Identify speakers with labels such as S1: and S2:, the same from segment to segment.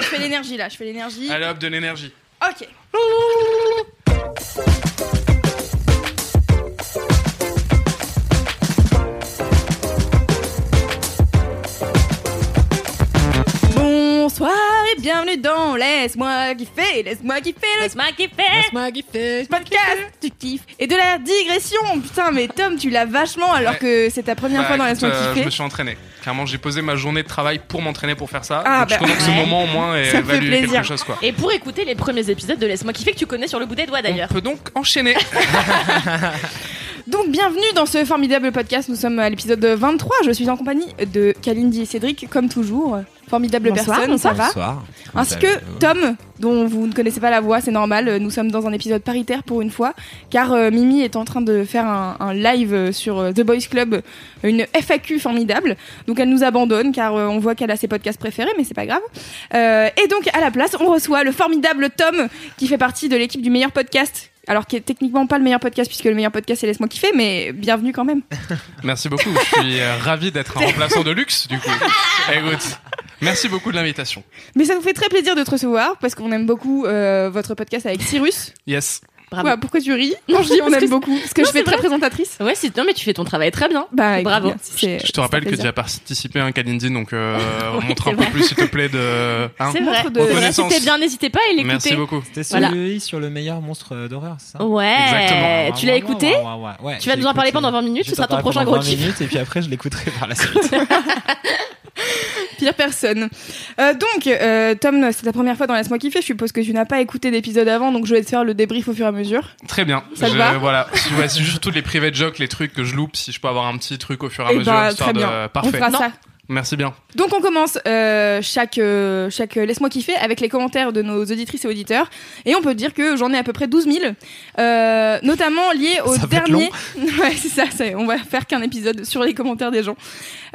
S1: Je fais l'énergie là, je fais l'énergie.
S2: Allez hop, de l'énergie.
S1: Ok. Bonsoir et bienvenue dans Laisse-moi kiffer, laisse-moi kiffer le podcast du kiff et de la digression. Putain, mais Tom, tu l'as vachement alors
S2: Ouais.
S1: que c'est ta première
S2: Bah,
S1: fois dans
S2: écoute,
S1: Laisse-moi
S2: euh, je me
S1: kiffer.
S2: suis entraîné. Clairement, j'ai posé ma journée de travail pour m'entraîner pour faire ça.
S1: Ah,
S2: donc je
S1: bah,
S2: connais que ce
S3: ouais.
S2: moment au moins
S1: Ça
S2: est
S1: me fait
S2: valu quelque
S1: plaisir.
S2: chose quoi.
S3: Et pour écouter les premiers épisodes de Laisse-moi kiffer que tu connais sur le bout des doigts
S2: On
S3: d'ailleurs.
S2: peut donc enchaîner.
S1: Donc, bienvenue dans ce formidable podcast. Nous sommes à l'épisode 23. Je suis en compagnie de Kalindi et Cédric, comme toujours. Formidable
S3: Bonsoir,
S1: personne, ça va
S4: Bonsoir.
S1: Ainsi que Tom, dont vous ne connaissez pas la voix, c'est normal, euh, nous sommes dans un épisode paritaire pour une fois, car euh, Mimi est en train de faire un, un live euh, sur euh, The Boys Club, une FAQ formidable, donc elle nous abandonne, car euh, on voit qu'elle a ses podcasts préférés, mais c'est pas grave. Euh, et donc à la place, on reçoit le formidable Tom, qui fait partie de l'équipe du meilleur podcast. Alors qui est techniquement pas le meilleur podcast puisque le meilleur podcast c'est laisse-moi kiffer mais bienvenue quand même.
S2: Merci beaucoup. Je suis euh, ravi d'être un remplaçant de luxe du coup. Écoute, merci beaucoup de l'invitation.
S1: Mais ça nous fait très plaisir de te recevoir parce qu'on aime beaucoup euh, votre podcast avec Cyrus.
S2: Yes.
S3: Bravo.
S1: Ouais, pourquoi tu ris Non je dis on
S3: Parce que
S1: aime beaucoup parce que
S3: Non,
S1: je fais
S3: c'est
S1: très
S3: vrai.
S1: présentatrice.
S3: Ouais, c'est non mais tu fais ton travail très bien.
S1: Bah, écoute,
S3: Bravo.
S1: merci, c'est-
S2: Je
S1: c'est
S2: te rappelle
S1: un
S2: que tu
S1: plaisir.
S2: as participé à un Kalindi, donc euh,
S3: Oui,
S2: montre un
S3: c'est
S2: peu
S3: vrai.
S2: plus s'il te plaît de. hein.
S3: c'est
S1: montre
S3: vrai.
S1: de
S2: reconnaissance.
S3: C'était bien, n'hésitez pas à
S2: Merci
S3: l'écouter.
S2: beaucoup.
S4: C'était
S3: Voilà.
S4: celui sur le meilleur monstre euh, d'horreur, c'est ça
S3: Ouais.
S2: Exactement.
S3: Tu l'as écouté
S4: Ouais, ouais, ouais, ouais.
S3: Tu vas
S4: Je
S3: nous en
S4: l'ai
S3: parler
S4: écouté.
S3: pendant 20 minutes,
S4: Je
S3: ce sera
S4: t'en
S3: ton
S4: parlerai
S3: prochain
S4: pendant
S3: gros
S4: 20
S3: kiff.
S4: minutes, et puis après je l'écouterai par la suite.
S1: Pire personne. Euh, donc, euh, Tom, c'est ta première fois dans Laisse-moi kiffer. Je suppose que tu n'as pas écouté d'épisode avant, donc je vais te faire le débrief au fur et à mesure.
S2: Très bien.
S1: Ça te
S2: Je-
S1: va
S2: voilà. Si- ouais, c'est juste toutes les private jokes, les trucs que je loupe, si je peux avoir un petit truc au fur et à
S1: Eh
S2: mesure,
S1: ben,
S2: histoire
S1: très
S2: de-
S1: bien. On
S2: Parfait.
S1: fera
S3: Non.
S1: ça.
S2: Merci bien.
S1: Donc, on commence euh, chaque, euh, chaque euh, Laisse-moi kiffer avec les commentaires de nos auditrices et auditeurs. Et on peut dire que j'en ai à peu près 12 000, euh, notamment liés au
S4: Ça va être
S1: dernier. ouais, c'est ça, c'est- On va faire qu'un épisode sur les commentaires des gens.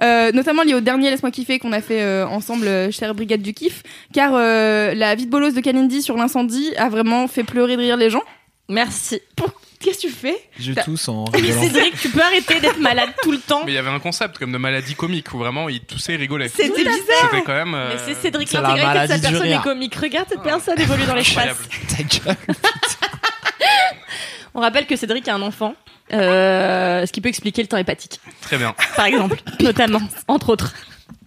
S1: Euh, notamment liés au dernier Laisse-moi kiffer qu'on a fait euh, ensemble, euh, chère Brigade du Kiff. Car euh, la vie de bolos de Kalindi sur l'incendie a vraiment fait pleurer de rire les gens.
S3: Merci.
S1: Qu'est-ce que tu fais
S4: Je
S1: T'as-
S4: tousse en
S3: Mais
S4: rigolant.
S3: Cédric, tu peux arrêter d'être malade tout le temps.
S2: Mais il y avait un concept comme de maladie comique où vraiment ils toussaient et rigolaient.
S1: C'était
S3: Tout à
S1: bizarre.
S2: C'était quand même. euh,
S3: Mais c'est Cédric,
S4: C'est la
S3: l'intégralité de sa
S4: maladie du
S3: personne
S4: rire.
S3: est comique. Regarde
S1: Oh.
S3: cette personne évolue dans l'espace.
S2: incroyable.
S4: Ta gueule.
S3: On rappelle que Cédric a un enfant, euh, ce qui peut expliquer le temps hépatique,
S2: Très bien.
S3: par exemple, notamment, entre autres.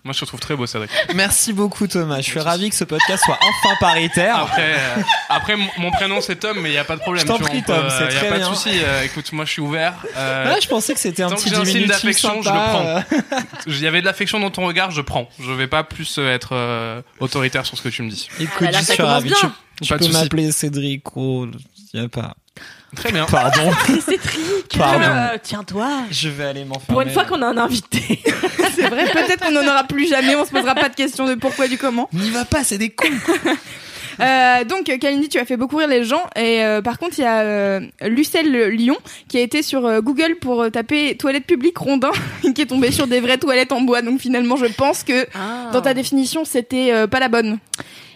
S2: Moi je te trouve très beau, Cédric.
S4: Merci beaucoup Thomas, je suis ravi que ce podcast soit enfin paritaire.
S2: Après, euh, après mon- mon prénom c'est Tom, mais il n'y a pas de problème.
S4: Ah. Je t'en
S2: tu vois,
S4: prie,
S2: on peut-
S4: Tom,
S2: euh,
S4: c'est
S2: y a
S4: très
S2: pas de
S4: bien.
S2: souci. euh, écoute, moi je suis ouvert. euh,
S4: Ah, je pensais que c'était un
S2: Tant que
S4: petit
S2: j'ai un signe
S4: diminutif
S2: d'affection, je
S4: sympa,
S2: le prends.
S4: euh.
S2: Il y avait de l'affection dans ton regard, je prends. Je vais pas plus euh, être euh, autoritaire sur ce que tu me dis.
S4: Écoute,
S3: Voilà,
S4: je
S3: Ah bah ça
S4: suis
S3: commence
S4: ravi.
S3: bien.
S4: Tu, tu
S2: Pas de
S4: peux
S2: souci.
S4: m'appeler Cédric, oh, y a pas.
S2: Très bien.
S4: Pardon,
S3: Cédric,
S4: Pardon.
S3: euh, tiens-toi.
S4: je vais aller m'enfermer.
S3: Pour une fois qu'on a un invité.
S1: C'est vrai, peut-être qu'on n'en aura plus jamais, on se posera pas de questions de pourquoi du comment.
S4: N'y va pas, c'est des cons.
S1: Euh, donc, Kalindi, tu as fait beaucoup rire les gens. Et euh, par contre, il y a euh, Lucelle Lyon qui a été sur euh, Google pour euh, taper toilette publique rondin et qui est tombée sur des vraies toilettes en bois. Donc, finalement, je pense que dans
S3: Ah.
S1: ta définition, c'était euh, pas la bonne.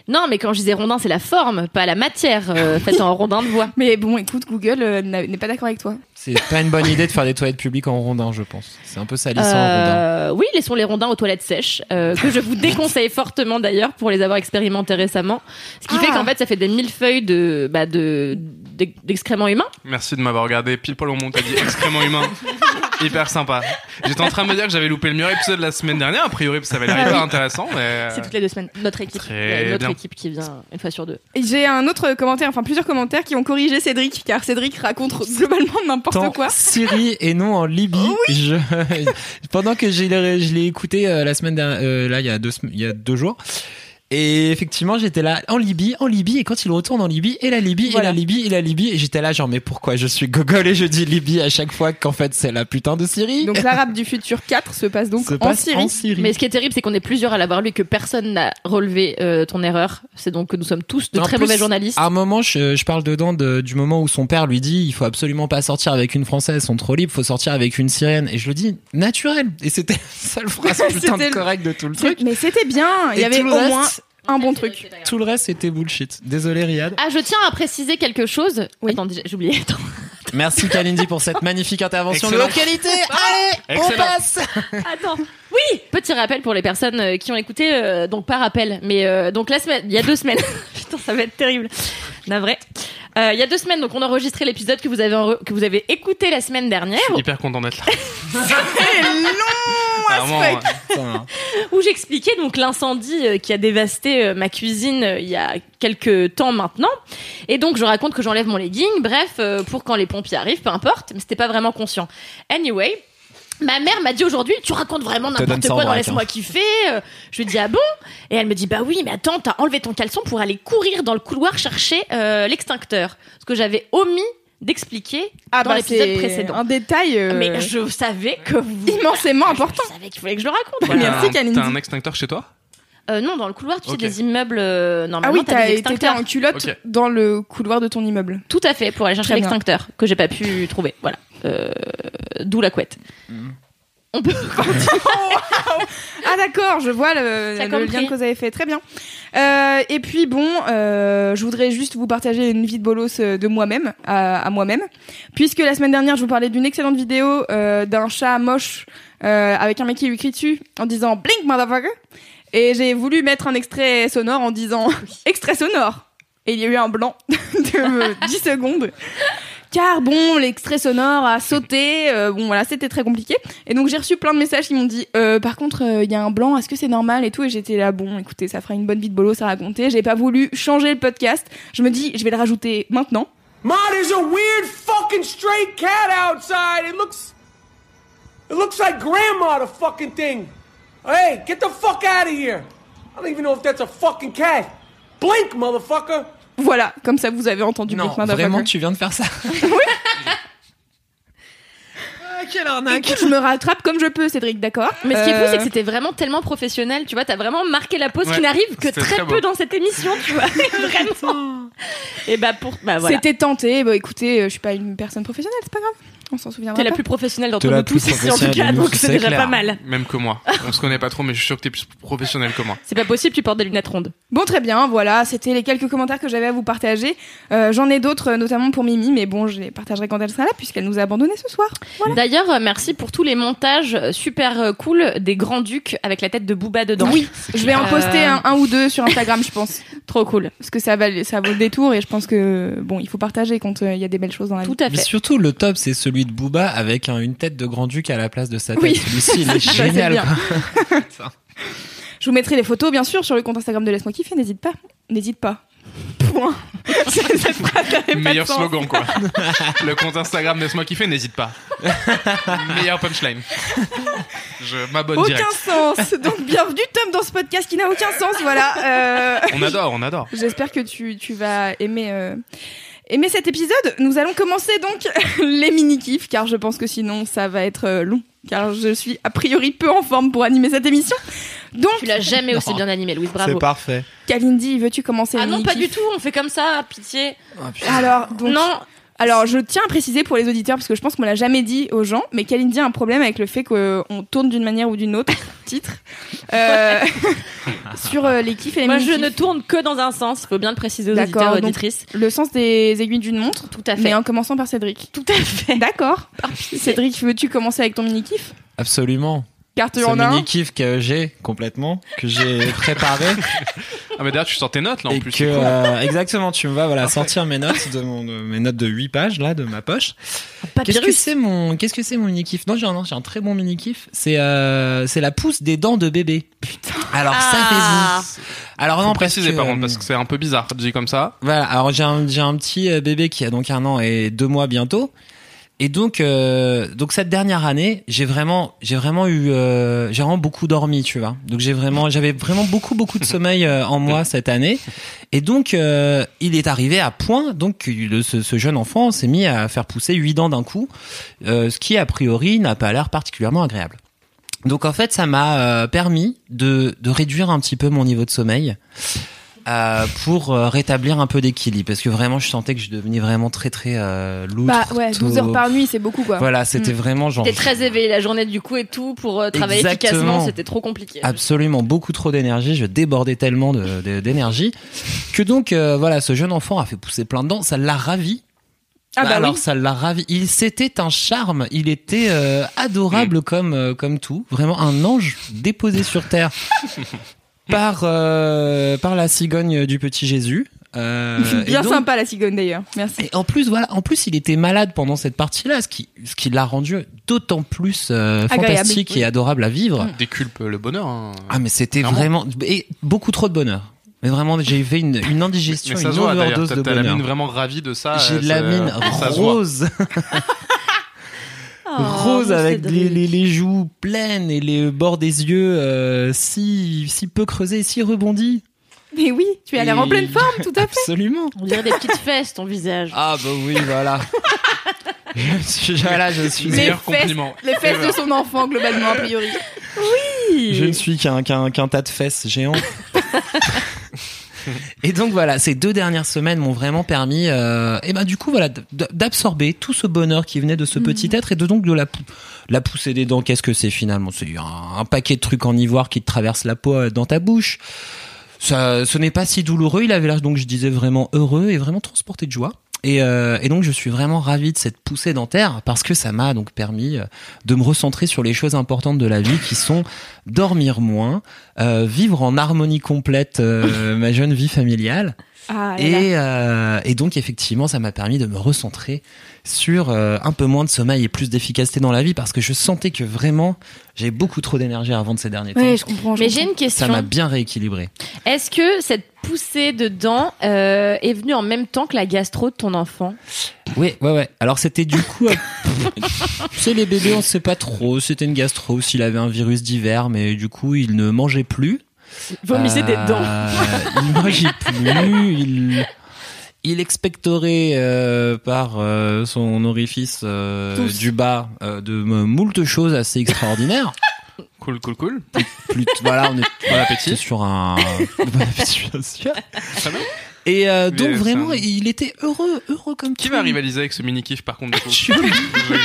S3: Non, mais quand je disais rondin, c'est la forme, pas la matière euh, faite en rondin de bois.
S1: Mais bon, écoute, Google euh, n'a- n'est pas d'accord avec toi.
S4: C'est pas une bonne idée de faire des toilettes publiques en rondin, je pense. C'est un peu salissant en rondin.
S3: Euh, oui, laissons les rondins aux toilettes sèches, euh, que je vous déconseille fortement d'ailleurs pour les avoir expérimentés récemment. Ce qui
S1: Ah.
S3: fait qu'en fait, ça fait des millefeuilles de, bah, de, d'ex- d'excréments humains.
S2: Merci de m'avoir regardé. Pile poil au moment, t'as dit extrêmement humain. Hyper sympa. J'étais en train de me dire que j'avais loupé le meilleur épisode de la semaine dernière. A priori, ça
S4: Ah
S2: avait l'air hyper intéressant. Mais... euh,
S3: C'est toutes les deux semaines. Notre équipe.
S2: Très
S3: Il y a notre
S2: bien.
S3: équipe qui vient une fois sur deux.
S1: Et J'ai un autre commentaire, enfin plusieurs commentaires qui ont corrigé Cédric, car Cédric raconte globalement
S4: Tant
S1: n'importe quoi.
S4: Syrie et non en Libye. Je- pendant que je l'ai je l'ai écouté euh, la semaine dernière, euh, là il y a deux sem- il y a deux jours. Et effectivement, j'étais là en Libye, en Libye, et quand il retourne en Libye, et la Libye,
S1: Voilà.
S4: et la Libye, et la Libye, et j'étais là genre mais pourquoi je suis gogol et je dis Libye à chaque fois qu'en fait c'est la putain de Syrie
S1: Donc l'arabe du futur 4 se passe donc
S4: Se
S1: en
S4: passe
S1: Syrie.
S3: Mais ce qui est terrible, c'est qu'on est plusieurs à l'avoir lu, que personne n'a relevé euh, ton erreur. C'est donc que nous sommes tous de
S4: En
S3: très
S4: plus,
S3: mauvais journalistes.
S4: À un moment, je, je parle dedans de- du moment où son père lui dit il faut absolument pas sortir avec une française, sont trop libres, faut sortir avec une syrienne. Et je le dis naturel. Et c'était la seule phrase putain
S1: C'était
S4: de
S1: le-
S4: correcte de tout le
S1: C'est-
S4: truc.
S1: Mais c'était bien, il y
S4: Et
S1: avait
S4: tout
S1: au
S4: le
S1: moins
S4: reste-
S1: un bon truc.
S4: Tout le reste c'était bullshit. Désolé Riyad.
S3: Ah, je tiens à préciser quelque chose.
S1: Oui.
S3: Attends, j'ai j'ai oublié. Attends.
S4: Merci Kalindi pour cette magnifique intervention de
S2: Excellent.
S4: haute qualité. Allez, on
S2: Excellent.
S4: passe.
S3: Attends. Oui. Petit rappel pour les personnes euh, qui ont écouté, euh, donc pas rappel, mais euh, donc la semaine, il y a deux semaines. Putain, ça va être terrible. Navré. Euh, Il y a deux semaines, donc on a enregistré l'épisode que vous avez enre- que vous avez écouté la semaine dernière,
S2: Je suis hyper content d'être là.
S1: C'est long
S2: Vraiment,
S1: as fuck.
S2: ouais.
S3: où j'expliquais donc l'incendie euh, qui a dévasté euh, ma cuisine euh, il y a quelques temps maintenant. Et donc je raconte que j'enlève mon legging, bref, euh, pour quand les pompiers arrivent, peu importe. Mais c'était pas vraiment conscient. Anyway. Ma mère m'a dit aujourd'hui, tu racontes vraiment
S4: Te donne
S3: n'importe
S4: ça en
S3: quoi dans
S4: vrac, hein.
S3: Laisse-moi kiffer. Euh, Je lui dis, ah bon Et elle me dit, bah oui, mais attends, t'as enlevé ton caleçon pour aller courir dans le couloir chercher euh, l'extincteur. Ce que j'avais omis d'expliquer
S1: Ah
S3: dans
S1: bah,
S3: l'épisode
S1: c'est
S3: précédent. Ah,
S1: Un détail euh,
S3: Mais je savais que vous...
S1: immensément important.
S3: Je savais qu'il fallait que je le raconte.
S2: T'as
S3: voilà.
S1: Merci,
S2: un-
S1: Kalindi.
S2: T'as un extincteur chez toi
S3: Euh, non, dans le couloir, tu
S2: Ok.
S3: sais, des immeubles, euh,
S1: Ah
S3: normalement,
S1: oui,
S3: t'as
S1: t'as
S3: des
S1: été
S3: extincteurs.
S1: en culotte
S2: Ok.
S1: dans le couloir de ton immeuble.
S3: Tout à fait, pour aller chercher
S1: Très bien.
S3: l'extincteur, que j'ai pas pu trouver. Voilà. Euh, D'où la couette. On peut...
S1: Ah d'accord, je vois le,
S3: Ça a
S1: le
S3: compris.
S1: lien que vous avez fait, très bien. Euh, et puis bon, euh, je voudrais juste vous partager une vie de bolos euh, de moi-même, à, à moi-même, puisque la semaine dernière, je vous parlais d'une excellente vidéo euh, d'un chat moche euh, avec un mec qui lui crie dessus en disant Blink motherfucker, et j'ai voulu mettre un extrait sonore en disant extrait sonore, et il y a eu un blanc de euh, 10 secondes. Car bon, l'extrait sonore a sauté, euh, bon voilà, c'était très compliqué. Et donc j'ai reçu plein de messages qui m'ont dit euh, par contre euh, il y a un blanc, est-ce que c'est normal et tout et j'étais là bon écoutez ça fera une bonne vie de bolos à raconter, j'ai pas voulu changer le podcast. Je me dis je vais le rajouter maintenant.
S5: Ma, there's a weird fucking stray cat outside. It looks. It looks like grandma, the fucking thing. Hey, get the fuck out of here. I don't even know if that's a fucking cat. Blink, motherfucker.
S1: Voilà, comme ça vous avez entendu
S4: Non,
S1: Blink Motherfucker.
S4: vraiment, tu viens de faire ça. Ah, Quelle arnaque.
S1: Écoute, je me rattrape comme je peux Cédric, d'accord
S3: Mais ce qui est fou,
S1: Euh,
S3: c'est que c'était vraiment tellement professionnel, tu vois, t'as vraiment marqué la pause
S2: Ouais,
S3: qui n'arrive que
S2: c'était
S3: très,
S2: très
S3: peu
S2: beau.
S3: dans cette émission, tu vois. vraiment. Et bah, pour... Bah, voilà.
S1: C'était tenté, bah écoutez, euh, je suis pas une personne professionnelle, c'est pas grave. On s'en souviendra
S3: T'es la
S1: pas.
S3: plus professionnelle d'entre
S4: T'es la
S3: nous
S4: plus
S3: tous ici, en tout
S4: professionnelle
S3: cas,
S4: de nous
S3: donc
S4: tous,
S3: c'est
S4: c'est
S3: déjà
S4: clair.
S3: pas mal.
S2: Même que moi. On se connaît pas trop, mais je suis sûr que t'es plus professionnel que moi.
S3: C'est pas possible, tu portes des lunettes rondes.
S1: Bon, très bien, voilà, c'était les quelques commentaires que j'avais à vous partager. Euh, J'en ai d'autres, euh, notamment pour Mimi, mais bon, je les partagerai quand elle sera là, puisqu'elle nous a abandonnés ce soir.
S3: D'ailleurs, euh, merci pour tous les montages euh, super euh, cool des Grands Ducs avec la tête de Booba dedans.
S1: Oui, je vais en
S3: Euh,
S1: poster un, un ou deux sur Instagram, je pense.
S3: Trop cool.
S1: Parce que ça, va, ça vaut le détour et je pense que, bon, il faut partager quand euh, il y a des belles choses dans la vie.
S3: Tout à
S4: Mais
S3: fait.
S4: surtout, le top, c'est celui de Booba avec un- une tête de grand-duc à la place de sa tête.
S1: Oui.
S4: Celui-ci, il
S1: Ça,
S4: est
S1: c'est
S4: génial.
S1: bien.
S4: quoi.
S1: Je vous mettrai les photos, bien sûr, sur le compte Instagram de Laisse-moi kiffer, n'hésite pas. N'hésite pas. Point. Cette phrase n'avait pas de
S2: Meilleur
S1: sens.
S2: slogan, quoi. le compte Instagram Laisse-moi kiffer, n'hésite pas. Meilleur punchline. Je m'abonne
S1: Aucun
S2: direct.
S1: sens. Donc, bienvenue, Tom, dans ce podcast qui n'a aucun sens, voilà. Euh,
S2: On adore, on adore.
S1: J'espère que tu, tu vas aimer, euh, aimer cet épisode. Nous allons commencer donc les mini-kifs, car je pense que sinon ça va être euh, long, car je suis a priori peu en forme pour animer cette émission. Donc,
S3: Tu l'as jamais aussi
S4: Non.
S3: bien animé, Louise, bravo.
S4: C'est parfait.
S1: Kalindi, veux-tu commencer
S3: Ah
S1: les
S3: non, pas
S1: mini-kifs
S3: du tout, on fait comme ça, pitié.
S4: Ah,
S1: Alors, donc,
S3: non,
S1: alors, je tiens à préciser pour les auditeurs, parce que je pense qu'on l'a jamais dit aux gens, mais Kalindi a un problème avec le fait qu'on tourne d'une manière ou d'une autre, titre, euh, sur euh, les kifs et les
S3: moi je
S1: mini-kifs.
S3: ne tourne que dans un sens, il faut bien le préciser aux
S1: D'accord,
S3: auditeurs et
S1: donc-
S3: auditrices.
S1: Le sens des aiguilles d'une montre,
S3: Tout à fait.
S1: mais en commençant par Cédric.
S3: Tout à fait.
S1: D'accord. Cédric, veux-tu commencer avec ton mini-kiff
S4: Absolument.
S1: Car tu
S4: Ce
S1: en as un.
S4: mini-kiff que j'ai complètement, que j'ai préparé.
S2: Ah, mais d'ailleurs, tu sors tes notes, là, en
S4: et
S2: plus.
S4: que,
S2: c'est cool.
S4: euh, exactement, tu me vas voilà,
S2: Parfait.
S4: sortir mes notes, de mon, de- mes notes de 8 pages, là, de ma poche. Qu'est-ce que
S3: Papyrus.
S4: c'est mon qu'est-ce que c'est mon mini kiff Non, j'ai un, non, j'ai un très bon mini kiff. C'est euh, c'est la pousse des dents de bébé. Putain. Alors
S3: Ah.
S4: ça fait Alors non,
S2: Faut
S4: parce
S2: préciser,
S4: que,
S2: par contre,
S4: euh,
S2: parce que c'est un peu bizarre, dit comme ça.
S4: voilà. Alors j'ai un j'ai un petit euh, bébé qui a donc un an et deux mois bientôt. Et donc, euh, donc cette dernière année, j'ai vraiment, j'ai vraiment eu, euh, j'ai vraiment beaucoup dormi, tu vois. Donc j'ai vraiment, j'avais vraiment beaucoup, beaucoup de sommeil euh, en moi cette année. Et donc, euh, il est arrivé à point. Donc que le- ce, ce jeune enfant s'est mis à faire pousser huit dents d'un coup, euh, ce qui a priori n'a pas l'air particulièrement agréable. Donc en fait, ça m'a euh, permis de, de réduire un petit peu mon niveau de sommeil euh, pour euh, rétablir un peu d'équilibre, parce que vraiment, je sentais que je devenais vraiment très, très euh, lourd.
S1: Bah ouais, 12 heures
S4: tôt.
S1: par nuit, c'est beaucoup quoi.
S4: Voilà, c'était
S1: Mm.
S4: vraiment genre.
S3: T'es très éveillé la journée du coup et tout pour euh, travailler
S4: Exactement. Ah,
S3: efficacement, c'était trop compliqué.
S4: Absolument, beaucoup trop d'énergie. Je débordais tellement de- de- d'énergie que donc euh, voilà, ce jeune enfant a fait pousser plein de dents. Ça l'a ravi.
S1: Ah bah
S4: alors
S1: oui.
S4: ça l'a ravi. Il c'était un charme. Il était euh, adorable comme euh, comme tout. Vraiment un ange déposé sur terre par euh, par la cigogne du petit Jésus. Euh,
S1: Bien
S4: et donc-
S1: sympa la cigogne d'ailleurs. Merci.
S4: Et en plus, voilà, en plus, il était malade pendant cette partie-là, ce qui, ce qui l'a rendu d'autant plus euh,
S1: Agréable.
S4: fantastique et adorable à vivre.
S2: Déculpe le bonheur. hein.
S4: Ah, mais c'était
S2: Clairement.
S4: vraiment et beaucoup trop de bonheur. Mais vraiment, j'ai fait une, une indigestion,
S2: mais ça
S4: une
S2: se voit d'ailleurs.
S4: overdose
S2: T'as
S4: de
S2: t'as la
S4: bonheur.
S2: mine vraiment ravie de ça.
S4: J'ai
S2: euh,
S4: de la
S2: ça-
S4: mine
S2: ça se voit.
S4: rose,
S1: Ah,
S3: Ah,
S4: rose avec les, les, les joues pleines et les bords des yeux euh, si si peu creusés, si rebondis.
S1: Mais oui, tu as l'air en
S4: Et-
S1: pleine forme, tout à fait.
S4: Absolument.
S3: On dirait des petites fesses ton visage.
S4: Ah bah oui, voilà. je suis, voilà, je suis
S1: Mais-
S2: Meilleur
S1: fesses-
S2: compliment.
S1: Les fesses de son enfant globalement a priori.
S4: Je ne suis qu'un qu'un- qu'un tas de fesses géant. Et donc voilà, ces deux dernières semaines m'ont vraiment permis, euh, et ben du coup voilà, d- d- d'absorber tout ce bonheur qui venait de ce petit être et de donc de la, pou- la pousser des dents. Qu'est-ce que c'est finalement C'est un, un paquet de trucs en ivoire qui te traverse la peau euh, dans ta bouche. Ça, ce n'est pas si douloureux. Il avait l'air donc je disais vraiment heureux et vraiment transporté de joie. Et, euh, et donc je suis vraiment ravi de cette poussée dentaire parce que ça m'a donc permis euh, de me recentrer sur les choses importantes de la vie qui sont dormir moins, euh, vivre en harmonie complète euh, ma jeune vie familiale.
S1: Ah, là, là.
S4: Et, euh, et donc effectivement, ça m'a permis de me recentrer sur euh, un peu moins de sommeil et plus d'efficacité dans la vie parce que je sentais que vraiment j'ai beaucoup trop d'énergie à vendre ces derniers temps.
S1: Ouais, je comprends. je
S3: Mais j'ai une
S4: ça m'a
S3: question.
S4: bien rééquilibré.
S3: Est-ce que cette poussée de dents euh, est venue en même temps que la gastro de ton enfant
S4: Oui, ouais, ouais. Alors c'était du coup, euh, c'est les bébés, on sait pas trop. C'était une gastro, s'il avait un virus d'hiver, mais du coup il ne mangeait plus.
S3: Vomissez des
S4: Euh,
S3: dents.
S4: il mangeait plus, il, il expectorait euh, par euh, son orifice euh,
S1: Tous.
S4: du bas euh, de moult choses assez extraordinaires.
S2: Cool, cool, cool.
S4: Plus, voilà, on est
S2: Bon appétit.
S4: sur un. Bon appétit, bien sûr.
S2: Très bien.
S4: Et euh,
S2: Mais
S4: donc
S2: ça-
S4: vraiment, il était heureux, heureux comme
S2: Qui
S4: tout.
S2: va rivaliser avec ce mini kiff par contre du coup
S4: Je-
S2: J'ai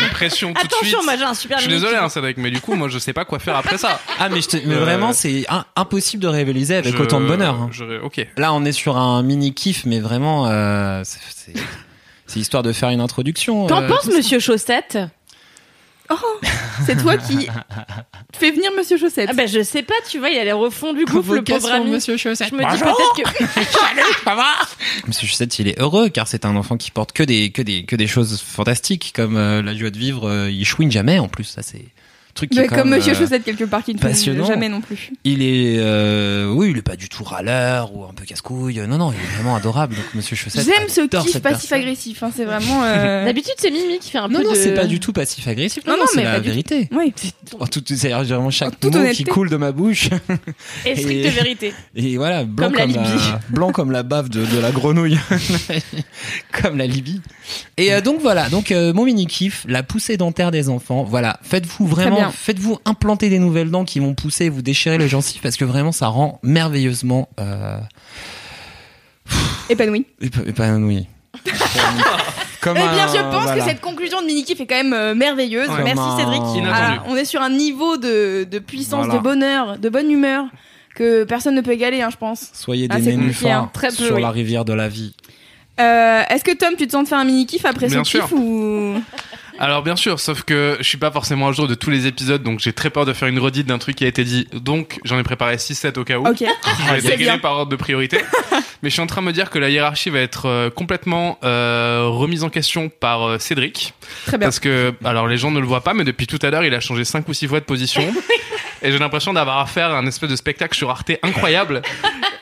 S2: une pression tout de suite.
S3: Attention, moi j'ai un super
S2: Je suis
S3: mini
S2: désolé,
S3: kiff.
S2: hein, Cédric, mais du coup, moi, je sais pas quoi faire après ça.
S4: Ah mais, je te- mais
S2: Euh,
S4: vraiment, c'est un- impossible de rivaliser avec
S2: Je-
S4: autant de bonheur. hein.
S2: je- Ok.
S4: Là, on est sur un mini kiff, mais vraiment, euh, c'est- c'est c'est histoire de faire une introduction.
S3: Qu'en
S4: euh,
S3: pense Monsieur Chaussette
S1: C'est toi qui fais venir Monsieur Chaussette.
S3: Ah ben je sais pas, tu vois, il a l'air au fond du gouffre, le pauvre
S4: Convocation,
S3: ami.
S4: Monsieur Chaussette.
S3: Je me dis peut-être que
S4: Monsieur Chaussette, il est heureux car c'est un enfant qui porte que des que des que des choses fantastiques comme euh, la joie de vivre. euh, il chouine jamais en plus. Ça c'est un truc qui
S1: Mais
S4: est quand
S1: comme
S4: même,
S1: Monsieur
S4: euh,
S1: Chaussette quelque part qui ne fait
S4: passionnant.
S1: jamais non plus.
S4: Il est euh, oui, il est pas du tout râleur ou un peu casse-couille. Non non, il est vraiment adorable. Donc Monsieur Chaussette.
S1: J'aime ce
S4: adore
S1: kiff
S4: cette personne.
S1: passif-agressif. hein, c'est vraiment. euh,
S3: d'habitude c'est Mimi qui fait un
S4: Non
S3: peu
S4: non,
S3: de
S4: c'est pas du tout passif-agressif. Non
S1: Non,
S4: non,
S1: non,
S4: c'est
S1: mais
S4: la
S1: pas du tout.
S4: vérité.
S1: Oui.
S4: En tout, c'est vraiment chaque
S1: En toute
S4: mot qui
S1: honnêteté.
S4: coule de ma bouche.
S3: et stricte
S4: Et-
S3: vérité.
S4: Et voilà, blanc
S3: Comme
S4: comme,
S3: la
S4: la,
S3: Libye.
S4: blanc comme la bave de, de la grenouille, comme la Libye. Et euh, donc voilà, donc euh, mon mini kiff, la poussée dentaire des enfants. Voilà, faites-vous vraiment,
S1: bien.
S4: faites-vous implanter des nouvelles dents qui vont pousser et vous déchirer les gencives parce que vraiment ça rend merveilleusement euh,
S1: Épanoui.
S4: épa- épanoui. Comme
S1: Eh bien,
S4: un-
S1: je pense
S4: voilà.
S1: que cette conclusion de Miniki fait quand même euh, merveilleuse.
S2: Ouais.
S1: Merci
S4: Comme un-
S1: Cédric.
S2: Inattendu.
S1: Ah, on est sur un niveau de, de puissance,
S4: Voilà.
S1: de bonheur, de bonne humeur que personne ne peut égaler, hein, je pense.
S4: Soyez
S1: Ah,
S4: des
S1: c'est compliqué,
S4: nénuphars
S1: hein. Très peu,
S4: sur
S1: oui.
S4: la rivière de la vie.
S1: Euh, Est-ce que Tom, tu te sens de faire un mini kiff après
S2: Bien
S1: ce
S2: sûr.
S1: kiff ou
S2: Alors bien sûr, sauf que je suis pas forcément à jour de tous les épisodes, donc j'ai très peur de faire une redite d'un truc qui a été dit. Donc j'en ai préparé 6-7 au cas où.
S1: Ok.
S2: Je vais
S1: C'est bien.
S2: dégainer par ordre de priorité. Mais je suis en train de me dire que la hiérarchie va être euh, complètement euh, remise en question par euh, Cédric.
S1: Très bien.
S2: Parce que, alors les gens ne le voient pas, mais depuis tout à l'heure, il a changé 5 ou 6 fois de position. Et j'ai l'impression d'avoir à faire un espèce de spectacle sur Arte incroyable.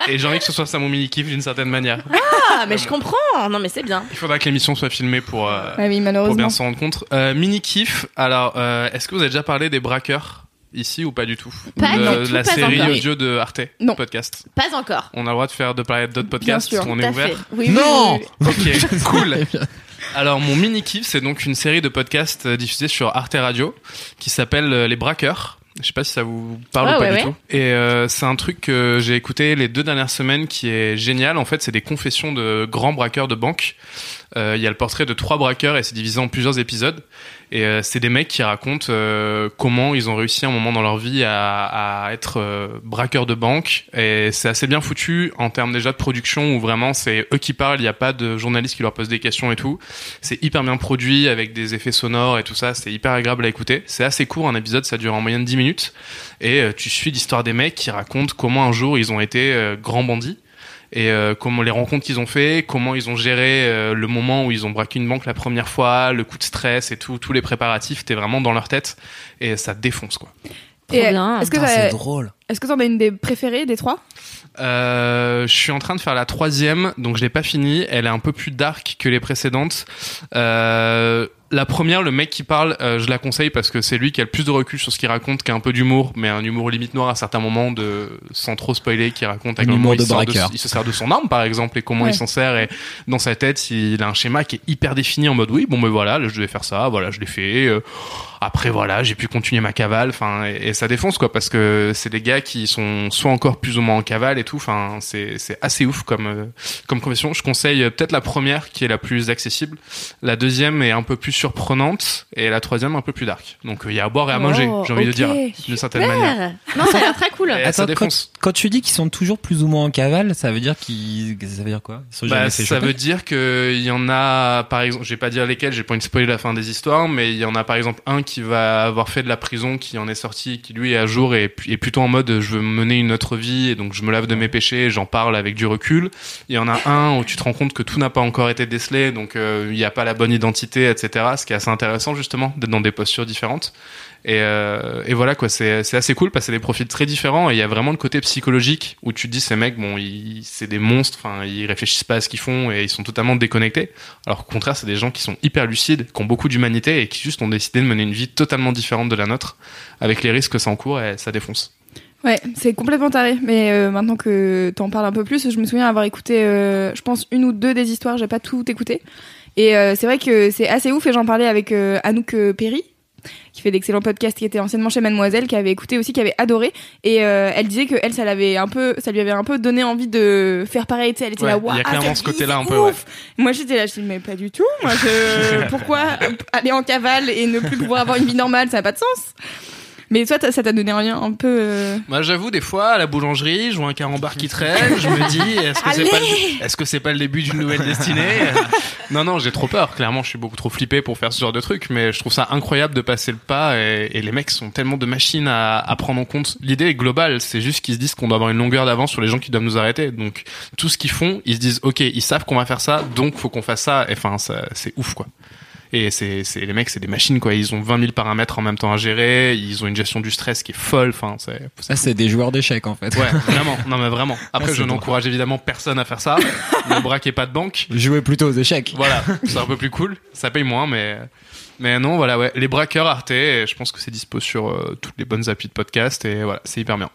S2: Et j'ai envie que ce soit ça mon mini-kiff d'une certaine manière.
S3: Ah, mais je comprends. Non, mais c'est bien.
S2: Il faudra que l'émission soit filmée pour, euh,
S1: Ouais, Ah oui,
S2: pour bien
S1: malheureusement.
S2: s'en rendre compte. Euh, mini-kiff, alors, euh, est-ce que vous avez déjà parlé des braqueurs ici ou pas du tout
S3: Pas
S2: de,
S3: du tout,
S2: de la
S3: pas
S2: série
S3: encore.
S2: audio de Arte
S1: Non.
S2: podcast.
S3: Pas encore.
S2: On a le droit de faire de parler d'autres podcasts,
S1: sûr,
S2: on
S3: Tout
S2: est
S3: à
S2: ouvert.
S3: fait. Oui, oui,
S4: non
S3: oui, oui.
S2: Ok, cool. Alors mon mini kiff, c'est donc une série de podcasts euh, diffusés sur Arte Radio qui s'appelle euh, Les Braqueurs. Je sais pas si ça vous parle
S3: Ouais,
S2: ou pas
S3: Ah ouais,
S2: du
S3: ouais.
S2: tout. Et euh, c'est un truc que j'ai écouté les deux dernières semaines qui est génial. En fait, c'est des confessions de grands braqueurs de banque. Euh, Il y a le portrait de trois braqueurs et c'est divisé en plusieurs épisodes. Et euh, c'est des mecs qui racontent euh, comment ils ont réussi à un moment dans leur vie à, à être euh, braqueurs de banque. Et c'est assez bien foutu en termes déjà de production où vraiment c'est eux qui parlent, il n'y a pas de journalistes qui leur posent des questions et tout. C'est hyper bien produit avec des effets sonores et tout ça. C'est hyper agréable à écouter. C'est assez court, un épisode, ça dure en moyenne 10 minutes. Et euh, tu suis l'histoire des mecs qui racontent comment un jour ils ont été euh, grands bandits. Et euh, comment les rencontres qu'ils ont fait, comment ils ont géré euh, le moment où ils ont braqué une banque la première fois, le coup de stress et tout, tous les préparatifs, t'es vraiment dans leur tête et ça te défonce quoi.
S1: Et,
S3: Trop bien.
S1: Est-ce que
S4: Putain,
S1: t'as-
S4: Ah, c'est drôle.
S1: est-ce que t'en as une des préférées des trois
S2: Euh, je suis en train de faire la troisième, donc je l'ai pas finie. Elle est un peu plus dark que les précédentes. Euh, la première, le mec qui parle, euh, je la conseille parce que c'est lui qui a le plus de recul sur ce qu'il raconte, qui a un peu d'humour, mais un humour limite noir à certains moments, de sans trop spoiler, qui raconte à
S4: Un
S2: quel
S4: humour
S2: moment il,
S4: de
S2: sort de-
S4: braqueur.
S2: il se sert de son arme par exemple et comment
S1: Ouais.
S2: il s'en sert et dans sa tête, il a un schéma qui est hyper défini en mode oui, bon ben voilà, là, je devais faire ça, voilà, je l'ai fait. euh, après voilà, j'ai pu continuer ma cavale, enfin et, et ça défonce quoi parce que c'est des gars qui sont soit encore plus ou moins en cavale et tout, enfin c'est c'est assez ouf comme euh, comme confession. Je conseille euh, peut-être la première qui est la plus accessible, la deuxième est un peu plus surprenante et la troisième un peu plus dark. Donc euh, il y a à boire et à
S1: Oh,
S2: manger, j'ai envie de
S1: ok,
S2: dire d'une certaine manière.
S3: Non, ça a l'air très cool.
S2: Et ça
S4: Attends,
S2: défonce.
S4: quand, quand tu dis qu'ils sont toujours plus ou moins en cavale, ça veut dire qu'ils. Ça veut dire quoi Ils sont
S2: Bah,
S4: jamais
S2: ça
S4: s'échappés
S2: veut dire que il y en a, par exemple, je vais pas dire lesquels, j'ai pas envie de spoiler la fin des histoires, mais il y en a par exemple un qui va avoir fait de la prison, qui en est sorti, qui lui est à jour et pu- est plutôt en mode je veux mener une autre vie et donc je me lave de mes péchés, et j'en parle avec du recul. Il y en a un où tu te rends compte que tout n'a pas encore été décelé, donc euh, il n'y a pas la bonne identité, etc. Ce qui est assez intéressant justement d'être dans des postures différentes. Et, euh, et voilà quoi, c'est c'est assez cool parce que c'est des profils très différents et il y a vraiment le côté psychologique où tu te dis ces mecs, bon, ils- c'est des monstres, enfin, ils réfléchissent pas à ce qu'ils font et ils sont totalement déconnectés. Alors qu'au contraire, c'est des gens qui sont hyper lucides, qui ont beaucoup d'humanité et qui juste ont décidé de mener une vie totalement différente de la nôtre avec les risques que ça encourt et ça défonce.
S1: Ouais, c'est complètement taré. Mais euh, maintenant que t'en parles un peu plus, je me souviens avoir écouté, euh, je pense, une ou deux des histoires. J'ai pas tout écouté. Et euh, c'est vrai que c'est assez ouf. Et j'en parlais avec euh, Anouk euh, Perry, qui fait d'excellents podcasts, qui était anciennement chez Mademoiselle, qui avait écouté aussi, qui avait adoré. Et euh, elle disait que elle, ça l'avait un peu, ça lui avait un peu donné envie de faire pareil. Tu sais, elle était
S2: Ouais,
S1: là,
S2: il y a
S1: waouh,
S2: clairement
S1: cette
S2: ce
S1: vie,
S2: côté-là
S1: c'est
S2: un peu,
S1: ouf. Moi, j'étais là, je dis mais pas du tout. Moi, je... pourquoi aller en cavale et ne plus pouvoir avoir une vie normale, ça n'a pas de sens. Mais toi, t'as- ça t'a donné rien un peu. euh,
S2: Moi, j'avoue, des fois, à la boulangerie, je vois un carambar qui traîne, je me dis, est-ce que c'est pas, le- est-ce que c'est pas le début d'une nouvelle destinée Non, non, j'ai trop peur. Clairement, je suis beaucoup trop flippé pour faire ce genre de truc, mais je trouve ça incroyable de passer le pas et, et les mecs sont tellement de machines à, à prendre en compte. L'idée est globale, c'est juste qu'ils se disent qu'on doit avoir une longueur d'avance sur les gens qui doivent nous arrêter. Donc, tout ce qu'ils font, ils se disent, ok, ils savent qu'on va faire ça, donc faut qu'on fasse ça. Et enfin, ça- c'est ouf, quoi. Et c'est, c'est, les mecs, c'est des machines, quoi. Ils ont 20 000 paramètres en même temps à gérer. Ils ont une gestion du stress qui est folle. Enfin, c'est,
S4: Ça, c'est des joueurs d'échecs en fait.
S2: Ouais, vraiment. Non, mais vraiment. Après,
S4: Ah, c'est
S2: je n'encourage évidemment personne à faire ça. ne braquez pas de banque.
S4: Jouer plutôt aux échecs.
S2: Voilà, c'est un peu plus cool. Ça paye moins, mais. Mais non, voilà, ouais. Les braqueurs Arte, et je pense que c'est dispo sur euh, toutes les bonnes applis de podcast et voilà, c'est hyper bien.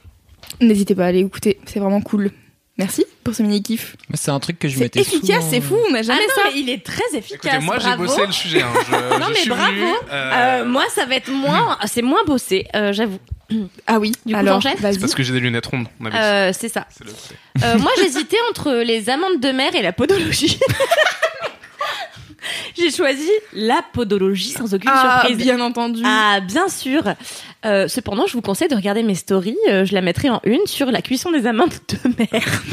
S1: N'hésitez pas à aller écouter, c'est vraiment cool. Merci pour ce mini kiff.
S4: Mais C'est un truc que je
S1: C'est
S4: m'étais
S1: efficace,
S4: souvent-
S1: c'est fou, on n'a
S3: Ah
S1: jamais
S3: non,
S1: ça.
S3: mais il est très efficace.
S2: Écoutez, moi j'ai
S3: bravo.
S2: bossé le sujet. Hein. Je,
S3: Non,
S2: je
S3: mais
S2: suis
S3: bravo.
S2: venu, euh,
S3: Euh, moi, ça va être moins.
S2: Hmm.
S3: C'est moins bossé, euh, j'avoue.
S1: Ah oui,
S3: Du coup,
S1: alors
S3: j'enchaîne
S1: vas-y.
S2: c'est parce que j'ai des lunettes rondes, on avait dit.
S3: Euh, c'est ça.
S2: C'est le-
S3: Euh, moi, j'hésitais entre les amandes de mer et la podologie. J'ai choisi la podologie sans aucune
S1: Ah,
S3: surprise.
S1: bien entendu.
S2: Mm.
S3: Ah, bien sûr. Euh, cependant, je vous conseille de regarder mes stories. euh, je la mettrai en une sur la cuisson des amandes de mer.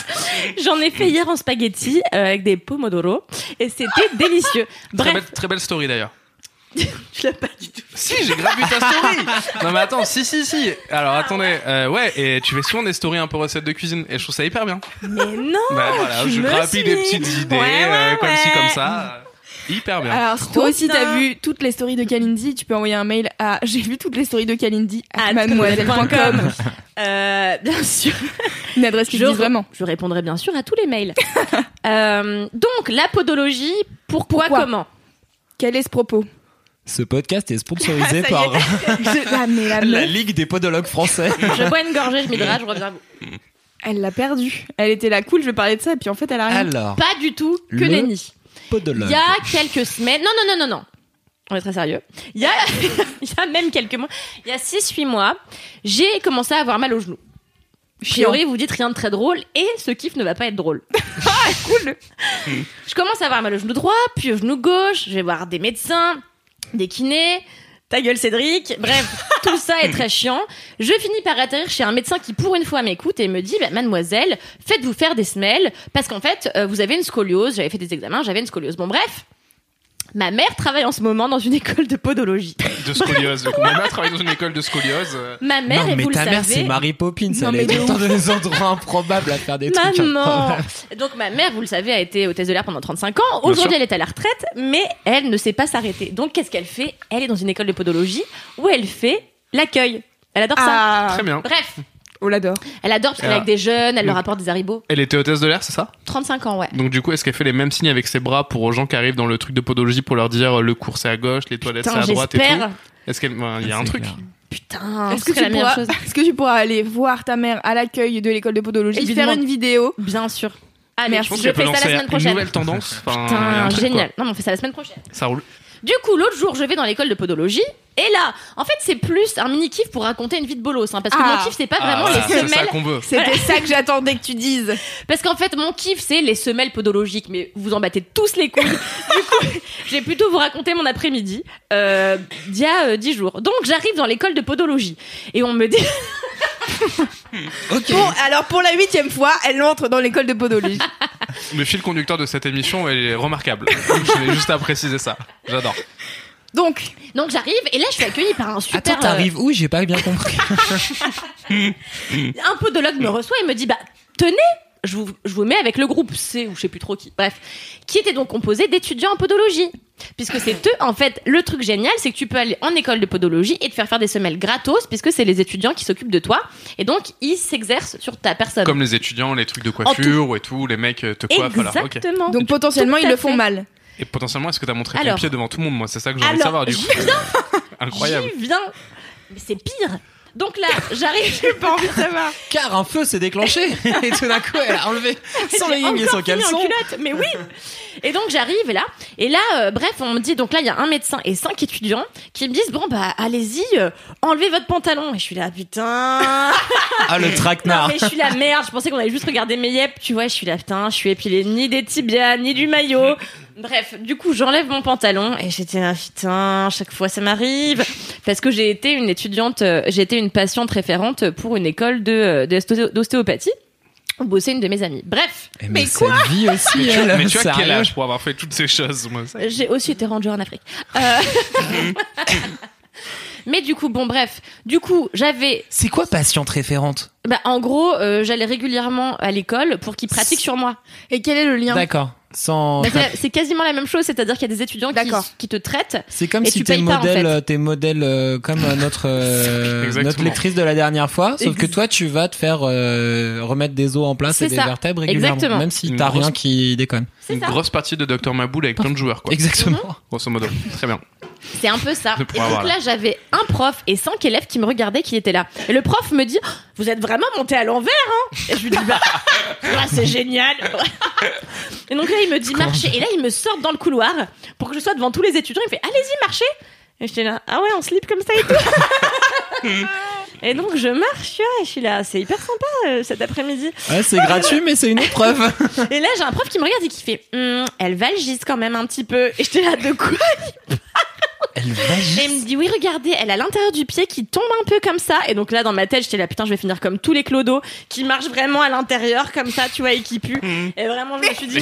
S3: J'en ai fait hier en spaghetti euh, avec des pomodoro et c'était délicieux.
S2: Très,
S3: Bref,
S2: belle, très belle story d'ailleurs.
S3: tu l'as pas du tout.
S2: Si, j'ai grave vu ta story. non mais attends, si si si. Alors attendez, euh, ouais, et tu fais souvent des stories un peu recettes de cuisine et je trouve ça hyper bien.
S3: Mais non.
S2: Bah voilà,
S3: Ah, tu
S2: je
S3: me
S2: grappille des
S3: suis.
S2: petites idées,
S3: Ouais, ouais,
S2: euh, comme ci,
S3: ouais.
S2: comme ça. euh, Hyper
S4: Ah.
S2: bien.
S1: Alors, si toi aussi
S3: Trop
S1: t'as
S3: bien.
S1: vu toutes les stories de Kalindi, tu peux envoyer un mail à j'ai vu toutes les stories de Kalindi à
S3: At
S1: mademoiselle.com.
S3: Euh, bien sûr.
S1: Une adresse qui
S3: je,
S1: existe vraiment.
S3: je répondrai bien sûr à tous les mails. Euh, donc, la podologie, pourquoi,
S1: Pourquoi
S3: comment
S1: Quel est ce propos
S4: Ce podcast est sponsorisé par
S1: Je- Ah, mais la
S4: la
S1: meuf,
S4: Ligue des podologues français.
S3: Je bois une gorgée, je m'hydrate, je reviens. à vous.
S1: elle l'a perdu. Elle était là cool, je vais parler de ça, et puis en fait, elle a
S3: Ah.
S1: rien.
S2: Ah.
S4: Alors,
S3: Pas du tout, que
S4: Le-
S3: nenni. Il
S4: podologue.
S3: y a quelques semaines. Non, non, non, non, non. On est très sérieux. Il y a, il y a même quelques mois. Il y a 6-8 mois, j'ai commencé à avoir mal aux genoux.
S4: Ah,
S1: Chiant.
S3: Priori, vous dites rien de très drôle et ce kiff ne va pas être drôle. ah, cool Je commence à avoir mal au genou droit, puis au genou gauche, je vais voir des médecins, des kinés, ta gueule Cédric, bref, tout ça est très chiant. Je finis par atterrir chez un médecin qui pour une fois m'écoute et me dit, Bah, mademoiselle, faites-vous faire des semelles, parce qu'en fait, euh, vous avez une scoliose, j'avais fait des examens, j'avais une scoliose. Bon bref, ma mère travaille en ce moment dans une école de podologie.
S2: de scoliose. Ma mère travaille dans une école de scoliose. euh,
S3: Ma mère,
S4: Non,
S3: et
S4: mais
S3: vous
S4: ta
S3: le
S4: mère,
S3: savez,
S4: c'est Mary Poppins.
S1: Non,
S4: elle
S1: mais
S4: est
S1: de
S4: tout le temps dans des endroits improbables à faire des trucs. hein.
S3: Maman
S4: improbables.
S3: Donc ma mère, vous le savez, a été hôtesse de l'air pendant 35 ans.
S2: Bien
S3: Aujourd'hui,
S2: sûr.
S3: elle est à la retraite, mais elle ne sait pas s'arrêter. Donc qu'est-ce qu'elle fait Elle est dans une école de podologie où elle fait l'accueil. Elle adore ça.
S1: Ah,
S2: Très bien. Ah.
S3: Bref,
S1: on l'adore.
S3: elle adore parce qu'elle est avec des jeunes, elle leur apporte des haribots.
S2: Elle était hôtesse de l'air, c'est ça
S3: 35 ans, ouais.
S2: Donc du coup, est-ce qu'elle fait les mêmes signes avec ses bras pour aux gens qui arrivent dans le truc de podologie pour leur dire euh, le cours c'est à gauche, les toilettes c'est
S3: Putain,
S2: à droite et
S3: j'espère.
S2: tout Est-ce qu'elle, ouais, il y a un
S4: Ah, C'est
S2: truc
S4: clair.
S3: Putain,
S1: Est-ce que,
S3: c'est la
S1: tu
S3: meilleure
S1: pourras...
S3: chose.
S1: est-ce que tu pourras aller voir ta mère à l'accueil de l'école de podologie,
S3: Évidemment.
S1: faire une vidéo
S3: Bien sûr. Ah,
S1: Je
S3: merci.
S2: Je pense
S3: Je,
S2: qu'elle peut
S3: fais ça la
S2: lancer
S3: semaine
S2: une
S3: prochaine.
S2: nouvelle tendance. Enfin, il y a un
S3: Putain,
S2: truc,
S3: génial. Non, mais on fait ça la semaine prochaine.
S2: quoi. Ça roule.
S3: Du coup, l'autre jour, je vais dans l'école de podologie. Et là, en fait, c'est plus un mini kiff pour raconter une vie de bolos. hein, parce que
S1: Ah.
S3: mon kiff, c'est pas
S2: Ah,
S3: vraiment
S2: voilà,
S3: les
S2: c'est ça
S3: semelles
S2: qu'on veut.
S1: C'était ça que j'attendais que tu dises.
S3: Parce qu'en fait, mon kiff, c'est les semelles podologiques, mais vous en battez tous les couilles. du coup, je vais plutôt vous raconter mon après-midi euh, d'il y a euh, 10 jours. Donc, j'arrive dans l'école de podologie et on me dit
S4: Ok.
S1: Bon, alors pour la huitième fois, elle entre dans l'école de podologie.
S2: Le fil conducteur de cette émission est remarquable. Je vais juste à préciser ça. J'adore.
S1: Donc,
S3: Donc, j'arrive et là, je suis accueillie par un super.
S4: Attends, t'arrives où J'ai pas bien compris.
S3: euh, un podologue me reçoit et me dit Bah, tenez je vous, je vous mets avec le groupe C ou je sais plus trop qui. Bref, qui était donc composé d'étudiants en podologie. Puisque c'est eux, en fait, le truc génial, c'est que tu peux aller en école de podologie et te faire faire des semelles gratos, puisque c'est les étudiants qui s'occupent de toi. Et donc, ils s'exercent sur ta personne.
S2: Comme les étudiants, les trucs de
S3: tout.
S2: coiffure et tout, les mecs euh, te coiffent. alors, ok.
S3: Exactement.
S1: donc potentiellement,
S3: Tout
S1: ils
S3: à
S1: le font
S3: fait.
S1: mal.
S2: Et potentiellement, est-ce que t'as montré
S3: Alors.
S2: ton pied devant tout le monde Moi, c'est ça que j'ai envie de savoir
S3: Alors,
S2: du coup. Incroyable.
S3: J'y viens. Mais c'est pire. Donc là, j'arrive.
S1: J'ai pas envie de savoir.
S4: Car un feu s'est déclenché et tout d'un coup elle a enlevé son
S3: J'ai
S4: legging et
S3: encore fini
S4: son
S3: en
S4: caleçon.
S3: culotte, mais oui. Et donc j'arrive et là, et là, euh, bref, on me dit donc là il y a un médecin et cinq étudiants qui me disent bon bah allez-y, euh, enlevez votre pantalon. Et je suis là putain.
S4: Ah le
S3: Non,
S4: traquenard.
S3: mais je suis la merde. Je pensais qu'on allait juste regarder mes yep. Tu vois, je suis là, putain, je suis épilée ni des tibias, ni du maillot. Bref, du coup, j'enlève mon pantalon et j'étais là, putain, chaque fois ça m'arrive. Parce que j'ai été une étudiante, euh, j'ai été une patiente référente pour une école de, euh, d'ostéo- d'ostéopathie où bossait une de mes amies. Bref,
S4: Eh,
S1: Mais quoi
S4: cette vie aussi
S2: Mais tu-
S4: elle,
S2: mais tu as quel
S4: sérieux.
S2: âge pour avoir fait toutes ces choses moi ça-
S3: j'ai aussi été ranger en Afrique. Euh, Mais du coup, bon, bref, du coup, j'avais,
S4: C'est quoi patiente référente
S3: bah, en gros, euh, j'allais régulièrement à l'école pour qu'ils pratiquent sur moi.
S1: Et quel est le lien
S4: D'accord. Sans.
S3: Bah, c'est- c'est quasiment la même chose, c'est-à-dire qu'il y a des étudiants qui,
S1: D'accord.
S3: qui te traitent.
S4: C'est comme
S3: Et
S4: si
S3: tu
S4: t'es
S3: payes pas, en fait.
S4: modèle, euh, t'es modèle euh, comme euh, notre euh,
S2: Exactement.
S4: notre lectrice de la dernière fois, sauf que toi tu vas te faire euh, remettre des os en place et
S3: C'est
S4: des
S3: ça.
S4: vertèbres régulièrement,
S3: Exactement.
S4: même si
S2: Une
S4: t'as
S2: grosse-
S4: rien qui déconne.
S3: C'est
S2: Une
S3: ça.
S2: grosse partie de Dr Maboul avec plein de joueurs, quoi.
S4: Exactement.
S2: Grosso modo. Très bien.
S3: C'est un peu ça.
S2: Je
S3: Et
S2: pourrais
S3: donc
S2: avoir
S3: là, j'avais un prof et cinq élèves qui me regardaient, qui étaient là. Et le prof me dit Oh, Vous êtes vraiment monté à l'envers, hein Et je lui dis Bah, ah, c'est génial Et donc là, il me dit Marchez. Et là, il me sort dans le couloir pour que je sois devant tous les étudiants. Il me fait Allez-y, marchez Et j'étais là Ah ouais, on slip comme ça et tout Et donc, je marche, tu vois, et je suis là, c'est hyper sympa euh, cet après-midi.
S4: Ouais, c'est gratuit mais c'est une épreuve.
S3: Et là, j'ai un prof qui me regarde et qui fait Hum, Elle valgise quand même un petit peu. Et j'étais là, de quoi
S4: Elle
S3: Et il me dit, oui, regardez, elle a l'intérieur du pied qui tombe un peu comme ça. Et donc là, dans ma tête, j'étais là, putain, je vais finir comme tous les clodos qui marchent vraiment à l'intérieur, comme ça, tu vois, et qui puent. Et vraiment, je me suis dit,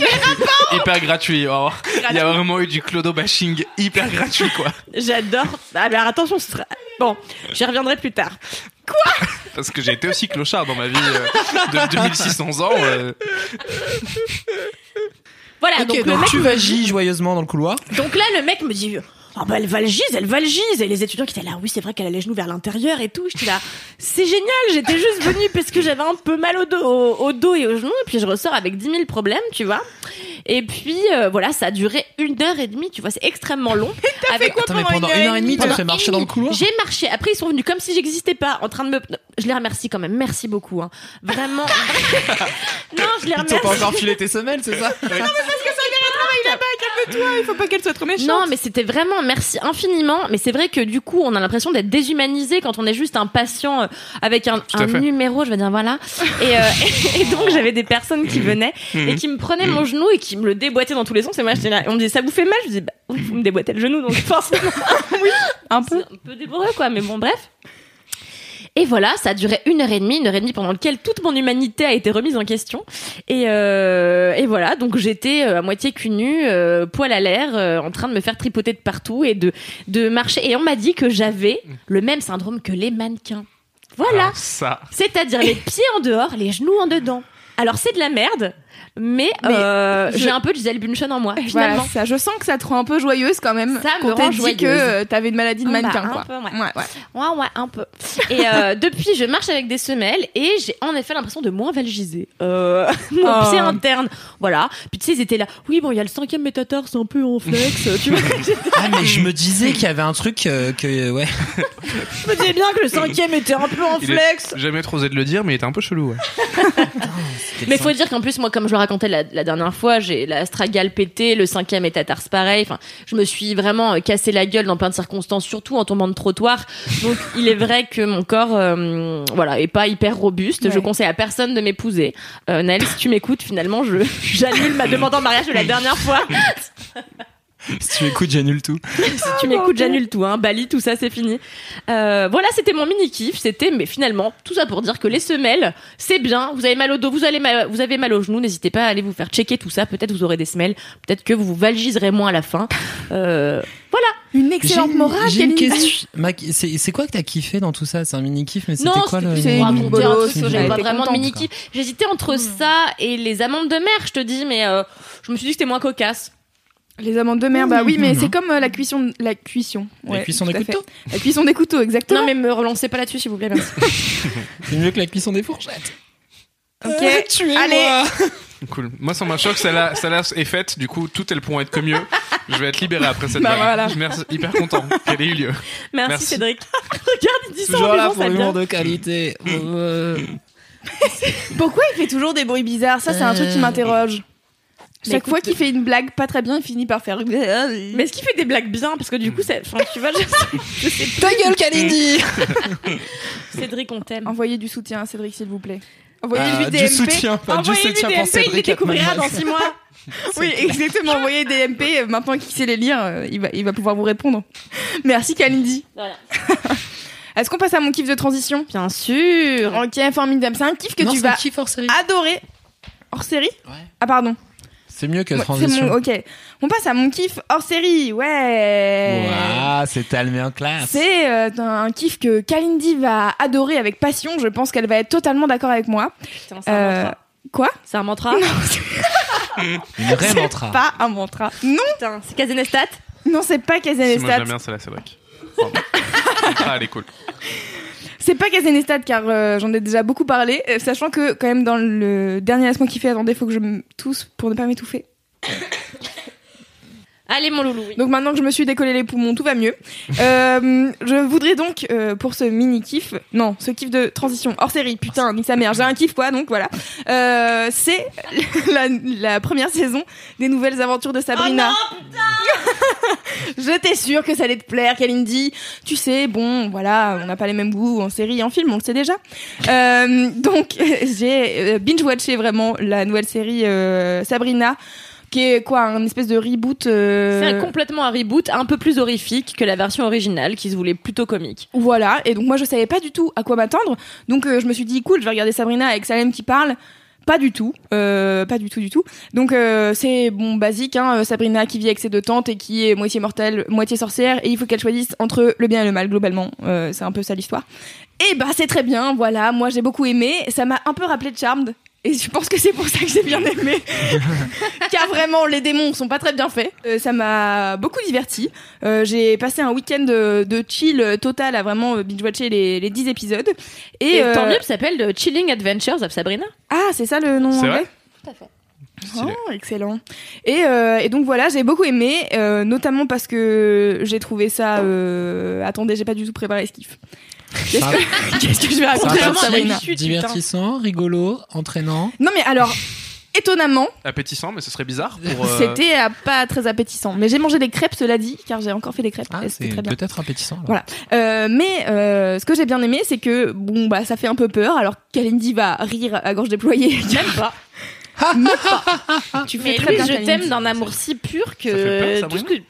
S2: Hyper gratuit. oh. Il y a vraiment eu du clodo bashing hyper gratuit, quoi.
S3: j'adore. Ah, mais alors, attention, ce sera... Bon, j'y reviendrai plus tard.
S2: Parce que j'ai été aussi clochard dans ma vie euh, de 2600 ans. euh.
S3: Voilà,
S4: Ok,
S3: donc, le Ah,
S4: donc tu vas joyeusement dans le couloir.
S3: mec- donc là, le mec me dit, oh bah elle valgise, elle valgise. Et les étudiants qui étaient là, oui, c'est vrai qu'elle a les genoux vers l'intérieur et tout. J'étais là, c'est génial, j'étais juste venue parce que j'avais un peu mal au dos, au, au dos et aux genoux. Et puis je ressors avec 10 000 problèmes, tu vois. Et puis euh, voilà, ça a duré une heure et demie, tu vois, c'est extrêmement long.
S1: T'as fait quoi
S4: Attends, mais
S1: pendant une heure et demie
S4: t'as
S3: Pendant
S4: fait marcher dans le couloir
S3: J'ai marché. Après, ils sont venus comme si j'existais pas, en train de me. Non, Je les remercie quand même. Merci beaucoup. hein. Vraiment. non, je les
S4: Ils t'ont
S3: remercie.
S4: pas encore filé tes semelles, c'est ça
S3: Ah,
S1: Il faut pas qu'elle soit trop méchante.
S3: Non, mais c'était vraiment merci infiniment. Mais c'est vrai que du coup, on a l'impression d'être déshumanisé quand on est juste un patient euh, avec un,
S2: à
S3: un
S2: fait.
S3: numéro, je vais dire voilà. Et, euh, et, et donc j'avais des personnes qui venaient
S2: Mhm.
S3: et qui me prenaient mon genou et qui me le déboîtaient dans tous les sens. Et moi, j'étais là. Et on me disait ça vous fait mal Je disais bah oui, vous me déboîtez le genou, donc forcément.
S1: un peu.
S3: C'est un peu débourreux, quoi, mais bon, bref. Et voilà, ça a duré une heure et demie, une heure et demie pendant laquelle toute mon humanité a été remise en question. Et, euh, et voilà, donc j'étais euh, à moitié cul nu, euh, poil à l'air, euh, en train de me faire tripoter de partout et de, de marcher. Et on m'a dit que j'avais le même syndrome que les mannequins. Voilà,
S1: Ah.
S2: Alors, Ah, ça.
S3: c'est-à-dire les pieds en dehors, les genoux en dedans. Alors c'est de la merde, mais,
S1: Mais
S3: euh,
S1: je-
S3: j'ai un peu de Gisèle Bunchen en moi,
S1: Voilà,
S3: finalement.
S1: ça, je sens que ça te rend un peu joyeuse quand même.
S3: Ça
S1: qu'on
S3: me
S1: t'ait
S3: rend
S1: dit
S3: joyeuse.
S1: que euh, t'avais une maladie de
S3: Ah bah,
S1: mannequin,
S3: un
S1: quoi.
S3: peu, ouais.
S1: ouais.
S3: Ouais, ouais, un peu. Et euh, depuis, je marche avec des semelles et j'ai en effet l'impression de moins valgiser. Euh, mon
S1: Oh.
S3: pied interne. Voilà. Puis tu sais, ils étaient là. Oui, bon, il y a le cinquième métatarse un peu en flex. tu vois, je
S4: Ah, mais je me disais qu'il y avait un truc euh, que, euh, ouais.
S3: me disais bien que le cinquième était un peu en
S2: Il est
S3: flex.
S2: Jamais trop osé de le dire, mais il était un peu chelou. ouais.
S4: c'était
S3: Mais
S4: ça.
S3: faut dire qu'en plus, moi, comme je le racontais la, la dernière fois, j'ai la stragale pétée, le cinquième métatarse pareil. Enfin, je me suis vraiment euh, cassé la gueule dans plein de circonstances, surtout en tombant de trottoir. Donc, il est vrai que mon corps, euh, voilà, est pas hyper robuste. Je
S1: Ouais.
S3: conseille à personne de m'épouser. Euh, Naël, si tu m'écoutes, finalement, je j'annule ma demande en mariage de la dernière fois.
S4: Si tu écoutes, j'annule tout.
S3: si tu m'écoutes, j'annule tout. Hein. Bali, tout ça, c'est fini. Euh, voilà, c'était mon mini kiff. C'était, mais finalement, tout ça pour dire que les semelles, c'est bien. Vous avez mal au dos, vous, allez mal- vous avez mal au genou. N'hésitez pas à aller vous faire checker tout ça. Peut-être vous aurez des semelles. Peut-être que vous vous valgiserez moins à la fin. Euh, voilà.
S1: Une
S4: J'ai
S1: excellente
S4: une-
S1: morale,
S4: J'ai une
S1: Camille.
S4: question. Ma- C'est c'est quoi que t'as kiffé dans tout ça C'est un mini kiff, mais c'était
S3: Non,
S4: quoi le.
S1: c'est
S3: pour
S1: une
S3: raconter un
S1: bolos,
S3: truc que
S1: j'avais
S3: j'avais pas
S1: été
S3: vraiment de
S4: contente,
S3: mini kiff. J'hésitais entre ça et les amandes de mer, je te dis, mais euh, je me suis dit que c'était moins cocasse.
S1: Les amandes de mer, bah oui, mais c'est comme euh, la cuisson, la cuisson.
S4: La
S1: ouais,
S4: cuisson
S1: tout
S4: des
S1: à fait.
S4: couteaux.
S1: La cuisson des couteaux, exactement.
S3: Non, mais me relancez pas là-dessus, s'il vous plaît, merci.
S4: C'est mieux que la cuisson des fourchettes.
S1: Ok.
S4: Euh, tuez-moi.
S1: Allez.
S2: Cool. Moi, ça m'a choqué que celle-là celle-là est faite. Du coup, tout elles pourront être que mieux. Je vais être libéré après cette
S1: Bah
S2: blague.
S1: voilà.
S2: Je suis merci- hyper content qu'elle ait eu lieu.
S3: Merci,
S2: Merci.
S3: Cédric. Regarde, il dit ça en
S4: Toujours là
S3: disant
S4: pour
S3: ça
S4: l'humour
S3: bien.
S4: de qualité. Euh,
S1: Pourquoi il fait toujours des bruits bizarres Ça, c'est un truc qui
S4: Euh.
S1: m'interroge.
S3: Mais
S1: Chaque
S3: écoute,
S1: fois qu'il fait une blague pas très bien, il finit par faire.
S3: Mais
S1: Mais
S3: est-ce qu'il fait des blagues bien Parce que du coup, ça- enfin, tu vois, je je sais
S4: Ta gueule, Kalindi
S3: Cédric, on t'aime.
S1: envoyez du soutien à Cédric, s'il vous plaît. Envoyez
S4: Ah,
S1: lui des
S4: du
S1: MP.
S4: soutien, pas du
S1: Envoyez-lui
S4: soutien
S1: des
S4: pour
S1: MP, il les
S4: Cédric
S1: découvrira
S4: Atman.
S1: dans six mois. oui, exactement. Envoyez des MP. euh, Maintenant qu'il sait les lire, euh, il va, il va pouvoir vous répondre. Merci, Kalindi.
S3: Voilà.
S1: Est-ce qu'on passe à mon kiff de transition
S3: Bien sûr.
S1: Ok, formidable. C'est un kiff que
S4: Non,
S1: tu
S4: c'est un
S1: vas
S4: kiff hors série.
S1: adorer. Hors série
S4: Ouais.
S1: Ah, pardon.
S4: C'est mieux que
S1: Ouais, c'est
S4: transition.
S1: mon- ok. On passe à mon kiff hors série. Ouais.
S4: Ouah, c'est talmé en classe.
S1: C'est euh, un kiff que Kalindi va adorer avec passion. Je pense qu'elle va être totalement d'accord avec moi.
S3: Putain, c'est un
S1: Euh,
S3: mantra.
S1: quoi
S3: C'est un mantra.
S4: Une vraie
S1: C'est
S4: mantra.
S1: Pas un mantra. Non,
S3: Putain, c'est Kazenestat.
S1: non, c'est pas
S2: Simone
S1: Kazenestat.
S2: Jamien, celle-là, Cédric. Pardon. Ah, elle est cool.
S1: C'est pas Kazenestat car euh, j'en ai déjà beaucoup parlé, euh, sachant que quand même dans le dernier lancement qui fait, attendez, faut que je me tousse pour ne pas m'étouffer.
S3: Allez, mon loulou. oui.
S1: Donc maintenant que je me suis décollé les poumons, tout va mieux. Euh, je voudrais donc euh, pour ce mini kiff, non, ce kiff de transition hors série, putain, ni sa mère, j'ai un kiff quoi, donc voilà. Euh, c'est la, la première saison des nouvelles aventures de Sabrina.
S3: Oh
S1: J'étais sûre que ça allait te plaire, Kalindi. Tu sais, bon, voilà, on n'a pas les mêmes goûts en série et en film, on le sait déjà. Euh, donc, j'ai euh, binge-watché vraiment la nouvelle série euh, Sabrina, qui est quoi, un espèce de reboot. euh,
S3: C'est un- complètement un reboot un peu plus horrifique que la version originale qui se voulait plutôt comique.
S1: Voilà, et donc moi je savais pas du tout à quoi m'attendre, donc euh, je me suis dit cool, je vais regarder Sabrina avec Salem qui parle. Pas du tout, euh, pas du tout du tout. Donc euh, c'est bon basique, hein, euh, Sabrina qui vit avec ses deux tantes et qui est moitié mortelle, moitié sorcière, et il faut qu'elle choisisse entre le bien et le mal globalement. Eh ben, Euh, c'est un peu ça l'histoire. Et bah c'est très bien, voilà. Moi j'ai beaucoup aimé, ça m'a un peu rappelé Charmed. Et je pense que c'est pour ça que j'ai bien aimé. Car vraiment, les démons sont pas très bien faits. Euh, ça m'a beaucoup diverti. Euh, j'ai passé un week-end de, de chill euh, total à vraiment euh, binge-watcher les, les 10 épisodes. Et,
S3: Et
S1: euh,
S3: tant mieux, ça s'appelle The Chilling Adventures of Sabrina.
S1: Ah, c'est ça le nom
S2: C'est
S1: anglais
S2: vrai
S3: Tout à fait.
S2: Stylé.
S1: Oh, excellent. Et, euh, et donc voilà, j'ai beaucoup aimé, euh, notamment parce que j'ai trouvé ça. euh, Attendez, j'ai pas du tout préparé ce kiff. Qu'est-ce
S4: Ça-
S1: que, qu'est-ce que je vais
S2: Ah,
S1: raconter
S3: Contrairement
S1: sur
S3: à
S1: Sabrina
S3: d'habitude, putain.
S4: Divertissant, rigolo, entraînant.
S1: Non mais alors, étonnamment,
S3: Oh.
S2: Appétissant, mais ce serait bizarre pour. euh,
S1: c'était euh, pas très appétissant. Mais j'ai mangé des crêpes, cela dit, car j'ai encore fait des crêpes.
S4: Ah,
S1: et
S4: c'est
S1: c'était très bien.
S4: peut-être appétissant. alors.
S1: Voilà. Euh, mais euh, ce que j'ai bien aimé, c'est que bon bah ça fait un peu peur. Alors Kalindi va rire à gorge déployée. Même pas. Tu fais
S3: Mais
S1: très
S3: Louise,
S1: bien,
S3: je
S1: Kalindi.
S3: t'aime d'un amour si pur que
S2: Ça fait peur,
S3: tout ce
S2: Sabrina
S3: que-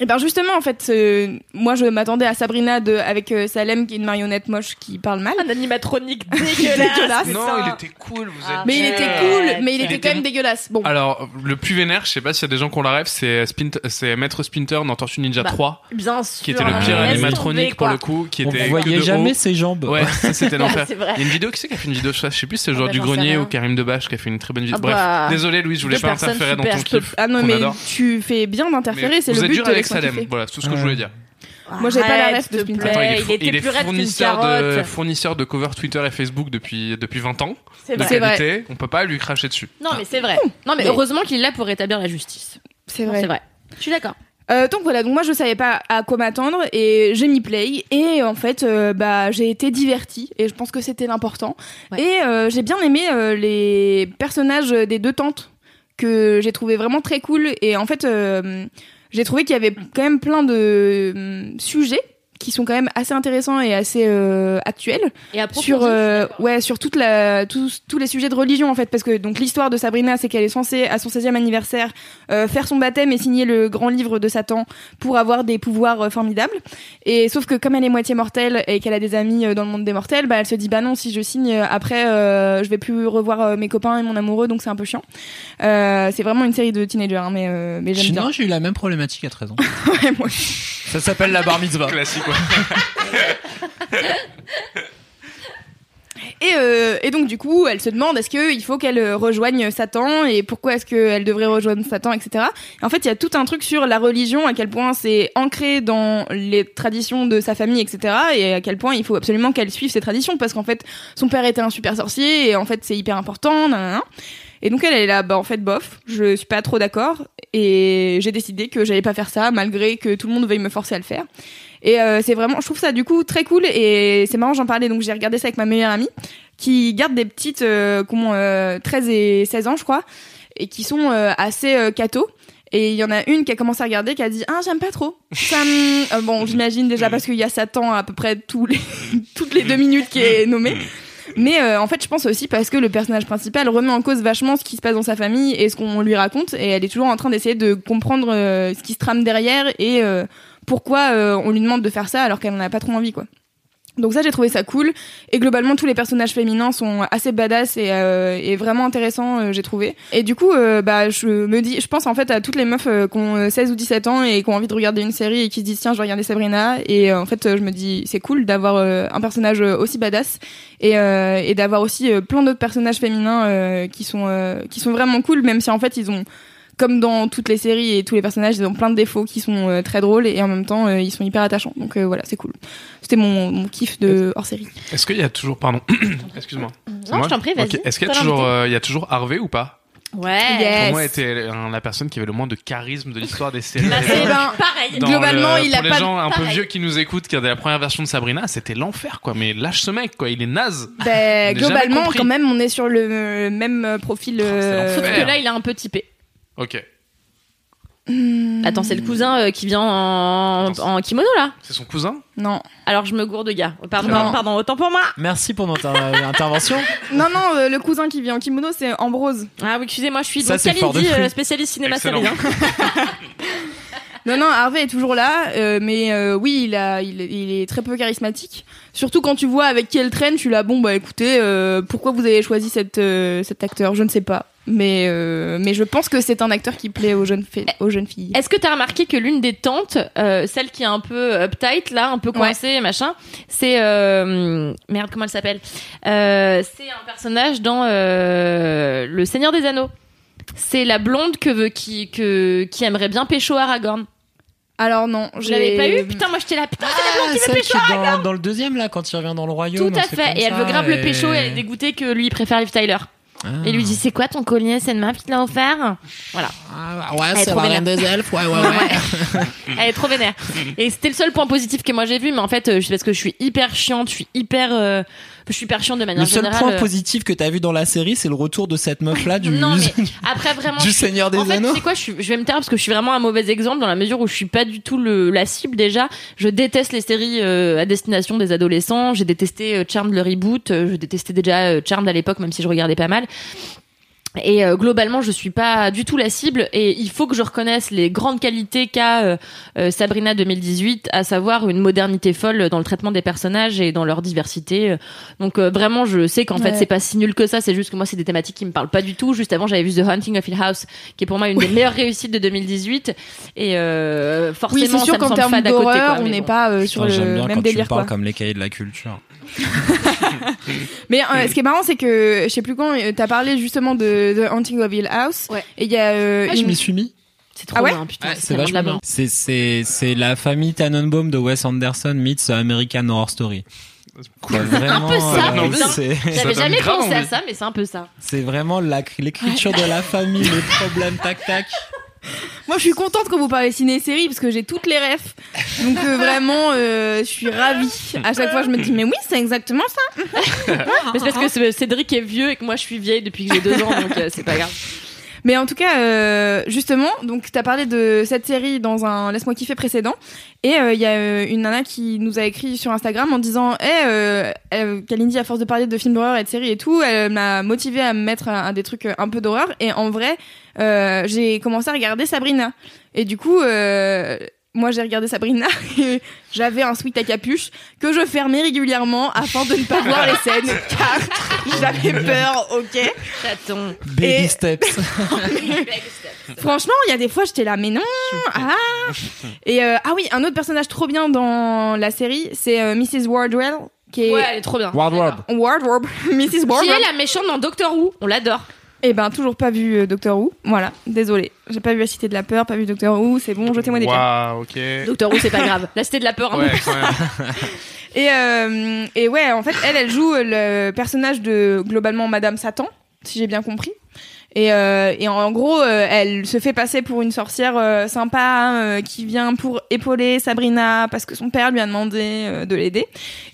S1: Et ben justement en fait, euh, moi je m'attendais à Sabrina de, avec euh, Salem qui est une marionnette moche qui parle mal.
S3: un animatronique dégueulasse.
S1: Dégueulasse.
S2: Non,
S3: ça.
S2: il était cool, vous
S3: Ah.
S2: êtes.
S1: Mais il
S3: Ouais.
S1: était cool, mais il,
S3: Il
S1: était,
S2: était
S1: quand même
S2: bon.
S1: dégueulasse. Bon.
S2: Alors, le plus vénère, je sais pas s'il y a des gens qui ont la rêve, c'est Spint- c'est Maître Splinter dans Tortue Ninja
S3: Bah,
S2: 3,
S3: Bien sûr.
S2: qui était le pire
S3: laisse
S4: laisse
S2: animatronique
S3: tomber,
S2: pour
S3: quoi.
S2: le coup, qui
S4: On
S2: était. que
S4: voyait
S2: de
S4: jamais
S2: haut.
S4: ses jambes.
S2: Ouais, ça, c'était l'enfer.
S3: C'est vrai.
S2: Il y a une vidéo, qui c'est qui a fait une vidéo de ça Je sais plus si c'est le
S3: Ah
S2: joueur
S3: bah,
S2: du
S3: j'en
S2: grenier
S3: sais rien.
S2: ou Karim Debache qui a fait une très bonne vidéo.
S3: Ah
S2: Bref,
S3: bah,
S2: désolé Louise, je voulais
S3: deux
S2: pas
S3: personnes
S2: interférer dans
S3: super,
S2: ton
S3: je peux-
S2: kiff.
S1: Ah non
S2: qu'on
S1: mais
S2: adore.
S1: tu fais bien d'interférer,
S2: Mais
S1: c'est le
S2: vous
S1: but
S2: êtes dur
S1: de
S2: avec
S1: laisse-moi
S2: Salem,
S1: kiffer.
S2: voilà, c'est tout ce que
S4: Ouais.
S2: je voulais dire.
S1: Moi, j'ai pas la ref
S3: s'il te
S1: de Splinter.
S3: plaît.
S2: Attends, il est, fou-
S3: était
S2: il est
S3: plus raide qu'une
S2: fournisseur, de,
S3: carotte.
S2: fournisseur de cover Twitter et Facebook depuis, depuis 20 ans.
S3: Eh ben, C'est
S1: C'est
S2: de
S3: vrai.
S1: vrai.
S2: qualité, on peut pas lui cracher dessus.
S3: Non, mais c'est vrai. Non, mais
S1: Ah. Mais-
S3: heureusement qu'il est là pour rétablir la justice.
S1: C'est
S3: Non,
S1: vrai.
S3: C'est vrai. Je suis d'accord.
S1: Euh, donc voilà, donc moi je savais pas à quoi m'attendre et j'ai mis play et en fait euh, bah j'ai été divertie et je pense que c'était l'important
S3: Ouais.
S1: et euh, j'ai bien aimé euh, les personnages des deux tantes que j'ai trouvé vraiment très cool et en fait euh, j'ai trouvé qu'il y avait quand même plein de euh, sujets qui sont quand même assez intéressants et assez euh, actuels
S3: Et après,
S1: sur euh, ouais sur toute la tous tous les sujets de religion en fait parce que donc l'histoire de Sabrina c'est qu'elle est censée à son 16e anniversaire euh, faire son baptême et signer le grand livre de Satan pour avoir des pouvoirs euh, formidables et sauf que comme elle est moitié mortelle et qu'elle a des amis euh, dans le monde des mortels bah elle se dit bah non si je signe euh, après euh, je vais plus revoir euh, mes copains et mon amoureux donc c'est un peu chiant euh, c'est vraiment une série de teenagers hein, mais euh, mais j'aime bien
S4: Sinon, j'ai eu la même problématique à 13 ans.
S1: Ouais, moi aussi.
S4: Ça s'appelle la bar mitzvah.
S2: Classique, ouais.
S1: Et, euh, et donc du coup, elle se demande est-ce qu'il faut qu'elle euh, rejoigne Satan et pourquoi est-ce qu'elle devrait rejoindre Satan, etc. Et en fait, il y a tout un truc sur la religion, à quel point c'est ancré dans les traditions de sa famille, etc. Et à quel point il faut absolument qu'elle suive ces traditions parce qu'en fait, son père était un super sorcier et en fait, c'est hyper important. nanana. Et donc elle elle est là, bah en fait bof, je suis pas trop d'accord et j'ai décidé que j'allais pas faire ça malgré que tout le monde veuille me forcer à le faire. Et euh, c'est vraiment, je trouve ça du coup très cool et c'est marrant j'en parlais donc j'ai regardé ça avec ma meilleure amie qui garde des petites euh, qui ont euh, 13 et 16 ans je crois et qui sont euh, assez euh, catho et il y en a une qui a commencé à regarder qui a dit ah j'aime pas trop ça me- Euh, bon j'imagine déjà parce qu'il y a Satan à peu près tous les toutes les deux minutes qui est nommé mais euh, en fait je pense aussi parce que le personnage principal remet en cause vachement ce qui se passe dans sa famille et ce qu'on lui raconte et elle est toujours en train d'essayer de comprendre euh, ce qui se trame derrière et euh, pourquoi euh, on lui demande de faire ça alors qu'elle n'en a pas trop envie quoi donc ça j'ai trouvé ça cool et globalement tous les personnages féminins sont assez badass et, euh, et vraiment intéressants euh, j'ai trouvé et du coup euh, bah je me dis je pense en fait à toutes les meufs euh, qui ont euh, 16 ou 17 ans et qui ont envie de regarder une série et qui se disent tiens je vais regarder Sabrina et euh, en fait euh, je me dis c'est cool d'avoir euh, un personnage euh, aussi badass et, euh, et d'avoir aussi euh, plein d'autres personnages féminins euh, qui sont euh, qui sont vraiment cool même si en fait ils ont comme dans toutes les séries et tous les personnages, ils ont plein de défauts qui sont euh, très drôles et en même temps euh, ils sont hyper attachants. Donc euh, voilà, c'est cool. C'était mon, mon kiff de hors série.
S2: Est-ce qu'il y a toujours. Pardon, excuse-moi. C'est
S3: Non,
S2: moi
S3: je t'en prie, vas-y.
S2: Ok, Est-ce qu'il y a
S3: T'as
S2: toujours,
S3: l'invité.
S2: euh, il y a toujours Harvey ou pas
S3: Ouais.
S1: Yeah. Yes.
S2: Pour moi, était un- la personne qui avait le moins de charisme de l'histoire des séries.
S3: Bah,
S1: Eh
S3: c'est
S1: ben,
S3: pareil.
S2: Dans
S1: globalement,
S2: le-
S1: il
S2: pour
S1: a
S2: les
S1: pas-
S2: gens un peu
S3: pareil.
S2: vieux qui nous écoutent, qui regardaient la première version de Sabrina, c'était l'enfer, quoi. Mais lâche ce mec, quoi. Il est naze.
S1: Ben,
S2: jamais
S1: globalement,
S2: compris. Oh,
S1: quand même, on est sur le euh, même euh, profil. euh,
S2: c'est
S3: Sauf que
S2: l'enfer.
S3: là, il a un peu typé.
S2: Ok.
S1: Hmm.
S3: Attends, c'est le cousin euh, qui vient en,
S2: Attends,
S3: en kimono là.
S2: C'est son cousin
S1: non,
S3: Alors je me gourde de gars. Pardon,
S1: Non.
S3: pardon, autant pour moi.
S4: Merci pour notre euh, intervention.
S1: non, non, euh, le cousin qui vit en kimono, c'est Ambrose.
S3: Ah oui, excusez-moi, je suis
S4: Ça,
S3: donc
S4: c'est fort
S3: Kalindi,
S4: de
S3: euh,
S4: fruits.
S3: spécialiste cinéma
S2: Excellent.
S3: syrien.
S1: Non, non, Harvey est toujours là, euh, mais euh, oui, il, a, il, il est très peu charismatique. Surtout quand tu vois avec qui elle traîne, tu la bon, bah écoutez, euh, pourquoi vous avez choisi cette, euh, cet acteur Je ne sais pas. Mais, euh, mais je pense que c'est un acteur qui plaît aux jeunes, fi- aux jeunes filles.
S3: Est-ce que t'as remarqué que l'une des tantes, euh, celle qui est un peu uptight là, un peu
S1: Ouais.
S3: coincée et machin, c'est euh, merde comment elle s'appelle Euh, C'est un personnage dans euh, Le Seigneur des Anneaux. C'est la blonde que veut qui que qui aimerait bien pécho Aragorn.
S1: Alors non,
S3: Je
S1: j'ai-
S3: l'avais pas eu. Putain, moi j'étais là. Putain, Ah, c'est la blonde qui veut
S4: celle qui
S3: pécho.
S4: est dans, dans le deuxième là quand il revient dans le royaume.
S3: Tout à fait. Et elle veut grave le pécho et elle est dégoûtée que lui il préfère Liv Tyler.
S4: Ah,
S3: Et lui dit c'est quoi ton collier C'est une meuf qui te l'a offert. Voilà.
S4: ah, ouais,
S3: est
S4: c'est
S3: trop
S4: la reine des elfes. Ouais, ouais, ouais.
S3: Elle est trop vénère. Et c'était le seul point positif que moi j'ai vu, mais en fait, euh, je- parce que je suis hyper chiante, je suis hyper, euh, je suis hyper chiante de manière
S4: Le seul
S3: générale.
S4: point
S3: euh,
S4: positif que t'as vu dans la série, c'est le retour de cette meuf là du,
S3: Non, mais après vraiment.
S4: du
S3: je suis-
S4: Seigneur des
S3: en fait,
S4: Anneaux.
S3: tu sais quoi, je, suis- je vais me taire parce que je suis vraiment un mauvais exemple dans la mesure où je suis pas du tout le, la cible déjà. Je déteste les séries euh, à destination des adolescents. J'ai détesté euh, Charmed le reboot. Euh, je détestais déjà euh, Charmed à l'époque, même si je regardais pas mal. Et euh, globalement, je suis pas du tout la cible. Et il faut que je reconnaisse les grandes qualités qu'a euh, euh, Sabrina 2018, à savoir une modernité folle dans le traitement des personnages et dans leur diversité. Donc euh, vraiment, je sais qu'en
S1: Ouais.
S3: fait, c'est pas si nul que ça. C'est juste que moi, c'est des thématiques qui me parlent pas du tout. Juste avant, j'avais vu The Hunting of Hill House, qui est pour moi une des meilleures réussites de 2018. Et euh, forcément,
S1: Oui, c'est sûr
S3: ça me
S1: qu'en
S3: semble
S1: termes
S3: fade à côté,
S1: d'horreur,
S3: quoi,
S1: on
S3: mais
S1: n'est
S3: bon.
S1: pas euh, sur
S4: Putain, J'aime
S1: le
S4: bien
S1: même
S4: quand tu
S1: délire.
S4: parles
S1: Quoi.
S4: comme les cahiers de la culture.
S3: Ah,
S1: Mais euh, ce qui est marrant, c'est que je sais plus quand, euh, t'as parlé justement de The Hunting of Hill House.
S3: Ouais.
S1: Et il y a. euh,
S4: Ah, je
S1: une-
S4: m'y suis mis.
S3: C'est trop
S1: Ah ouais
S3: bien, putain.
S4: Ouais,
S3: c'est vraiment de la blanche.
S4: C'est c'est c'est la famille Tannenbaum de Wes Anderson meets American Horror Story.
S2: Cool.
S4: Vraiment,
S3: Un
S4: euh,
S3: peu ça,
S2: mais putain.
S4: c'est
S3: J'avais
S2: donne
S3: jamais
S2: grave
S3: pensé à
S2: envie.
S3: ça, mais c'est un peu ça.
S1: Ah,
S4: c'est vraiment la- l'écriture de la famille, les problèmes tac tac.
S1: Moi, je suis contente quand vous parlez ciné-série parce que j'ai toutes les refs. Donc euh, vraiment, euh, je suis ravie. À chaque fois, je me dis, mais oui, c'est exactement ça.
S3: Mais c'est parce
S1: ah.
S3: que Cédric est vieux et que moi, je suis vieille depuis que j'ai deux ans, donc euh, c'est pas grave.
S1: Mais en tout cas, euh, justement, donc t'as parlé de cette série dans un laisse-moi kiffer précédent, et euh, il y a euh, une nana qui nous a écrit sur Instagram en disant, Eh, euh, euh, Kalindi, à force de parler de films d'horreur et de séries et tout, elle m'a motivée à me mettre un, un des trucs euh, un peu d'horreur. Et en vrai, euh, j'ai commencé à regarder Sabrina. Et du coup, euh, moi j'ai regardé Sabrina. et J'avais un sweat à capuche que je fermais régulièrement afin de ne pas voir les scènes, car j'avais peur. Ok.
S3: Chaton.
S4: Baby
S1: Et-
S4: steps.
S1: Franchement, il y a des fois, j'étais là, mais non, ah. Et euh, ah oui, un autre personnage trop bien dans la série, c'est euh, Mrs. Wardwell, qui est
S3: Ouais, elle est trop bien.
S4: Wardrobe.
S1: Wardrobe, Mrs. Wardrobe.
S3: Qui est la méchante dans Doctor Who On l'adore.
S1: Eh ben, toujours pas vu euh, Doctor Who. Voilà, désolé, j'ai pas vu la Cité de la peur, pas vu Doctor Who. C'est bon, jetez-moi des pierres.
S2: Waouh, ok.
S3: Doctor Who, c'est pas grave. La cité de la peur. hein.
S2: Ouais, quand même.
S1: Et euh, et ouais, en fait, elle, elle joue le personnage de globalement Madame Satan, si j'ai bien compris. Et, euh, et en, en gros, euh, elle se fait passer pour une sorcière euh, sympa hein, euh, qui vient pour épauler Sabrina parce que son père lui a demandé euh, de l'aider.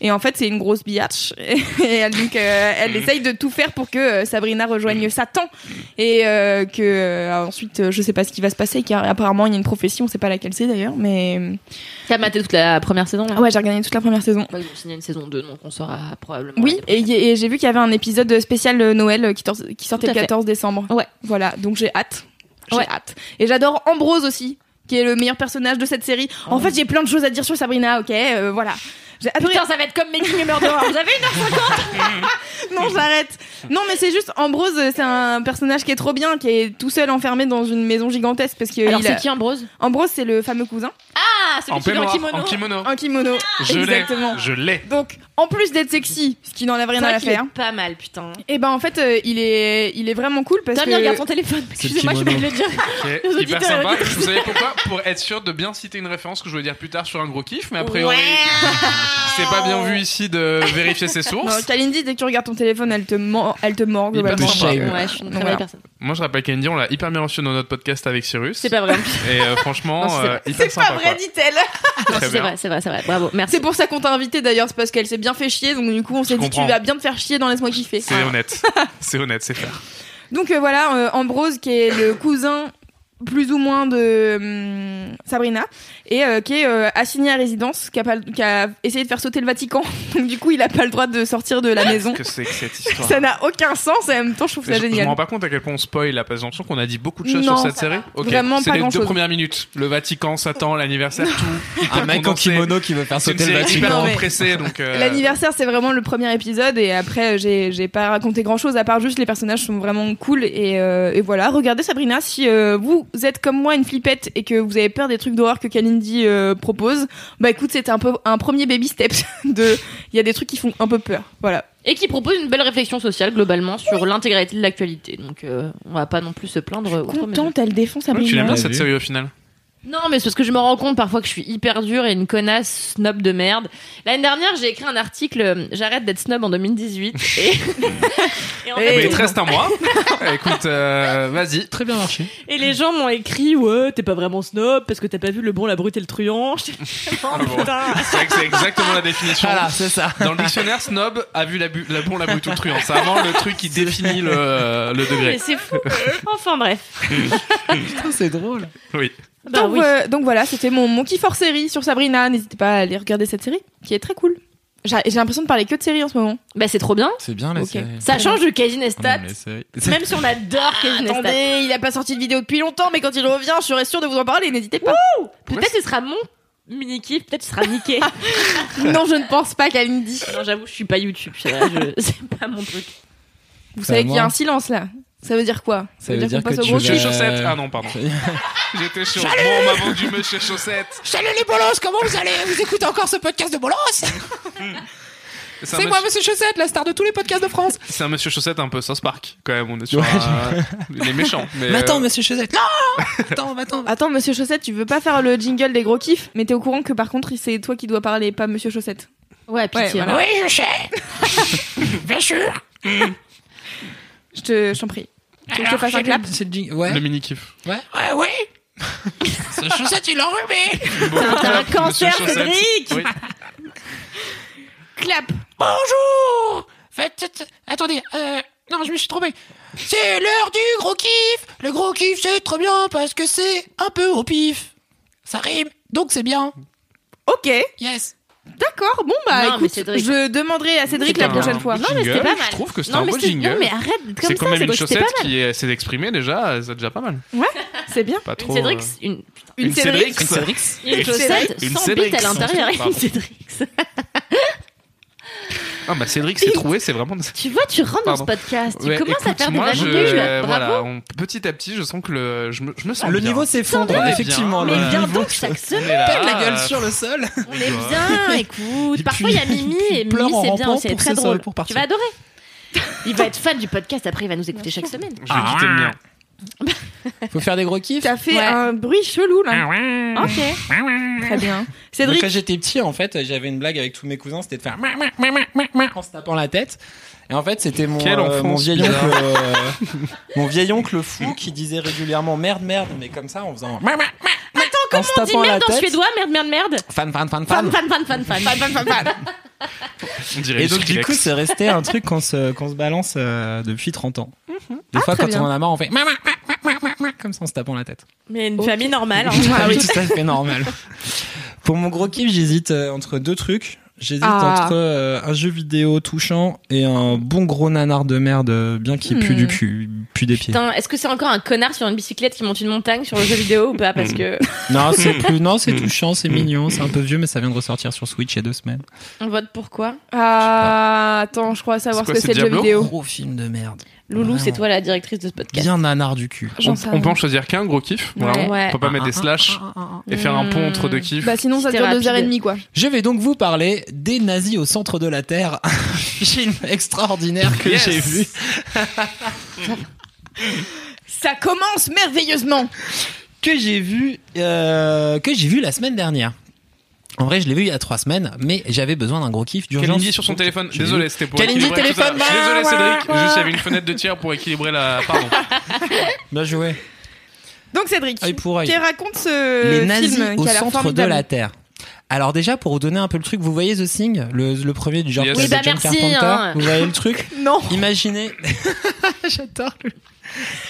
S1: Et en fait, c'est une grosse biatch. Et, elle, donc, euh, elle essaye de tout faire pour que euh, Sabrina rejoigne Satan et euh, que euh, ensuite, euh, je sais pas ce qui va se passer car apparemment il y a une prophétie, on sait pas laquelle c'est d'ailleurs, mais euh,
S3: T'as maté toute la première saison là
S1: Ah ouais, j'ai regardé toute la première saison.
S3: Moi, il y a une saison 2, donc on saura probablement.
S1: Oui, et, y- et j'ai vu qu'il y avait un épisode spécial euh, Noël euh, qui, tor- qui sortait
S3: Tout
S1: le
S3: à fait.
S1: 14 décembre.
S3: Ouais.
S1: Voilà, donc j'ai hâte. J'ai
S3: Ouais.
S1: hâte. Et j'adore Ambrose aussi, qui est le meilleur personnage de cette série. En fait, j'ai plein de choses à dire sur Sabrina, ok euh, Voilà. J'ai adoré.
S3: Oh. Putain, ça va être comme Making a Murderer. Vous avez une
S1: non, j'arrête. Non, mais c'est juste Ambrose, euh, c'est un personnage qui est trop bien, qui est tout seul enfermé dans une maison gigantesque parce que euh,
S3: Alors,
S1: il a-
S3: c'est qui Ambrose
S1: Ambrose, c'est le fameux cousin
S3: Ah, celui
S2: En
S3: qui est en
S2: peignoir,
S3: kimono.
S2: en kimono.
S1: en kimono.
S3: Ah.
S2: Je l'ai.
S1: Exactement.
S2: Je l'ai.
S1: Donc, en plus d'être sexy, ce qui n'en a rien
S3: C'est
S1: à
S3: vrai
S1: la
S3: qu'il est
S1: faire.
S3: pas mal, putain.
S1: Et ben en fait, euh, il est il est vraiment cool parce
S3: Damien,
S1: que
S3: regarde ton téléphone. Excusez-moi, je
S4: le
S3: vais le dire.
S2: Ok,
S3: Nos
S2: Hyper
S3: auditeurs,
S2: sympa.
S3: auditeurs.
S2: Vous savez pourquoi Pour être sûr de bien citer une référence que je voulais dire plus tard sur un gros kiff, mais a priori, c'est pas bien vu ici de vérifier ses
S1: Non,
S2: sources.
S1: Kalindi, dès que tu regardes ton téléphone, elle te mord, elle te mord
S2: Il est pas
S1: globalement.
S2: sympa.
S4: shame.
S3: Ouais, je suis une
S1: Donc,
S3: très belle
S1: voilà.
S3: personne.
S2: Moi, je rappelle qu'Andy, on l'a hyper bien reçu dans notre podcast avec Cyrus.
S3: C'est pas vrai.
S2: Et euh, franchement,
S3: Non, c'est
S2: euh, hyper sympa. quoi.
S1: dit-elle.
S3: Non,
S2: Très
S3: C'est
S2: bien.
S3: vrai, c'est vrai, c'est vrai. Bravo, merci.
S1: C'est pour ça qu'on t'a invité d'ailleurs, c'est parce qu'elle s'est bien fait chier, donc du coup on s'est dit
S2: comprends.
S1: tu vas bien te faire chier dans Laisse-moi kiffer.
S2: C'est honnête. C'est honnête, c'est faire.
S1: Donc euh, voilà, euh, Ambrose qui est le cousin plus ou moins de hum, Sabrina et euh, qui est euh, assigné à résidence, qui a, pas le- qui a essayé de faire sauter le Vatican. Donc du coup, il a pas le droit de sortir de la maison.
S2: Qu'est-ce que c'est que cette histoire
S1: Ça n'a aucun sens et en même temps, je trouve
S2: Mais
S1: ça
S2: je, je me
S1: génial.
S2: rends pas compte à quel point on spoil là, parce que j'ai l'impression qu'on a dit beaucoup de choses
S1: Non,
S2: sur cette
S1: ça
S2: série. Ok,
S1: Vraiment
S2: c'est
S1: pas
S2: les deux
S1: grand-chose.
S2: premières minutes. Le Vatican, Satan, l'anniversaire, tout. Hyper
S4: Ah, Un mec en
S2: condensé.
S4: kimono qui
S1: Ah,
S4: veut faire
S2: C'est une
S4: sauter le
S2: série hyper
S1: Non,
S4: Vatican.
S1: mais-
S2: empressée, donc. euh,
S1: L'anniversaire, c'est vraiment le premier épisode et après, euh, j'ai j'ai pas raconté grand chose à part juste les personnages sont vraiment cool et, euh, et voilà. Regardez Sabrina, si euh, vous êtes comme moi une flippette et que vous avez peur des trucs d'horreur que Kalindi euh, propose, bah écoute, c'était un peu un premier baby step de. Il y a des trucs qui font un peu peur. Voilà.
S3: Et qui propose une belle réflexion sociale globalement sur l'intégralité de l'actualité. Donc euh, on va pas non plus se plaindre. outre mesure.
S1: Contente, elle défend
S2: ouais, tu l'aimes
S1: Sabrina.
S2: bien
S4: T'as
S2: cette
S4: vu
S2: série au final
S3: Non, mais c'est parce que je me rends compte parfois que je suis hyper dure et une connasse snob de merde. L'année dernière, j'ai écrit un article euh, J'arrête d'être snob en 2018. Et, et en
S2: Eh ben,
S3: fait,
S2: Il te reste un mois. Écoute, euh, vas-y.
S4: Très bien marché.
S3: et les gens m'ont écrit Ouais, t'es pas vraiment snob parce que t'as pas vu le bon, la brute et le truand. J'étais vraiment,
S2: Ah bon.
S3: putain.
S2: C'est vrai que c'est exactement la définition.
S4: Voilà, c'est ça.
S2: Dans le dictionnaire, snob a vu la, bu- la bon, la brute ou le truand. C'est vraiment le truc qui définit le, euh, le
S3: Mais
S2: degré.
S3: c'est fou. Enfin bref.
S4: C'est drôle.
S2: Oui.
S3: Bah
S1: donc,
S3: oui.
S1: euh, donc voilà, c'était mon, mon kiff hors série sur Sabrina. N'hésitez pas à aller regarder cette série qui est très cool. J'ai j'ai l'impression de parler que de séries en ce moment.
S3: Bah c'est trop bien.
S4: C'est bien la
S1: Ok.
S4: série.
S3: Ça change de Casey Neistat.
S4: Non, mais c'est-
S3: Même si on adore Casey Neistat.
S1: Ah, Attendez, il a pas sorti de vidéo depuis longtemps, mais quand il revient, je serai sûre de vous en parler. N'hésitez pas.
S3: Peut-être ce sera mon mini kiff. Peut-être ce sera niqué.
S1: non, je ne pense pas qu'elle me dit.
S3: non, j'avoue, je suis pas YouTube. c'est vrai, je- C'est pas mon truc.
S1: Vous
S4: Ça
S1: savez qu'il y a
S4: va.
S1: un silence là. Ça veut dire quoi
S4: Ça veut dire
S1: qu'on
S4: que
S1: passe au
S4: tu
S1: gros
S4: vas-
S2: Monsieur
S1: sujet.
S2: Chaussette. Ah non, pardon. J'étais sur. Bon, on m'a vendu Monsieur Chaussette.
S4: Salut les bolos, comment vous allez Vous écoutez encore ce podcast de bolos
S2: C'est un, monsieur...
S4: Monsieur Chaussette, la star de tous les podcasts de France.
S2: c'est un Monsieur Chaussette un peu South Park, quand même. On est sur.
S4: Ouais,
S2: un- Il est méchant. Mais,
S4: Mais attends,
S2: euh,
S4: Monsieur Chaussette, non Attends, attends.
S1: Attends, monsieur Chaussette, tu veux pas faire le jingle des gros kiffs Mais t'es au courant que par contre, c'est toi qui dois parler, pas monsieur Chaussette.
S3: Ouais,
S1: pitié,
S3: pitié.
S1: hein.
S4: Oui, je sais. Bien sûr.
S1: Je te, je t'en prie. Tu veux que je te fasse un clap
S4: C'est le jing- Ouais.
S2: Le mini kiff.
S4: Ouais. Ouais, ouais. Monsieur Chaussette, il est enrhumé.
S2: Ah,
S3: T'as un cancer, Cédric
S1: Clap
S4: Bonjour. Faites. Attendez. Euh... Non, je me suis trompé. C'est l'heure du gros kiff. Le gros kiff, c'est trop bien parce que c'est un peu au pif. Ça rime, donc c'est bien.
S1: Ok,
S4: Yes.
S1: d'accord. Bon bah
S3: Non, mais
S1: écoute,
S3: Cédric.
S1: je demanderai à Cédric la
S2: un-
S1: prochaine fois.
S2: Non, mais c'était pas mal. Je trouve que c'était un
S3: mais
S2: beau
S3: c'est-
S2: jingle.
S3: Non, mais arrête d'être
S2: C'est
S3: comme
S2: quand
S3: ça,
S2: même
S3: c'est
S2: une
S3: beau, c'était
S2: chaussette
S3: pas mal.
S2: qui est- s'est exprimée déjà, c'est déjà pas mal.
S1: C'est bien.
S2: Pas
S3: Une
S2: trop.
S3: Cédric,
S2: euh,
S3: une,
S2: Une Cédric.
S4: Une Cédric.
S3: une
S2: Une
S3: chaussette
S2: Cédric.
S3: sans
S2: Une
S3: bite à
S2: Cédric.
S3: l'intéric. Une
S2: Pardon.
S3: Cédric.
S2: Ah bah Cédric s'est trouvé, c'est vraiment.
S3: Tu vois, tu rentres dans ce
S2: Pardon.
S3: podcast, tu
S2: Ouais,
S3: commences à
S2: écoute,
S3: faire des
S2: moi,
S3: vannes
S2: je-
S3: nulles.
S2: euh, voilà,
S3: Bravo.
S2: on- petit à petit, je sens que le, je me, je me sens
S4: Ah, Le
S2: bien.
S4: niveau s'effondre,
S2: On est
S4: effectivement.
S2: bien.
S3: Mais
S2: Voilà.
S3: viens
S4: le niveau
S3: donc chaque
S2: On
S3: semaine.
S2: est là,
S4: pèle la gueule
S2: euh,
S4: sur le sol.
S3: On est bien, écoute.
S4: Il
S3: Parfois, il y a
S4: pue-
S3: Mimi
S4: il
S3: et
S4: pleure
S3: Mimi,
S4: en
S3: c'est bien,
S4: rampant
S3: c'est
S4: pour
S3: très
S4: se-
S3: drôle.
S4: pour
S3: Tu
S4: partir.
S3: vas adorer. Il va être fan du podcast, après, il va nous écouter chaque semaine.
S2: Je vais quitter le mien.
S4: Ah. Faut faire des gros kiffs.
S1: T'as fait
S3: Ouais.
S1: un bruit chelou là.
S3: Ah, Ok.
S1: Très bien.
S4: Donc,
S1: Cédric,
S4: Quand j'étais petit, en fait, j'avais une blague avec tous mes cousins, c'était de faire mouah, mouah, mouah, mouah, mouah, mouah en se tapant la tête. Et en fait, c'était mon,
S2: Quelle
S4: euh,
S2: enfance
S4: mon vieil
S2: bizarre.
S4: oncle, euh, mon vieil oncle fou qui disait régulièrement merde, merde, mais comme ça, en faisant mouah, mouah, mouah,
S3: Attends,
S4: en
S3: comment
S4: se
S3: on dit
S4: tapant la
S3: merde en
S4: tête.
S3: suédois Merde, merde, merde.
S4: Fan, fan, fan, fan.
S3: Fan, fan, fan, fan, fan. Fan, fan, fan, fan.
S2: On dirait
S4: Et
S2: du
S4: donc, du
S2: Skrillex.
S4: coup, c'est resté un truc qu'on se, qu'on se balance euh, depuis 30 ans. Des fois,
S1: Mhm. Ah, très
S4: quand
S1: bien.
S4: on en a marre, on fait mouah, mouah, mouah, mouah, mouah, mouah, comme ça en se tapant la tête.
S3: Mais une
S1: Ok.
S3: famille normale. hein.
S4: Ah oui, tout à fait normal. Pour mon gros kiff, j'hésite euh, entre deux trucs. J'hésite
S1: Ah.
S4: entre euh, un jeu vidéo touchant et un bon gros nanar de merde euh, bien qui pue
S1: Hmm.
S4: du cul, pue des pieds.
S3: Putain, est-ce que c'est encore un connard sur une bicyclette qui monte une montagne sur le jeu vidéo ou pas Parce que
S4: Non, c'est plus, non, c'est touchant, c'est mignon, c'est un peu vieux, mais ça vient de ressortir sur Switch il y a deux semaines.
S3: on vote pourquoi
S1: ah, attends, je crois savoir
S2: C'est quoi,
S1: ce que
S2: c'est
S1: c'est le jeu
S2: Diablo
S1: vidéo.
S4: Gros film de merde.
S3: Loulou, c'est
S4: Vraiment.
S3: toi la directrice de ce podcast.
S4: Bien nanar du cul.
S1: J'en
S2: On-
S1: sais
S2: on, peut
S1: rien.
S2: en choisir qu'un gros kiff.
S1: Ouais.
S2: vraiment.
S3: Ouais.
S2: On peut pas mettre des slash et faire un pont entre deux kiffs.
S1: Bah sinon ça
S3: C'était
S1: dure deux heures et
S3: rapide.
S1: demie quoi.
S4: Je vais donc vous parler des nazis au centre de la Terre, un film extraordinaire que
S2: Yes.
S4: j'ai vu.
S1: Ça commence merveilleusement.
S4: que j'ai vu euh, que j'ai vu la semaine dernière. En vrai, je l'ai vu il y a trois semaines, mais j'avais besoin d'un gros kiff d'urgence.
S2: Kalindi sur son téléphone.
S4: Je l'ai
S2: Désolé,
S4: vu.
S2: c'était pour
S4: Kalindi,
S2: équilibrer tout
S4: téléphone,
S2: ça.
S4: bah,
S2: Désolé,
S4: ouais,
S2: Cédric. Juste, il y avait une fenêtre de tir pour équilibrer la. Pardon.
S4: Bien joué.
S1: Donc Cédric,
S4: Œil pour œil.
S1: qui raconte ce
S4: Ah, Les nazis
S1: Euh, film
S4: au
S1: qui a l'air
S4: centre de
S1: formidable.
S4: la Terre. Alors déjà, pour vous donner un peu le truc, vous voyez The Thing, le, le premier du genre
S2: Yes.
S4: de
S2: Oui,
S3: bah
S4: John
S3: merci,
S4: Carpenter.
S3: hein.
S4: Vous voyez le truc
S1: Non.
S4: Imaginez. J'adore. le-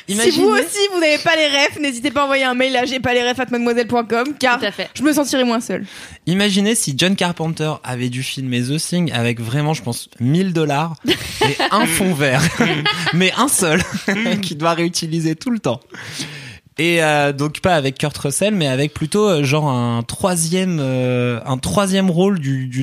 S1: Si vous aussi vous n'avez pas les refs, n'hésitez pas à envoyer un mail à j'ai pas les refs at mademoiselle.com car
S3: Tout à fait.
S1: je me sentirai moins seule.
S4: Imaginez si John Carpenter avait dû filmer The Thing avec vraiment, je pense, 1000 dollars et un fond vert, mais un seul,
S1: Mm.
S4: qui doit réutiliser tout le temps. Et euh, donc pas avec Kurt Russell, mais avec plutôt euh, genre un troisième, euh, un troisième rôle du, du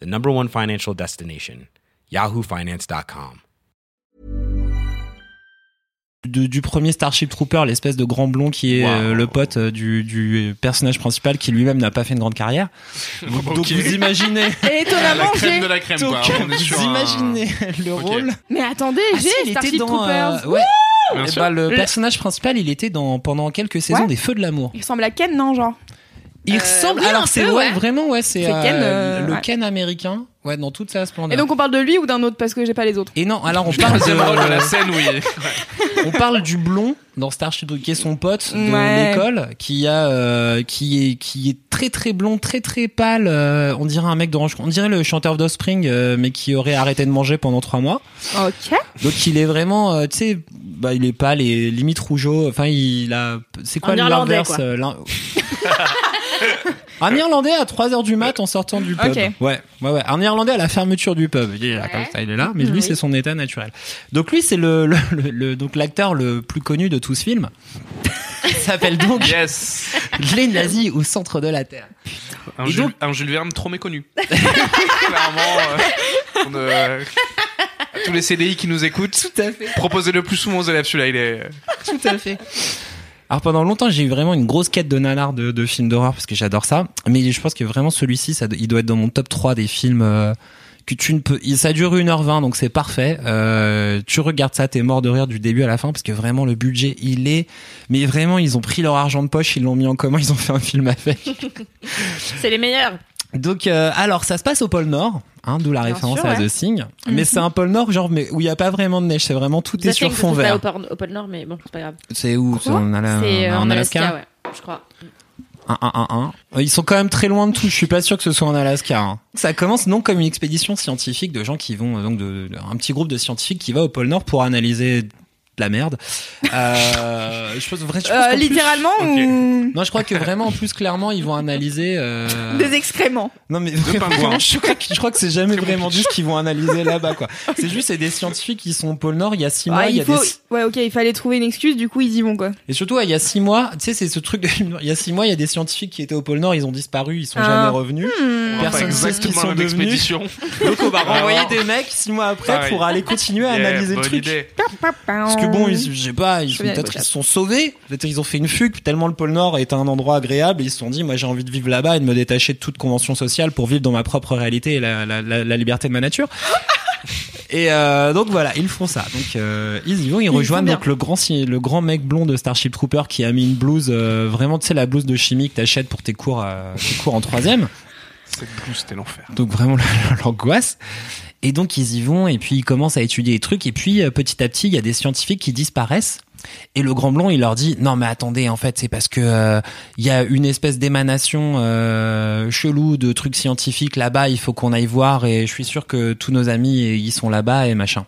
S6: the number one financial destination, yahoofinance.com.
S4: de- du premier Starship Trooper, l'espèce de grand blond qui est
S2: Wow.
S4: euh, le pote euh, du, du personnage principal qui lui-même n'a pas fait une grande carrière. Donc
S2: Ok.
S4: vous imaginez,
S1: Et
S2: La
S1: étonnamment, j'ai.
S2: crème de la crème,
S4: donc,
S2: quoi. On est sur
S4: vous
S2: un-
S4: imaginez le
S2: Ok.
S4: rôle.
S1: Mais attendez,
S4: Ah si,
S1: j'ai Starship Troopers.
S4: euh, ouais.
S2: Bien
S4: Eh
S2: sûr.
S4: ben, le
S1: Le-
S4: personnage principal, il était dans pendant quelques
S1: Mm.
S4: saisons
S1: Ouais. Euh,
S4: des Feux de l'amour.
S1: Il ressemble à Ken, non, genre
S4: Il
S3: Euh,
S4: ressemble.
S3: oui, un
S4: alors c'est
S3: peu,
S4: ouais,
S3: ouais.
S4: vraiment ouais, c'est
S1: C'est
S4: euh,
S1: Ken, euh,
S4: le
S1: ouais.
S4: Ken américain. Ouais, dans toute sa splendeur.
S1: Et donc on parle de lui ou d'un autre parce que j'ai pas les autres.
S4: Et non, alors on
S2: Le
S4: parle,
S2: troisième rôle de la
S4: de,
S2: scène, oui.
S4: on parle du blond dans Starship Troopers, qui est son pote de
S1: Ouais.
S4: l'école, qui a, euh, qui est, qui est très très blond, très très pâle. euh, on dirait un mec d'Orange, on dirait le chanteur d'Offspring, euh, mais qui aurait arrêté de manger pendant trois mois.
S1: Ok.
S4: Donc il est vraiment, euh, tu sais, bah, il est pas les limites rougeaux. Enfin, il a, c'est quoi
S3: Un Irlandais,
S4: l'inverse
S3: quoi.
S4: euh, l'in- Un Irlandais à 3h du mat en sortant du pub.
S1: Ok.
S4: Ouais, ouais, ouais. Un Irlandais à la fermeture du pub. Il est là, comme ça, il est là, mais lui,
S3: Oui.
S4: c'est son état naturel. Donc lui, c'est le, le- le- le- donc l'acteur le plus connu de tout ce film. Il s'appelle donc
S2: Yes.
S4: Les nazis au centre de la Terre.
S2: Un,
S4: Et
S2: Jules,
S4: donc-
S2: un Jules Verne trop méconnu. Clairement, euh, on, euh, à tous les CDI qui nous écoutent,
S4: Tout à fait.
S2: proposez le plus souvent aux élèves celui-là. Il est.
S4: Tout à fait. Alors pendant longtemps, j'ai eu vraiment une grosse quête de nanar de, de films d'horreur parce que j'adore ça. Mais je pense que vraiment celui-ci, ça, il doit être dans mon top 3 des films euh, que tu ne peux. il- Ça dure 1h20, donc c'est parfait. Euh, tu regardes ça, t'es mort de rire du début à la fin parce que vraiment le budget, il est. Mais vraiment, ils ont pris leur argent de poche, ils l'ont mis en commun, ils ont fait un film avec.
S3: C'est les meilleurs.
S4: Donc euh, alors, ça se passe au pôle Nord. Hein, d'où la
S1: Bien
S4: référence
S1: sûr,
S4: à
S1: ouais.
S4: The Thing, mais c'est un pôle nord genre mais où il y a pas vraiment de neige, c'est vraiment tout est
S3: Mhm. The
S4: sur
S3: Thing,
S4: fond
S3: c'est pas
S4: vert.
S3: au Porn- au Pôle Nord, mais bon, c'est pas grave.
S4: C'est où C'est
S1: Quoi
S4: en, Ala-
S3: C'est euh,
S4: en
S3: en
S4: Alaska.
S3: Alaska, ouais, je crois.
S4: 1, 1, 1, 1. Ils sont quand même très loin de tout. Je suis pas sûr que ce soit en Alaska. hein. Ça commence non comme une expédition scientifique de gens qui vont euh, donc de, de- un petit groupe de scientifiques qui va au pôle Nord pour analyser de la merde. Euh, je pense, vrai, je pense
S1: Euh,
S4: qu'en plus-
S1: littéralement ou
S4: Non, je crois que vraiment en plus clairement ils vont analyser. euh,
S1: des excréments.
S4: non mais vraiment,
S2: pingouins.
S4: je crois que, je crois que c'est jamais
S2: C'est mon
S4: vraiment
S2: pitch.
S4: dit ce qu'ils vont analyser là-bas quoi. C'est juste c'est des scientifiques qui sont au pôle Nord il y a six mois.
S1: Ouais,
S4: il y
S1: Ah, il
S4: a
S1: faut.
S4: des...
S1: Ouais, ok, il fallait trouver une excuse. Du coup, ils y vont quoi.
S4: Et surtout, ouais, il y a six mois, tu sais, c'est ce truc de. Il y a six mois, il y a des scientifiques qui étaient au pôle Nord, ils ont disparu, ils sont
S1: Ah.
S4: jamais revenus.
S2: on va faire
S4: Personne ne sait ce qu'ils
S2: exactement
S4: sont
S2: la même
S4: devenus.
S2: expédition.
S4: Donc on va
S2: Alors-
S4: renvoyer des mecs six mois après
S2: Pareil.
S4: pour aller continuer à
S2: Yeah,
S4: analyser le
S2: bonne
S4: truc.
S2: idée.
S4: Parce que bon, ils, je sais pas,
S1: Oh.
S4: ils
S1: Je
S4: sont
S1: viens
S4: peut-être
S1: avec
S4: ils
S1: la
S4: se sont sauvés, peut-être ils ont fait une fugue, puis tellement le pôle Nord est un endroit agréable, ils se sont dit, moi j'ai envie de vivre là-bas et de me détacher de toute convention sociale pour vivre dans ma propre réalité et la, la, la, la liberté de ma nature. Et euh, donc voilà, ils font ça. Donc euh, ils y vont, ils,
S1: font
S4: rejoignent
S1: bien.
S4: donc le grand si- le grand mec blond de Starship Trooper qui a mis une blouse euh, vraiment tu sais la blouse de chimie que t'achètes pour tes cours euh, tes cours en troisième.
S2: Cette blouse, c'était l'enfer.
S4: Donc vraiment l'angoisse. Et donc ils y vont et puis ils commencent à étudier les trucs et puis euh, petit à petit il y a des scientifiques qui disparaissent et le grand blond il leur dit non mais attendez en fait c'est parce que euh, il y a une espèce d'émanation euh, chelou de trucs scientifiques là-bas il faut qu'on aille voir et je suis sûr que tous nos amis eh, ils sont là-bas et machin.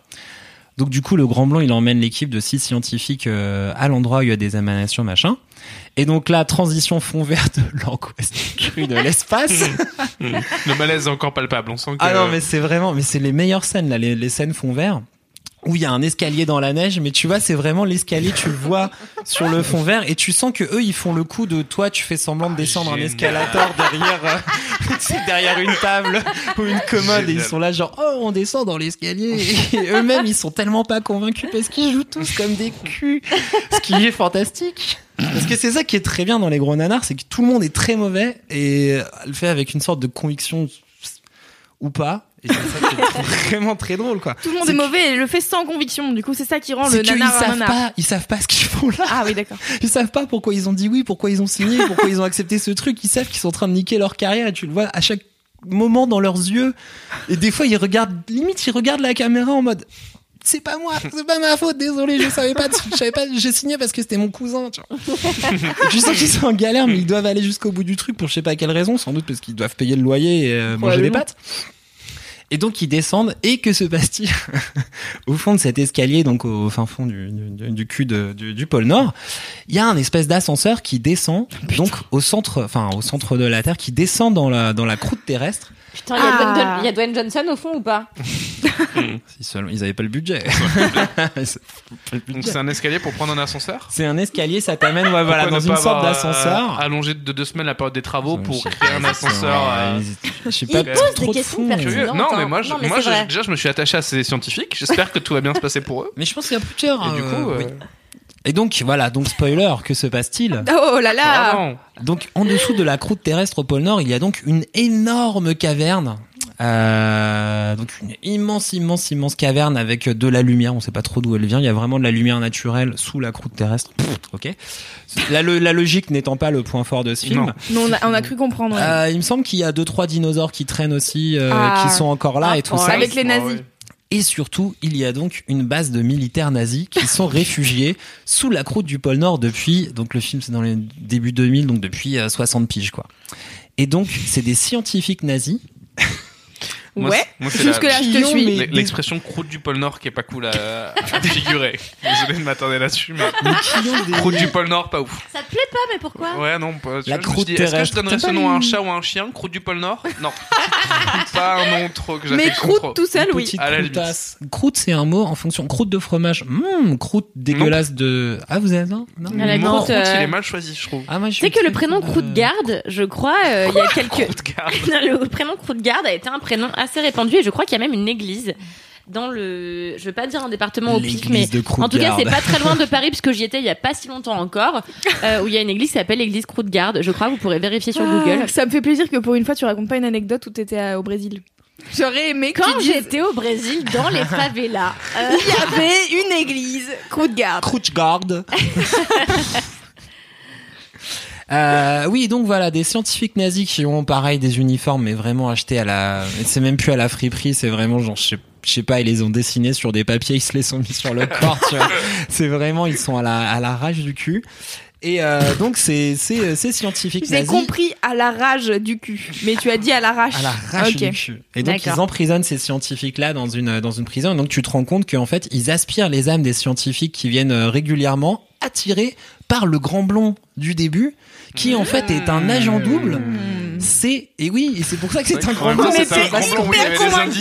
S4: Donc du coup le grand blond il emmène l'équipe de six scientifiques euh, à l'endroit où il y a des émanations machin. Et donc là transition fond vert de l'angoisse crue de l'espace.
S2: Le malaise est encore palpable. On sent que.
S4: Ah non, mais c'est vraiment, mais c'est les meilleures scènes là, les, les scènes fond vert. où il y a un escalier dans la neige, mais tu vois, c'est vraiment l'escalier, tu le vois sur le fond vert, et tu sens que eux, ils font le coup de toi, tu fais semblant de descendre un
S2: génial.
S4: escalator derrière, euh, tu sais, derrière une table ou une commode, et ils
S2: Génial.
S4: sont là genre, oh, on descend dans l'escalier, et eux-mêmes, ils sont tellement pas convaincus parce qu'ils jouent tous comme des culs, ce qui est fantastique. Parce que c'est ça qui est très bien dans les gros nanars, c'est que tout le monde est très mauvais, et euh, le fait avec une sorte de conviction ou pas, et c'est ça qui est vraiment très drôle, quoi
S1: Tout le monde est,
S4: C'est que-
S1: mauvais et le fait sans conviction. Du coup, c'est ça qui rend le
S4: c'est qu'ils
S1: nanar un
S4: savent
S1: nanar.
S4: pas, ils savent pas ce qu'ils font là.
S1: Ah oui, d'accord.
S4: Ils savent pas pourquoi ils ont dit oui, pourquoi ils ont signé, pourquoi ils ont accepté ce truc. Ils savent qu'ils sont en train de niquer leur carrière et tu le vois à chaque moment dans leurs yeux. Et des fois, ils regardent, limite, ils regardent la caméra en mode. C'est pas moi, c'est pas ma faute, désolé, je savais pas, je savais pas, j'ai signé parce que c'était mon cousin, tu vois. Je sais qu'ils sont en galère, mais ils doivent aller jusqu'au bout du truc pour je sais pas quelle raison, sans doute parce qu'ils doivent payer le loyer et euh, manger des
S1: Probablement.
S4: pâtes. Et donc ils descendent, et que se passe-t-il Au fond de cet escalier, donc au fin fond du, du- du cul de- du, du pôle Nord, il y a un espèce d'ascenseur qui descend, donc au centre, enfin au centre de la Terre, qui descend dans la, dans la croûte terrestre.
S3: Putain, il y a Dwayne
S1: Ah.
S3: John- il y a Dwayne Johnson au fond ou pas
S4: Si seulement ils avaient pas le budget. Ils avaient pas le
S2: Donc
S4: budget.
S2: c'est un escalier pour prendre un ascenseur
S4: C'est un escalier, ça t'amène ouais, Ah bah voilà,
S2: Pourquoi
S4: dans
S2: ne
S4: une
S2: pas
S4: sorte
S2: avoir,
S4: d'ascenseur.
S2: euh, Allongé de deux semaines la période des travaux pour
S4: Je sais
S2: créer un
S4: pas,
S2: ascenseur. euh,
S4: ouais, je sais
S3: Il
S4: pas
S3: pose
S4: trop
S3: des
S4: de
S3: questions
S4: fond.
S3: pertinentes.
S2: curieux.
S3: Non,
S2: Non, mais
S3: hein.
S2: moi, je,
S3: Non, mais
S2: moi
S3: c'est
S2: je-
S3: vrai.
S2: déjà, je me suis attaché à ces scientifiques. J'espère que tout va bien se passer pour eux.
S4: Mais je pense qu'il y a plusieurs.
S2: Et du
S4: euh,
S2: coup, euh,
S4: oui. Et donc voilà, donc spoiler, que se passe-t-il
S1: Oh là là
S3: Ah.
S2: vraiment,
S4: Donc en dessous de la croûte terrestre au pôle Nord, il y a donc une énorme caverne. Euh, donc une immense, immense, immense caverne avec de la lumière. On sait pas trop d'où elle vient. Il y a vraiment de la lumière naturelle sous la croûte terrestre. Pff, ok. La, lo- la logique n'étant pas le point fort de ce film.
S2: Non.
S1: Non, on, a, on a cru comprendre. ouais.
S4: Euh, il me semble qu'il y a deux trois dinosaures qui traînent aussi, euh,
S1: Ah.
S4: qui sont encore là et tout ça.
S1: Avec
S2: Bah
S1: les nazis.
S4: Et surtout, il y a donc une base de militaires nazis qui sont réfugiés sous la croûte du pôle Nord depuis, donc le film c'est dans les débuts 2000, donc depuis euh, 60 piges quoi. Et donc, c'est des scientifiques nazis.
S2: Moi,
S1: ouais.
S2: c'est- moi, c'est la-
S1: Jusque-là, je te
S4: Guillaume,
S1: suis.
S4: mais-
S2: L- L'expression croûte du pôle Nord qui est pas cool à, à figurer. Désolé de m'attarder là-dessus, mais
S4: Mais qui ont des- Ah.
S2: croûte du pôle Nord, pas ouf.
S3: Ça te plaît pas, mais pourquoi
S2: Ouais, non, pas, tu vois, je
S4: La
S2: me
S4: croûte
S2: suis dit, Est-ce que je
S4: terrestre.
S2: donnerais
S4: T'as
S2: ce
S4: pas
S2: nom à un
S4: lu-
S2: chat ou à un chien Croûte du pôle Nord Non. pas un nom trop que
S1: Mais
S2: j'appelle
S1: croûte tout seul, oui.
S4: Petite
S2: À la
S4: croûtasse. Croûte, c'est un mot en fonction. Croûte de fromage. Hum, croûte dégueulasse de. Ah, vous avez un Non.
S3: À la
S2: Mon
S3: croûte,
S2: croûte,
S3: euh,
S2: il est mal choisi, je trouve.
S4: Ah, moi, je
S3: Tu sais
S4: suis
S3: que le
S4: très-
S3: prénom
S4: euh,
S3: Croûte-Garde, je crois, euh, il y a quelques...
S2: Croûte garde.
S3: Non, le prénom Croûte-Garde a été un prénom assez répandu et je crois qu'il y a même une église dans le... Je veux pas dire un département au pic, mais...
S4: L'église de
S3: En tout cas,
S4: Croûte-Garde.
S3: c'est pas très loin de Paris, puisque j'y étais il y a pas si longtemps encore, euh, où il y a une église qui s'appelle l'église Croûte-Garde. Je crois, vous pourrez vérifier sur
S1: Ah,
S3: Google.
S1: Ça me fait plaisir que pour une fois, tu racontes pas une anecdote où t'étais à- au Brésil. J'aurais aimé que
S3: Quand
S1: tu dises,
S3: j'étais au Brésil, dans les favelas, euh,
S1: il y avait une église. Coup de garde.
S4: Croûte-garde. Euh, oui, donc voilà, des scientifiques nazis qui ont pareil des uniformes, mais vraiment achetés à la, c'est même plus à la friperie, c'est vraiment genre, je sais, je sais pas, ils les ont dessinés sur des papiers, ils se les sont mis sur le corps, tu vois. C'est vraiment, ils sont à la, à la rage du cul. Et euh, donc c'est, c'est, c'est scientifique
S1: J'ai
S4: nazi.
S1: compris à la rage du cul. Mais tu as dit à l'arrache.
S4: À la rage
S1: Ok.
S4: du cul. Et donc
S3: D'accord.
S4: ils emprisonnent ces scientifiques-là dans une dans une prison. Et donc tu te rends compte qu'en fait ils aspirent les âmes des scientifiques qui viennent euh, régulièrement attirés par le grand blond du début, qui en fait est
S2: Mmh.
S4: un agent double. C'est et oui et c'est pour ça que c'est un grand blond.
S1: temps,
S4: c'est
S1: c'est un grand
S4: pas un
S1: blond,
S4: blond.
S1: oui. hyper convaincue.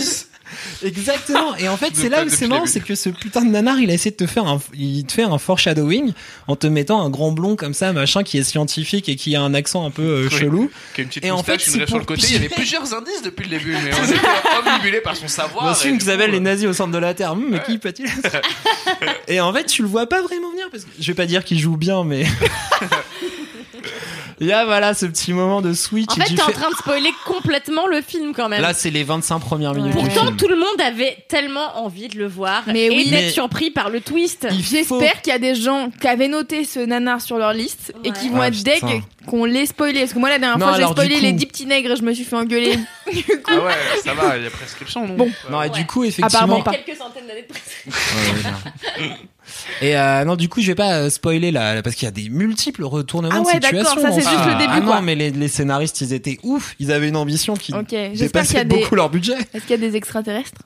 S4: Exactement. Et en fait
S2: Vous
S4: c'est
S2: êtes
S4: là
S2: pas
S4: où
S2: depuis
S4: c'est
S2: le
S4: marrant,
S2: début.
S4: c'est que ce putain de nanar il a essayé de te faire un il te fait un foreshadowing en te mettant un grand blond comme ça machin qui est scientifique et qui a un accent un peu euh,
S2: Oui.
S4: chelou.
S2: Qui a une petite
S4: Et en
S2: moustache,
S4: fait,
S2: une
S4: c'est
S2: raie sur le
S4: pour
S2: côté. Il y avait
S4: piger.
S2: plusieurs indices depuis le début, mais on était omnibulé par son savoir.
S4: Dans
S2: et
S4: ce film
S2: du
S4: qui
S2: coup,
S4: s'appelle
S2: euh,
S4: Les nazis au centre de la Terre. Hum, mais qui peut-il être Et en fait, tu le vois pas vraiment venir parce que je vais pas dire qu'il joue bien, mais. Il y a voilà ce petit moment de switch.
S3: en
S4: et
S3: fait,
S4: tu
S3: t'es en
S4: fais-
S3: train de spoiler complètement le film quand même.
S4: Là, c'est les 25 premières minutes. du
S3: Pourtant,
S4: film.
S3: tout le monde avait tellement envie de le voir
S1: Mais oui.
S3: et d'être
S4: Mais-
S3: surpris par le twist.
S4: Il faut-
S1: J'espère qu'il y a des gens qui avaient noté ce nanar sur leur liste et
S3: Ouais.
S1: qui vont
S4: Ah,
S1: être deg
S4: putain.
S1: qu'on l'ait spoilé. Parce que moi, la dernière
S4: Non,
S1: fois, j'ai
S4: alors, du
S1: spoilé
S4: coup-
S1: les 10 petits nègres, je me suis fait engueuler.
S2: Ah ouais, ça va, il y a prescription, non
S1: Bon.
S4: Non, et
S3: Ouais.
S4: du coup,
S1: Apparemment
S4: effectivement.
S1: pas.
S3: Quelques centaines d'années de pression.
S4: Ouais, ouais, non. Et euh, non, du coup, je vais pas euh, spoiler là, là, parce qu'il y a des multiples retournements
S1: Ah ouais,
S4: de situation.
S1: d'accord, ça,
S4: dans
S1: c'est
S4: ce
S1: juste
S4: film.
S1: le début,
S4: Ah
S1: quoi.
S4: non, mais les, les scénaristes, ils étaient ouf. Ils avaient une ambition qui
S1: Ok, j'espère qu'il y a
S4: dépassait
S1: des-
S4: beaucoup leur budget.
S1: Est-ce qu'il y a des extraterrestres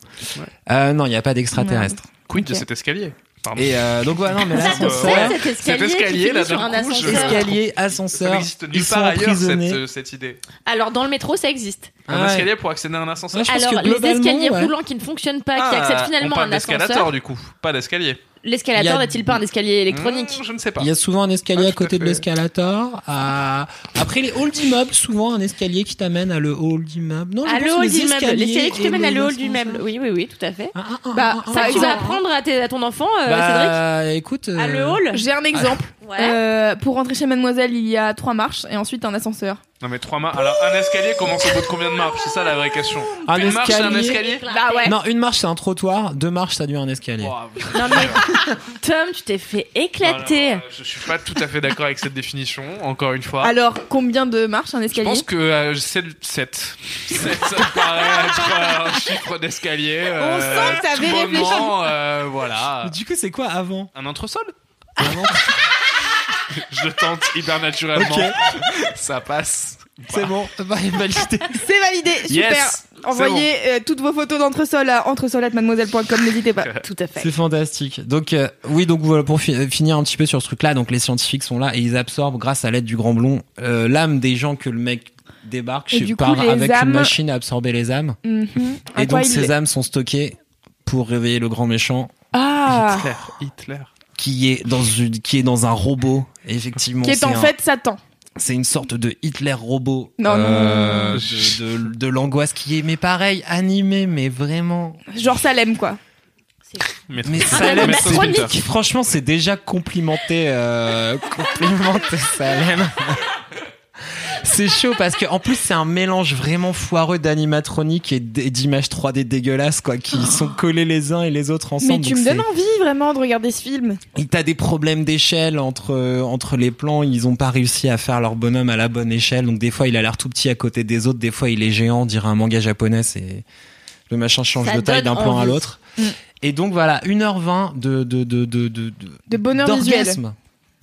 S4: Euh, non, il y a pas d'extraterrestres.
S2: Quid de
S1: Ok.
S2: cet escalier Pardon.
S4: Et euh, donc voilà, non, mais là,
S3: Ça,
S2: Ouais.
S3: donc
S4: ascenseur,
S3: ça, cet escalier,
S2: Cet escalier,
S3: qui finit
S2: là,
S3: sur
S2: d'un
S3: un
S2: coup, je-
S3: ascenseur.
S4: escalier,
S2: Ça
S4: ascenseur,
S2: n'existe nulle
S4: euh, ils sont
S2: part ailleurs cette,
S4: emprisonnés.
S2: euh, cette idée.
S3: Alors dans le métro, ça existe.
S2: Un
S4: Ah ouais.
S2: escalier pour accéder à un ascenseur.
S4: Ouais, je pense
S3: Alors
S4: que
S3: les
S4: globalement,
S3: escaliers
S4: ouais.
S3: roulants qui ne fonctionnent pas, qui
S2: Ah,
S3: acceptent
S2: on
S3: finalement
S2: parle
S3: un
S2: d'escalator
S3: ascenseur.
S2: du coup, pas d'escalier.
S3: L'escalator
S4: Il y a-
S3: n'est-il pas un escalier électronique
S2: Hmm, je ne sais pas.
S4: Il y a souvent un escalier
S2: Ah,
S4: à
S2: tout à
S4: côté de
S2: fait.
S4: l'escalator. à- Après les halls d'immeubles, souvent un escalier qui t'amène à le hall d'immeuble. Non, je
S3: À
S4: pense
S3: le hall
S4: les
S3: d'immeuble,
S4: escaliers
S3: l'escalier qui
S4: et
S3: t'amène à
S4: les
S3: le hall
S4: ascenseurs.
S3: d'immeuble. Oui, oui, oui, tout à fait.
S4: Ah, ah, ah,
S1: Bah,
S4: ah,
S3: Ça,
S4: ah,
S3: tu
S1: exemple.
S3: vas
S4: ah.
S3: apprendre à, tes- à ton enfant, euh, Cédric
S4: Bah, écoute.
S3: À le
S4: euh,
S3: hall
S1: J'ai un exemple.
S3: Ouais.
S1: Euh, pour rentrer chez Mademoiselle, il y a trois marches et ensuite un ascenseur.
S2: Non mais trois marches. Alors un escalier commence au bout de combien de marches C'est ça la vraie question.
S4: Un
S2: Une marche, c'est un
S4: escalier.
S2: escalier.
S3: Bah ouais.
S4: Non, une marche c'est un trottoir, deux marches ça devient un escalier.
S2: Wow, vous êtes
S3: Non, mais- Tom, tu t'es fait éclater.
S2: Alors, euh, je suis pas tout à fait d'accord avec cette définition, encore une
S4: Ah.
S2: fois.
S1: Alors, combien de marches un
S2: je
S1: escalier
S2: pense que euh, c'est le 7. 7, ça me paraît être euh, un chiffre d'escalier.
S1: On sent que t'avais
S2: Moment, euh, voilà.
S4: Mais Du coup, c'est quoi avant
S2: Un entresol
S4: Vraiment
S2: Je le tente hyper naturellement.
S4: Ok.
S2: Ça passe.
S4: C'est bon, bah, il est validé.
S1: C'est validé, super.
S2: Yes,
S1: Envoyez euh, toutes vos photos d'entresol à entresolatmademoiselle.com, n'hésitez pas.
S3: Tout à fait.
S4: C'est fantastique. Donc euh, oui, donc voilà pour fi- euh, finir un petit peu sur ce truc-là. Donc les scientifiques sont là et ils absorbent grâce à l'aide du grand blond euh, l'âme des gens que le mec débarque
S1: Et
S4: chez-
S1: du coup,
S4: par
S1: les
S4: avec
S1: âmes-
S4: une machine à absorber les âmes.
S1: Mhm.
S4: Et
S1: À quoi
S4: donc
S1: il-
S4: ces âmes sont stockées pour réveiller le grand méchant
S1: Ah
S2: Hitler.
S4: qui est dans une qui est dans un robot. Et effectivement,
S1: Qui est
S4: c'est
S1: en
S4: un-
S1: fait Satan.
S4: c'est une sorte de Hitler robot euh,
S1: Non, non,
S2: non.
S4: de, de- de l'angoisse qui est mais pareil animé mais vraiment
S1: Genre Salem, quoi.
S4: Mais
S3: Salem,
S4: Salem,
S3: Maître Splinter.
S4: c'est- franchement, c'est déjà complimenté, euh, complimenté Salem. C'est chaud parce que en plus c'est un mélange vraiment foireux d'animatronique et d- et d'images 3D dégueulasses quoi, qui sont collés les uns et les autres ensemble.
S1: Oh. Mais tu
S4: donc
S1: me
S4: c'est-
S1: donnes envie vraiment de regarder ce film.
S4: il t'as des problèmes d'échelle entre euh, entre les plans, ils ont pas réussi à faire leur bonhomme à la bonne échelle. Donc des fois, il a l'air tout petit à côté des autres, des fois il est géant, on dirait un manga japonais, c'est le machin change
S3: Ça
S4: de taille d'un
S3: donne
S4: plan à
S3: envie. Mm.
S4: l'autre. Et donc voilà, 1h20 de de de de de
S1: De bonheur
S4: d'orgasme.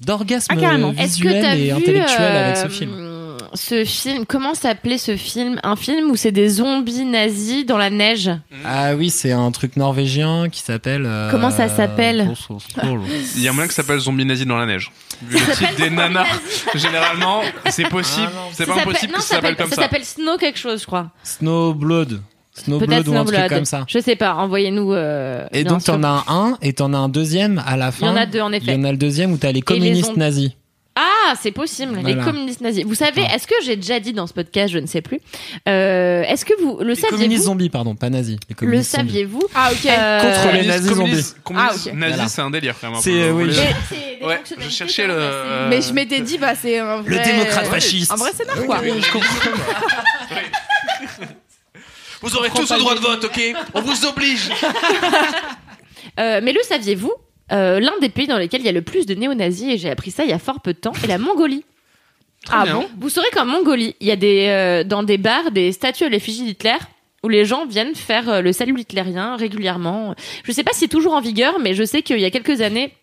S4: D'orgasme
S1: Ah, carrément.
S3: Est-ce que
S4: visuel
S3: t'as
S4: et
S3: vu
S4: intellectuel
S3: euh,
S4: avec ce film.
S3: ce film Comment s'appelait ce film Un film où c'est des zombies nazis dans la neige.
S4: Ah oui, c'est un truc norvégien qui s'appelle euh,
S3: Comment ça s'appelle
S4: Bon, c'est- c'est drôle.
S2: Il y a moyen que ça s'appelle Zombie Nazi dans la neige. Vu le titre des nanas, généralement, c'est possible.
S4: Ah non.
S2: c'est
S3: Ça
S2: pas
S3: s'appelle-
S2: impossible
S3: non,
S2: que ça s'appelle comme
S3: Ça
S2: ça.
S3: s'appelle Snow quelque chose, je crois.
S4: Snowblood. Snowblood
S3: Peut-être
S4: ou un truc
S3: Snowblood.
S4: comme ça.
S3: Je sais pas. Envoyez-nous. euh,
S4: Et
S3: bien
S4: donc
S3: sûr.
S4: t'en as un et t'en as un deuxième à la fin.
S3: Il y en a deux, en effet.
S4: Il y en a le deuxième où t'as les communistes
S3: zombies.
S4: nazis.
S3: Ah, c'est possible. Les
S4: Voilà.
S3: communistes nazis. Vous savez,
S4: Ah.
S3: est-ce que j'ai déjà dit dans ce podcast, je ne sais plus. euh, est-ce que vous le
S4: Les communistes
S3: saviez-vous
S4: zombies, pardon, pas nazis. Les
S3: Le
S4: communistes zombies.
S3: saviez-vous
S1: Ah, ok.
S3: Euh,
S4: Contre les nazis
S2: communiste,
S4: zombies.
S2: communiste
S1: Ah, ok.
S2: nazi,
S4: Voilà.
S2: c'est un délire quand même. un
S4: C'est,
S2: peu.
S4: euh, oui.
S2: Les-
S4: Et-
S3: C'est des
S2: Ouais,
S3: fonctionnalités
S2: je cherchais
S3: quand
S2: le-
S3: même assez-
S2: euh,
S1: Mais je m'étais dit, bah, c'est un vrai... euh,
S4: démocrate fasciste.
S1: Un vrai scénar, quoi.
S4: Oui, je comprends.
S2: Vous aurez tous le droit de vote, ok On vous oblige.
S3: Euh, mais le saviez-vous Euh, L'un des pays dans lesquels il y a le plus de néo-nazis, et j'ai appris ça il y a fort peu de temps, est la Mongolie.
S2: Ah bien. bon
S3: Vous saurez qu'en Mongolie, il y a des, euh, dans des bars des statues à l'effigie d'Hitler où les gens viennent faire euh, le salut hitlérien régulièrement. Je sais pas si c'est toujours en vigueur, mais je sais qu'il y a quelques années,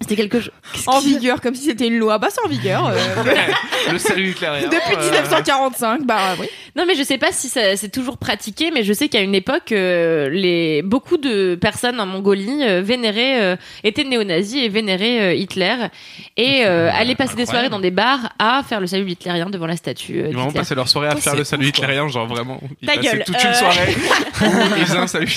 S3: c'était quelque chose.
S1: En vigueur, comme si c'était une loi. Bah, c'est en vigueur. euh,
S2: Le salut euh, éclairé.
S1: depuis 1945, bah, oui.
S3: Non, mais je sais pas si ça- c'est toujours pratiqué, mais je sais qu'à une époque, euh, les beaucoup de personnes en Mongolie euh, vénéraient, euh, étaient néo-nazis et vénéraient euh, Hitler et euh, allaient passer des
S2: Incroyable.
S3: soirées dans des bars à faire le salut hitlérien devant la statue. euh,
S2: Ils vont
S3: d'Hitler.
S2: passer leur soirée à
S4: Oh,
S2: faire
S4: c'est
S2: le salut
S4: ouf, quoi.
S2: hitlérien, genre vraiment. Ils
S3: Ta
S2: passaient
S3: gueule,
S2: toute une
S3: euh.
S2: soirée. Ils faisaient un salut.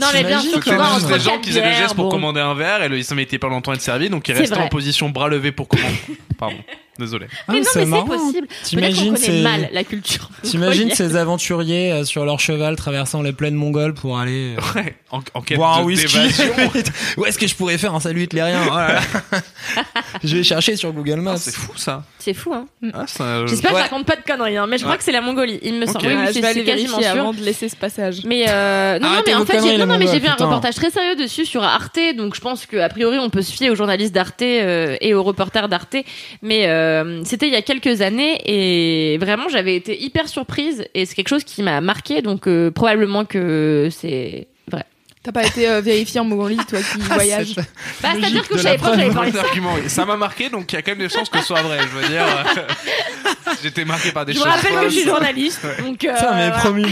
S3: Non, mais bien sûr,
S2: C'était
S3: tu vois,
S2: juste
S3: entre
S2: les gens
S3: quatre
S2: qui faisaient le
S3: bières,
S2: geste pour
S3: bon.
S2: commander un verre et le, ils se mettaient pas longtemps à être servis, donc ils
S3: C'est
S2: restaient
S3: vrai.
S2: en position bras levés pour commander. Pardon. Désolé.
S4: Ah,
S3: mais non, mais c'est
S4: marrant.
S3: possible. Peut-être qu'on
S4: T'imagines
S3: connaît
S4: ces...
S3: mal la culture.
S4: T'imagines
S3: mongolienne.
S4: ces aventuriers euh, sur leur cheval traversant les plaines mongoles pour aller euh,
S2: Ouais. En, en quête
S4: boire un
S2: de-
S4: whisky.
S2: d'évasion.
S4: Où est-ce que je pourrais faire un salut hitlérien Oh là là. Je vais chercher sur Google Maps.
S2: Ah, C'est fou ça.
S3: C'est fou, hein.
S2: Ah, ça-
S3: J'espère que
S4: ouais.
S3: je raconte pas de conneries, hein, mais je crois
S2: Ouais.
S3: que c'est la Mongolie, il me
S2: Ok.
S3: semble.
S2: Oui,
S3: Oui,
S2: mais
S3: oui,
S1: Ah,
S3: c'est
S1: je vais
S3: c'est
S1: aller
S3: quasiment
S1: vérifier
S3: sûr.
S1: avant de laisser ce passage.
S3: Mais euh, non, non,
S4: Arrêtez
S3: mais en
S4: vos
S3: fait,
S4: conneries,
S3: j'ai, non,
S4: les
S3: non, mais j'ai vu
S4: Mongols,
S3: un
S4: putain.
S3: reportage très sérieux dessus sur Arte, donc je pense que a priori on peut se fier aux journalistes d'Arte euh, et aux reporters d'Arte. Mais euh, c'était il y a quelques années et vraiment j'avais été hyper surprise et c'est quelque chose qui m'a marqué, donc euh, probablement que c'est vrai.
S1: T'as pas été euh, vérifié en Mongolie, toi qui voyage.
S4: c'est-
S3: Bah,
S4: Logique
S3: c'est-à-dire que
S4: de
S3: je
S4: la
S3: savais pas que j'avais
S2: Bon
S3: parlé.
S2: argument. Ça m'a marqué, donc il y a quand même des chances que ce soit vrai. Je veux dire, euh, j'étais marqué par des
S3: Je me
S2: choses.
S3: rappelle que je suis
S2: fausses.
S3: journaliste, donc. euh,
S4: Putain, mais
S3: voilà.
S4: promis,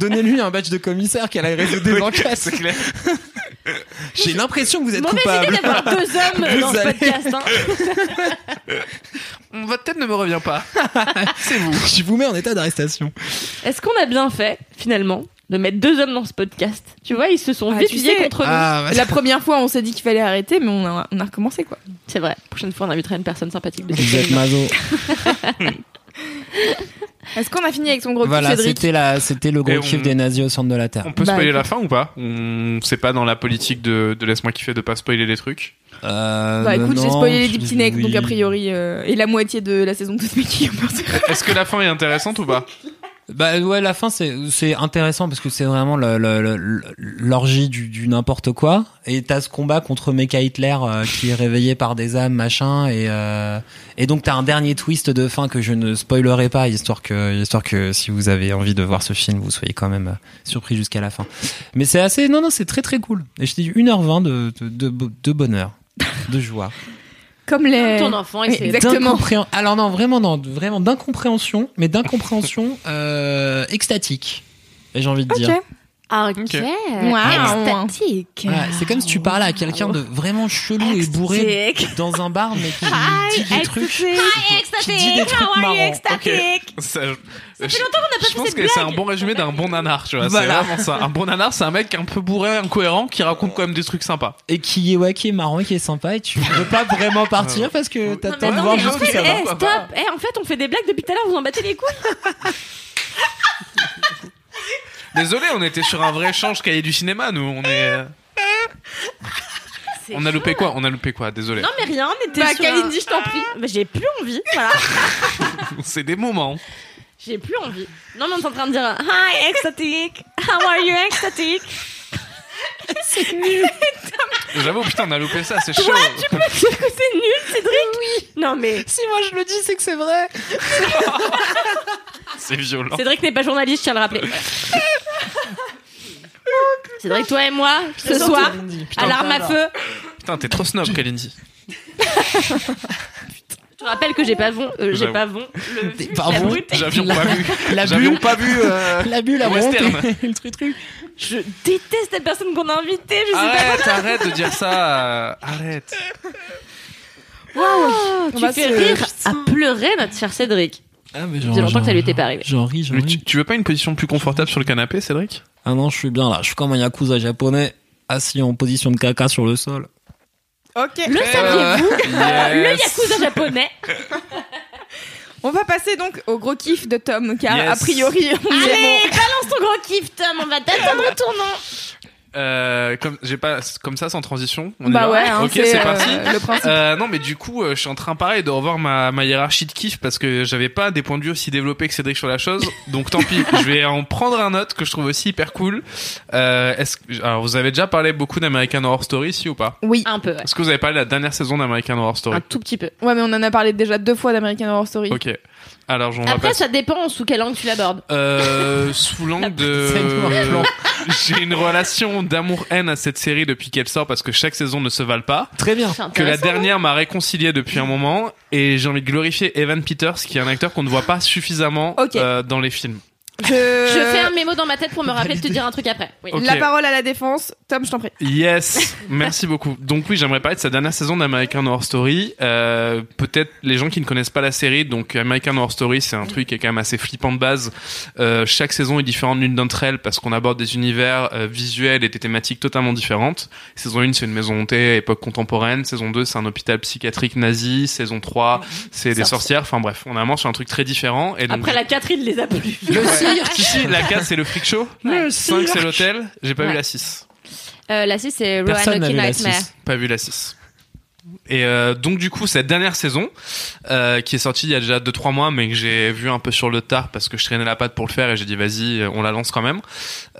S4: donnez-lui un badge de commissaire qu'elle aille résoudre des enquêtes.
S2: C'est clair.
S4: J'ai l'impression que vous êtes
S3: Mauvaise
S4: coupable.
S3: idée d'avoir deux hommes euh, dans ce
S4: allez-
S3: podcast. hein. Mm.
S2: Votre tête ne me revient pas.
S4: Je vous mets en état d'arrestation.
S3: Est-ce qu'on a bien fait, finalement, de mettre deux hommes dans ce podcast Tu vois, ils se sont
S1: Ah,
S3: vite
S1: tu
S3: liés
S1: sais-
S3: contre nous.
S4: Ah,
S1: La première fois, on s'est dit qu'il fallait arrêter, mais on a, on a recommencé quoi.
S3: C'est vrai. Prochaine fois, on invitera une personne sympathique de
S4: vous
S3: cette
S4: êtes
S3: famille.
S4: mazo.
S1: Est-ce qu'on a fini avec son gros
S4: Voilà,
S1: kiff, Cédric
S4: c'était la, c'était le
S2: Et
S4: gros
S2: on-
S4: kiff des nazis au centre de la terre.
S2: On peut
S1: Bah,
S2: spoiler la fin ou pas On sait pas dans la politique de, de laisse-moi kiffer de pas spoiler les trucs.
S4: Euh,
S1: Bah écoute, j'ai
S4: non,
S1: spoilé les 10
S4: je-
S1: petits necks, donc
S4: oui.
S1: a priori, euh, et la moitié de la saison de Todd Making Murder.
S2: Est-ce que la fin est intéressante ou pas
S4: Bah ouais, la fin c'est c'est intéressant parce que c'est vraiment le- le- le- l'orgie du, du n'importe quoi. Et t'as ce combat contre Mecha Hitler euh, qui est réveillé par des âmes machin et euh, et donc t'as un dernier twist de fin que je ne spoilerai pas histoire que histoire que si vous avez envie de voir ce film vous soyez quand même euh, surpris jusqu'à la fin. Mais c'est assez non non c'est très très cool. Et je t'ai dit 1h20 de de, de, bo- de bonheur, de joie.
S1: Comme les.
S3: Ton enfant, et
S1: Oui,
S3: c'est-
S1: exact. Exactement.
S4: D'incompréhen- Alors non, vraiment non, vraiment d'incompréhension, mais d'incompréhension euh, extatique. Et j'ai envie de dire.
S1: Ok.
S3: Ok.
S2: Ok.
S1: Wow.
S3: Extatique.
S4: Voilà, c'est comme si tu parlais à quelqu'un de vraiment chelou et bourré
S3: Extatique.
S4: dans un bar, mais qui dit des trucs.
S3: Hi,
S4: Qui dit des
S3: extatique.
S4: trucs
S3: How are you,
S4: marrants.
S3: extatique?
S2: Ça,
S3: Ça
S2: je-
S3: fait longtemps qu'on n'a pas
S2: Je
S3: fait
S2: pense
S3: cette
S2: que c'est un
S3: blague.
S2: bon résumé d'un bon nanar, tu vois.
S4: Voilà.
S2: C'est vraiment ça. Un bon nanar, c'est un mec un peu bourré, incohérent, qui raconte quand même des trucs sympas.
S4: Et qui est ouais, qui est marrant, qui est sympa, et tu veux pas vraiment partir parce que
S3: Non, mais
S4: t'attends de
S3: attends,
S4: voir
S3: mais en
S4: jusqu'où
S3: fait,
S4: ça va.
S3: eh, stop. Eh, en fait, on fait des blagues depuis tout à l'heure, vous en battez les couilles.
S2: Désolé, on était sur un vrai change cahier du cinéma, nous. On est. euh,
S3: C'est
S2: On a loupé quoi On a loupé quoi Désolé.
S3: Non mais rien, on était
S1: Bah,
S3: sur
S1: Kalindi,
S3: un- Ah.
S1: je t'en prie.
S3: Mais j'ai plus envie, voilà.
S2: C'est des moments. hein.
S3: J'ai plus envie. Non mais on est en train de dire Hi extatic, how are you extatic
S2: J'avoue, putain, on a loupé ça, c'est chaud.
S3: Toi tu peux dire que c'est nul Cédric Oui Non mais
S4: Si moi je le dis, c'est que c'est vrai.
S2: C'est violent.
S3: Cédric n'est pas journaliste, je tiens à le rappeler. Cédric, toi et moi, ce soir, à l'arme à feu,
S2: Putain, t'es trop snob, Kalindi.
S3: je te rappelle que j'ai pas bon, euh, j'ai
S2: J'avoue.
S3: pas bon, le vu,
S4: pas
S3: la
S4: bon.
S3: brute.
S2: J'avions pas vu.
S4: La
S2: J'avions
S4: bulle,
S2: pas vu. euh,
S4: la bulle a monté.
S2: Western.
S4: le truc truc.
S3: Je déteste la personne qu'on a invitée, je sais pas.
S2: Arrête, arrête de dire ça. euh, Arrête.
S3: Oh,
S1: On va
S3: tu fais
S1: se-
S3: rire à pleurer notre cher Cédric.
S4: Ah, mais euh,
S3: faisait longtemps que ça lui était pas arrivé.
S4: J'en ris, j'en
S2: Mais
S4: ris.
S2: tu, tu veux pas une position plus confortable sur le canapé, Cédric
S4: Ah non, je suis bien là. Je suis comme un yakuza japonais, assis en position de caca sur le sol.
S1: Ok.
S3: Le saviez-vous Le
S2: Euh, Yes.
S3: yakuza japonais
S1: On va passer donc au gros kiff de Tom, car
S2: Yes.
S1: a priori, on est
S3: Allez, balance ton gros kiff, Tom, on va t'attendre ton nom.
S2: Euh, comme j'ai pas comme ça sans transition. On
S1: bon.
S2: y
S1: Bah
S2: va
S1: ouais, hein,
S2: ok, c'est
S1: euh,
S2: parti.
S1: le principe.
S2: Euh, non, mais du coup, euh, je suis en train, pareil, de revoir ma, ma hiérarchie de kiff parce que j'avais pas des points de vue aussi développés que Cédric sur la chose. Donc tant pis, je vais en prendre un autre que je trouve aussi hyper cool. Euh, est-ce que- alors, vous avez déjà parlé beaucoup d'American Horror Story, si ou pas
S1: Oui.
S3: Un peu, ouais.
S2: Est-ce que vous avez parlé de la dernière saison d'American Horror Story
S3: Un tout petit peu.
S1: Ouais, mais on en a parlé déjà deux fois d'American Horror Story.
S2: Ok. Alors, j'en va
S3: Après,
S2: passer.
S3: ça dépend sous quelle langue tu l'abordes.
S2: Euh, sous l'angle
S4: C'est
S2: de.
S4: le plan.
S2: J'ai une relation d'amour-haine à cette série depuis qu'elle sort parce que chaque saison ne se valent pas.
S4: Très bien.
S3: C'est
S2: Oh, que la
S3: intéressant.
S2: dernière m'a réconcilié depuis un moment et j'ai envie de glorifier Evan Peters qui est un acteur qu'on ne voit pas suffisamment
S1: Ok.
S2: euh, dans les films.
S1: Je,
S3: Je fais un mémo dans ma tête pour me rappeler de te dire un truc après. Oui.
S2: Ok.
S1: La parole à la défense. Tom, je t'en prie.
S2: Yes, merci beaucoup. Donc oui, j'aimerais parler de sa dernière saison d'American Horror Story. Euh, Peut-être les gens qui ne connaissent pas la série, donc American Horror Story, c'est un truc qui est quand même assez flippant de base. Euh, chaque saison est différente l'une d'entre elles parce qu'on aborde des univers euh, visuels et des thématiques totalement différentes. Saison 1, c'est une maison hantée, époque contemporaine. Saison 2, c'est un hôpital psychiatrique nazi. Saison 3, c'est des
S3: Sorcières.
S2: sorcières. Enfin bref, on est vraiment sur un truc très différent. Et donc,
S3: Après, la Catherine les a plus.
S2: le cirque Si, si, la 4, c'est le freak show.
S3: Ouais.
S2: Le 5, c'est l'hôtel. J'ai pas
S3: Ouais.
S2: vu la 6.
S3: Euh, la 6, c'est
S4: Personne n'a
S3: Roanoke
S4: vu la
S3: Nightmare.
S4: 6.
S2: Pas vu la 6. Et euh, donc du coup cette dernière saison euh, qui est sortie il y a déjà 2-3 mois mais que j'ai vu un peu sur le tard parce que je traînais la patte pour le faire et j'ai dit vas-y euh, on la lance quand même.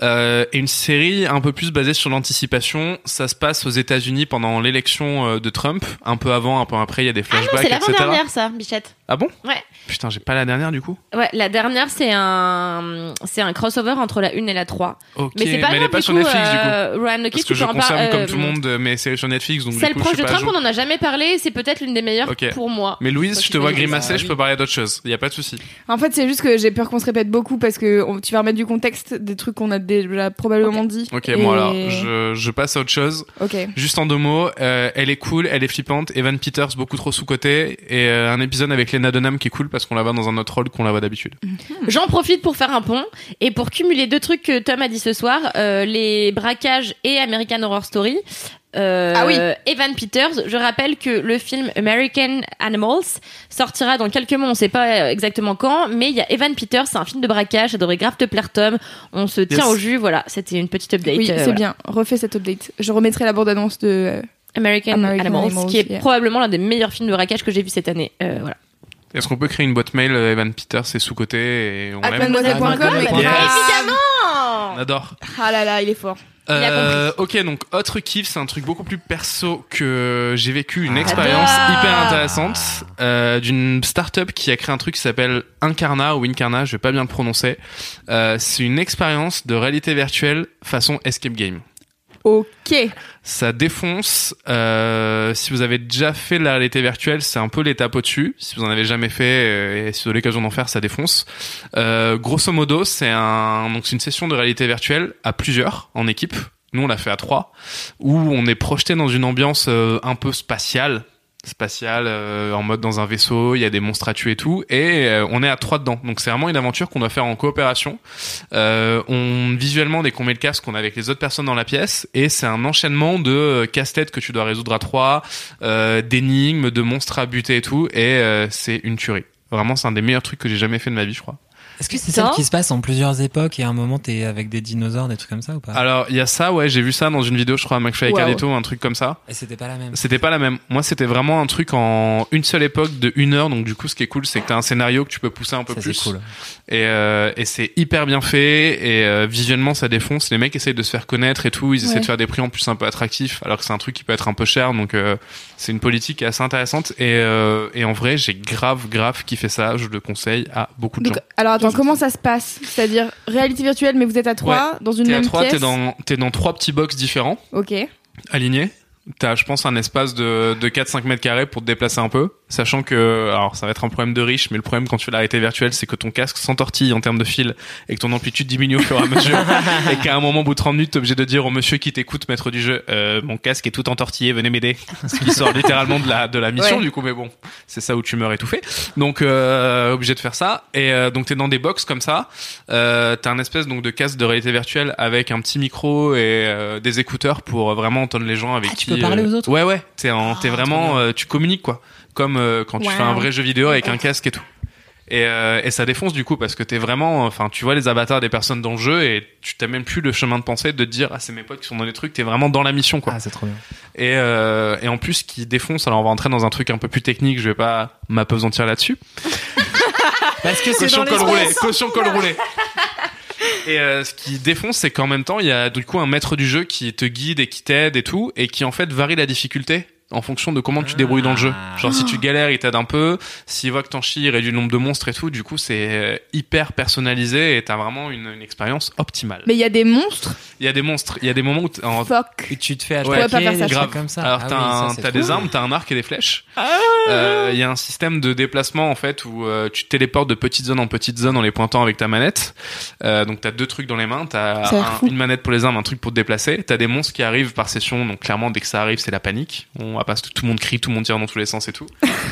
S2: Euh, et une série un peu plus basée sur l'anticipation. Ça se passe aux États-Unis pendant l'élection euh, de Trump, un peu avant, un peu après, il y a des
S3: Ah non,
S2: flashbacks,
S3: c'est
S2: etc.
S3: l'avant-dernière, ça, Bichette.
S2: Ah bon
S3: Ouais.
S2: Putain j'ai pas la dernière du coup.
S3: Ouais, la dernière, c'est un, c'est un crossover entre la 1 et la 3.
S2: Ok.
S3: Mais c'est pas
S2: elle
S3: grave,
S2: est pas
S3: du
S2: sur
S3: coup,
S2: Netflix du coup.
S3: euh, Roanoke,
S2: Parce
S3: tu
S2: que je
S3: peux en
S2: consomme
S3: parler.
S2: comme tout le monde euh, mes séries sur Netflix donc du
S3: Celle
S2: coup, je
S3: proche
S2: suis
S3: de
S2: pas à
S3: Trump,
S2: jour.
S3: on en a jamais parlé. C'est peut-être l'une des meilleures
S2: Ok.
S3: pour moi.
S2: Mais Louise,
S3: Toi,
S2: je
S3: tu
S2: te vois
S3: peux dire
S2: grimacer,
S3: ça,
S2: je
S3: oui.
S2: peux parler d'autre chose. Il y a pas de souci.
S1: En fait, c'est juste que j'ai peur qu'on se répète beaucoup parce que on- tu vas remettre du contexte des trucs qu'on a déjà probablement dit.
S2: Ok,
S1: Et-
S2: bon alors, je, je passe à autre chose.
S1: Ok.
S2: Juste en deux mots, euh, elle est cool, elle est flippante. Evan Peters beaucoup trop sous côté et euh, un épisode avec Lena Dunham qui est cool parce qu'on la voit dans un autre rôle qu'on la voit d'habitude.
S3: J'en profite pour faire un pont et pour cumuler deux trucs que Tom a dit ce soir euh, les braquages et American Horror Story. Euh,
S1: Ah oui.
S3: Evan Peters, je rappelle que le film American Animals sortira dans quelques mois, on sait pas exactement quand, mais il y a Evan Peters, c'est un film de braquage, ça devrait grave te plaire Tom, on se tient au jus, voilà, c'était une petite update.
S1: Oui,
S3: euh,
S1: c'est
S3: voilà.
S1: bien. Refais cette update. Je remettrai la bande-annonce de. euh,
S3: American,
S1: American
S3: Animals,
S1: Animals,
S3: qui est
S1: yeah.
S3: probablement l'un des meilleurs films de braquage que j'ai vu cette année. Euh, voilà.
S2: Est-ce qu'on peut créer une boîte mail euh, Evan Peters c'est sous côté et on
S1: at
S2: l'aime
S1: mademoiselle.com,
S6: mademoiselle
S1: mais
S6: point com.
S1: grave.
S2: On adore.
S1: Ah là là, il est fort.
S3: a
S2: Euh, ok, donc autre kiff, c'est un truc beaucoup plus perso que j'ai vécu une
S6: Ah.
S2: expérience
S3: J'adore.
S2: hyper intéressante euh, d'une startup qui a créé un truc qui s'appelle Incarna ou Incarna, je vais pas bien le prononcer. Euh, c'est une expérience de réalité virtuelle façon escape game.
S1: Ok.
S2: Ça défonce. euh, si vous avez déjà fait de la réalité virtuelle, c'est un peu l'étape au-dessus. Si vous en avez jamais fait euh, et si vous avez l'occasion d'en faire, ça défonce. Euh, grosso modo, c'est un donc c'est une session de réalité virtuelle à plusieurs en équipe. Nous, on l'a fait à trois, où on est projeté dans une ambiance euh, un peu spatiale, spatiale euh, en mode dans un vaisseau. Il y a des monstres à tuer et tout, et euh, on est à trois dedans. Donc c'est vraiment une aventure qu'on doit faire en coopération. Euh, on visuellement dès qu'on met le casque, on est avec les autres personnes dans la pièce et c'est un enchaînement de euh, casse-tête que tu dois résoudre à trois, euh, d'énigmes, de monstres à buter et tout. Et euh, c'est une tuerie. Vraiment, c'est un des meilleurs trucs que j'ai jamais fait de ma vie, je crois.
S4: Est-ce que c'est
S3: Putain.
S4: celle qui se passe en plusieurs époques et à un moment t'es avec des dinosaures, des trucs comme ça ou pas
S2: Alors il y a ça, ouais, j'ai vu ça dans une vidéo, je crois, à McFly et
S1: Wow.
S2: Carlito, un truc comme ça.
S4: Et c'était pas la même.
S2: C'était pas la même. Moi, c'était vraiment un truc en une seule époque de une heure. Donc du coup, ce qui est cool, c'est que t'as un scénario que tu peux pousser un peu
S4: Ça, c'est
S2: plus.
S4: cool.
S2: Et, euh, et c'est hyper bien fait. Et euh, visuellement, ça défonce. Les mecs essayent de se faire connaître et tout. Ils essaient
S1: Ouais.
S2: de faire des prix en plus un peu attractifs, alors que c'est un truc qui peut être un peu cher. Donc euh, c'est une politique assez intéressante. Et, euh, et en vrai, j'ai grave, grave kiffé ça. Je le conseille à beaucoup de
S1: Donc,
S2: gens.
S1: alors attends, comment ça se passe C'est-à-dire réalité virtuelle, mais vous êtes à trois dans une
S2: T'es à
S1: même
S2: trois,
S1: pièce.
S2: t'es dans, t'es dans trois petits box différents.
S1: Ok.
S2: aligné. T'as, je pense, un espace de, de 4-5 mètres carrés pour te déplacer un peu. Sachant que, alors, ça va être un problème de riche, mais le problème quand tu fais la réalité virtuelle, c'est que ton casque s'entortille en termes de fil et que ton amplitude diminue au fur et à mesure. et qu'à un moment, au bout de 30 minutes, t'es obligé de dire au monsieur qui t'écoute, maître du jeu, euh, mon casque est tout entortillé, venez m'aider. Ce qui sort littéralement de la, de la mission,
S1: Ouais.
S2: du coup, mais bon, c'est ça où tu meurs étouffé. Donc, euh, obligé de faire ça. Et euh, donc, t'es dans des box comme ça. Euh, t'as un espèce donc de casque de réalité virtuelle avec un petit micro et euh, des écouteurs pour euh, vraiment entendre les gens avec
S4: Ah,
S2: qui euh,
S4: tu peux parler aux autres Ah,
S2: Ouais ouais, t'es en- t'es vraiment euh, tu communiques quoi, comme euh, quand tu
S1: Wow.
S2: fais un vrai jeu vidéo avec un casque et tout. Et, euh, et ça défonce du coup parce que t'es vraiment, enfin tu vois les avatars des personnes dans le jeu et tu t'as même plus le chemin de pensée de te dire ah c'est mes potes qui sont dans les trucs, t'es vraiment dans la mission quoi.
S4: Ah, c'est trop bien.
S2: Et, euh, et en plus, qui défonce. Alors, on va entrer dans un truc un peu plus technique. Je vais pas m'apesantir là-dessus.
S4: Parce que c'est
S2: Caution
S4: dans
S2: col roulé.
S4: l'espace.
S2: Caution col roulé. Et euh, ce qui défonce, c'est qu'en même temps, il y a du coup un maître du jeu qui te guide et qui t'aide et tout, et qui en fait varie la difficulté en fonction de comment tu te débrouilles dans le jeu. Genre si tu galères, il t'aide un peu. S'il voit que t'en chies, il réduit le nombre de monstres et tout. Du coup, c'est euh, hyper personnalisé et t'as vraiment une, une expérience optimale.
S1: Mais il y a des monstres.
S2: Il y a des monstres. Il y a des moments où t'es en-
S1: Fuck.
S4: Et tu te fais attaquer,
S2: Ouais,
S1: pourrais pas faire ça,
S4: des
S1: je
S2: grave.
S4: trucs comme ça.
S2: Alors
S4: Ah
S2: t'as,
S4: oui, ça,
S2: un-
S4: c'est
S2: t'as
S4: trop
S2: des
S4: bien.
S2: armes, t'as un arc et des flèches.
S1: Ah.
S2: Euh, Il y a un système de déplacement en fait où euh, tu te téléportes de petite zone en petite zone en les pointant avec ta manette. Euh, donc t'as deux trucs dans les mains, t'as
S1: Ça a l'air
S2: un-
S1: fou.
S2: une manette pour les armes, un truc pour te déplacer. T'as des monstres qui arrivent par session, donc clairement dès que ça arrive c'est la panique. On va pas tout le monde crie, tout le monde tire dans tous les sens et tout.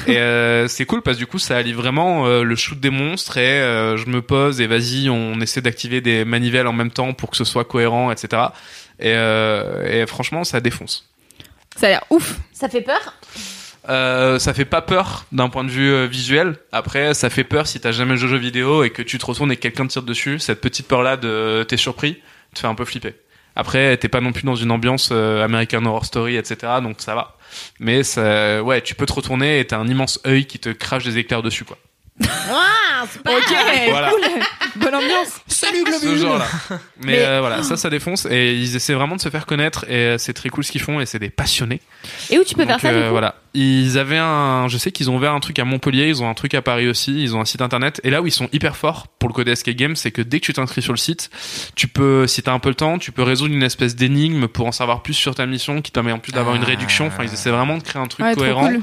S2: et euh, c'est cool parce que du coup ça allie vraiment euh, le shoot des monstres et euh, je me pose et vas-y on essaie d'activer des manivelles en même temps pour que ce soit cohérent, etc. Et, euh, et franchement ça défonce.
S1: Ça a l'air ouf.
S3: Ça fait peur
S2: Euh, ça fait pas peur d'un point de vue euh, visuel. Après, ça fait peur si t'as jamais joué aux jeux vidéo et que tu te retournes et que quelqu'un te tire dessus. Cette petite peur-là de euh, t'es surpris, te fait un peu flipper. Après, t'es pas non plus dans une ambiance euh, American Horror Story, etc. Donc ça va. Mais ça, ouais, tu peux te retourner et t'as un immense œil qui te crache des éclairs dessus, quoi.
S3: super.
S1: Ok,
S2: Voilà.
S1: cool. Bonne ambiance.
S4: Salut
S2: ce genre-là. Mais,
S1: Mais-
S2: euh, voilà, ça, ça défonce. Et ils essaient vraiment de se faire connaître. Et euh, c'est très cool ce qu'ils font. Et c'est des passionnés.
S3: Et où tu peux
S2: Donc,
S3: faire ça du
S2: euh,
S3: coup
S2: voilà. Ils avaient un. Je sais qu'ils ont ouvert un truc à Montpellier. Ils ont un truc à Paris aussi. Ils ont un site internet. Et là où ils sont hyper forts pour le code Escape Game, c'est que dès que tu t'inscris sur le site, tu peux, si t'as un peu le temps, tu peux résoudre une espèce d'énigme pour en savoir plus sur ta mission, qui te permet en plus d'avoir une
S4: Ah.
S2: réduction. Enfin, ils essaient vraiment de créer un truc
S1: Ouais, trop
S2: cohérent.
S1: cool.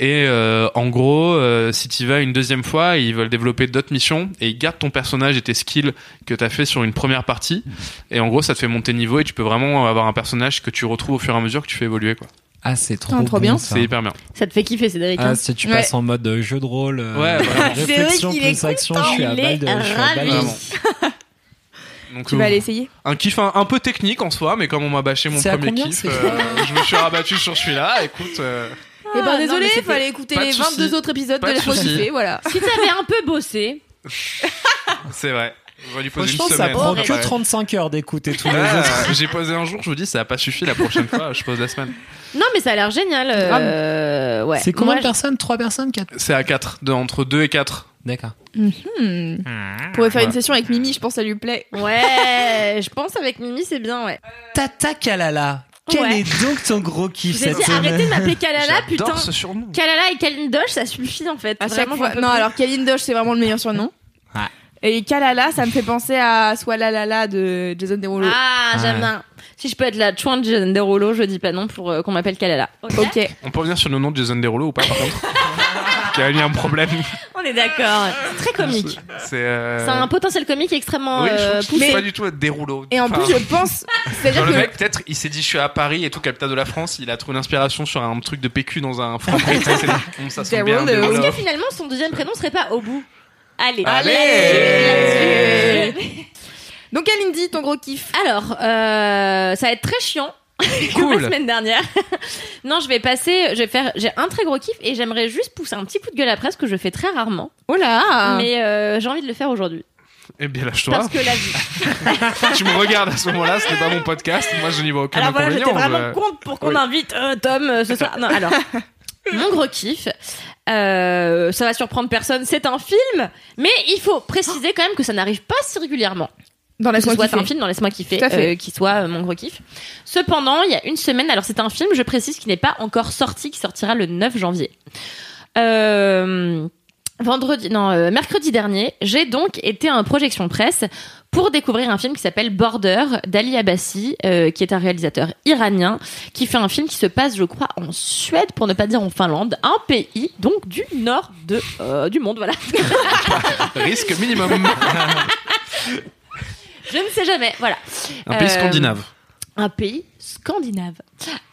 S2: Et euh, en gros, euh, si tu vas une deuxième fois, ils veulent développer d'autres missions et ils gardent ton personnage et tes skills que t'as fait sur une première partie. Et en gros, ça te fait monter niveau et tu peux vraiment avoir un personnage que tu retrouves au fur et à mesure que tu fais évoluer. quoi.
S4: Ah, c'est trop,
S1: Putain, trop
S4: bon,
S1: bien.
S4: ça.
S2: C'est hyper bien.
S3: Ça te fait kiffer, Cédric. hein.
S4: Ah, si tu passes en mode euh, jeu de rôle, euh,
S2: Ouais, voilà.
S4: réflexion
S3: C'est vrai qu'il est
S4: plus action,
S3: content,
S4: je suis à
S3: il
S4: balle
S3: est
S4: de, je suis à balle de-
S3: ravi.
S2: Vraiment. Donc,
S1: Tu
S2: euh,
S1: vas aller essayer.
S2: un kiff un, un peu technique en soi, mais comme on m'a bâché mon
S4: C'est à
S2: premier
S4: combien,
S2: kiff,
S4: c'est-
S2: euh, je me suis rabattu sur celui-là. Écoute, euh,
S1: Eh ben
S3: Ah, non,
S1: désolé,
S3: mais c'était-
S1: fallait écouter
S2: Pas de
S1: les 22
S2: soucis.
S1: autres épisodes
S2: Pas
S1: de
S2: de
S1: la fois
S2: soucis.
S1: kiffée, voilà.
S3: Si t'avais un peu bossé,
S2: c'est vrai. J'aurais dû
S4: Moi,
S2: poser
S4: je
S2: une
S4: pense que ça
S2: semaine.
S4: prend
S2: Ouais.
S4: que 35 heures d'écouter tous les
S2: Ah,
S4: autres.
S2: J'ai posé un jour, je vous dis, ça n'a pas suffi la prochaine fois, je pose la semaine.
S3: Non, mais ça a l'air génial. euh, ouais.
S4: C'est combien
S3: Moi,
S4: de personnes 3 personnes 4
S2: C'est à 4, de, entre 2 et 4.
S4: D'accord.
S1: Hmm. Pourrait faire une session avec Mimi, je pense que ça lui plaît.
S3: je- Ouais, je pense avec Mimi, c'est bien, ouais.
S4: Tata Kalala, quel
S3: Ouais.
S4: est donc ton gros kiff
S3: J'ai
S4: cette
S3: dit, arrêtez de
S4: semaine
S3: m'appeler Kalala, Ah putain.
S2: ce surnom.
S3: Kalala et Kalindosh, ça suffit en fait.
S1: À chaque
S3: Bah, Vraiment,
S1: fois.
S3: j'en peux
S1: Non,
S3: plus.
S1: alors Kalindosh, c'est vraiment le meilleur surnom.
S4: Ouais.
S1: Et Kalala, ça me fait penser à Swalalala de Jason Derulo.
S3: Ah,
S4: Ouais.
S3: j'aime bien. Si je peux être la chouin de Jason Derulo, je dis pas non pour euh, qu'on m'appelle Kalala.
S1: Ok.
S2: On peut revenir sur le nom de Jason Derulo ou pas, par contre Qui a eu un problème.
S3: On est d'accord. C'est très comique.
S2: C'est. euh,
S3: C'est un potentiel comique extrêmement
S2: Oui, je trouve
S3: euh,
S2: que c'est
S3: poussé.
S2: pas du tout Derulo.
S1: Et en
S2: Enfin,
S1: plus, je pense.
S2: Ah. genre
S1: C'est-à-dire
S2: le
S1: que.
S2: mec, peut-être, il s'est dit je suis à Paris et tout, capitale de la France. Il a trouvé l'inspiration sur un truc de PQ dans un franc Ça sent bien.
S1: Derulo.
S3: Est-ce
S2: Derulo.
S3: que finalement son deuxième prénom serait pas au bout Allez.
S2: Allez.
S1: Donc, Kalindi, ton gros kiff.
S3: Alors, euh, ça va être très chiant. Comme
S2: Cool.
S3: la semaine dernière. non, je vais passer, je vais faire, j'ai un très gros kiff et j'aimerais juste pousser un petit coup de gueule à presse que je fais très rarement.
S1: Oh là
S3: Mais euh, j'ai envie de le faire aujourd'hui.
S2: Eh bien, lâche-toi.
S3: Parce que la vie.
S2: tu me regardes à ce moment-là, ce n'est pas mon podcast. Moi, je n'y vois aucun
S3: Alors voilà, j'étais
S2: inconvénient.
S3: vraiment
S2: je-
S3: contre pour qu'on
S2: euh, oui.
S3: invite euh, Tom euh, ce soir. Non, alors, mon gros kiff, euh, ça va surprendre personne, c'est un film, mais il faut préciser quand même que ça n'arrive pas si régulièrement.
S1: Dans la
S3: Que ce
S1: soirée
S3: soit
S1: kiffée.
S3: un film, dans Laisse-moi kiffer,
S1: Tout à fait.
S3: euh, qui soit euh, mon gros kiff. Cependant, il y a une semaine, alors c'est un film, je précise, qui n'est pas encore sorti, qui sortira le 9 janvier. Euh, vendredi, non, euh, mercredi dernier, j'ai donc été en projection presse pour découvrir un film qui s'appelle Border d'Ali Abassi, euh, qui est un réalisateur iranien, qui fait un film qui se passe, je crois, en Suède, pour ne pas dire en Finlande, un pays donc du nord de, euh, du monde, voilà.
S2: Risque minimum.
S3: Je ne sais jamais, voilà.
S2: un pays
S3: Euh,
S2: scandinave.
S3: un pays scandinave.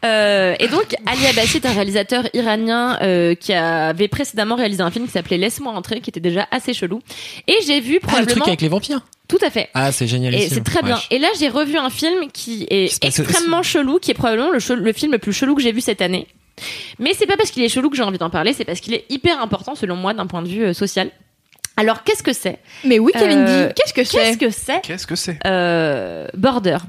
S3: Euh, et donc, Ali Abassi est un réalisateur iranien euh, qui avait précédemment réalisé un film qui s'appelait Laisse-moi entrer, qui était déjà assez chelou. Et j'ai vu
S4: Ah, le truc
S3: probablement...
S4: avec les vampires.
S3: Tout à fait.
S4: Ah, c'est génial.
S3: Et c'est très bien. Et là, j'ai revu un film qui est
S4: Qui se passe-
S3: extrêmement chelou, qui est probablement le, chel- le film le plus chelou que j'ai vu cette année. Mais c'est pas parce qu'il est chelou que j'ai envie d'en parler, c'est parce qu'il est hyper important selon moi d'un point de vue euh, social. Alors qu'est-ce que c'est
S1: Mais oui, Kalindi,
S3: Euh,
S1: qu'est-ce que
S3: Qu'est-ce
S1: c'est
S3: que c'est
S2: Qu'est-ce que c'est
S3: euh, Border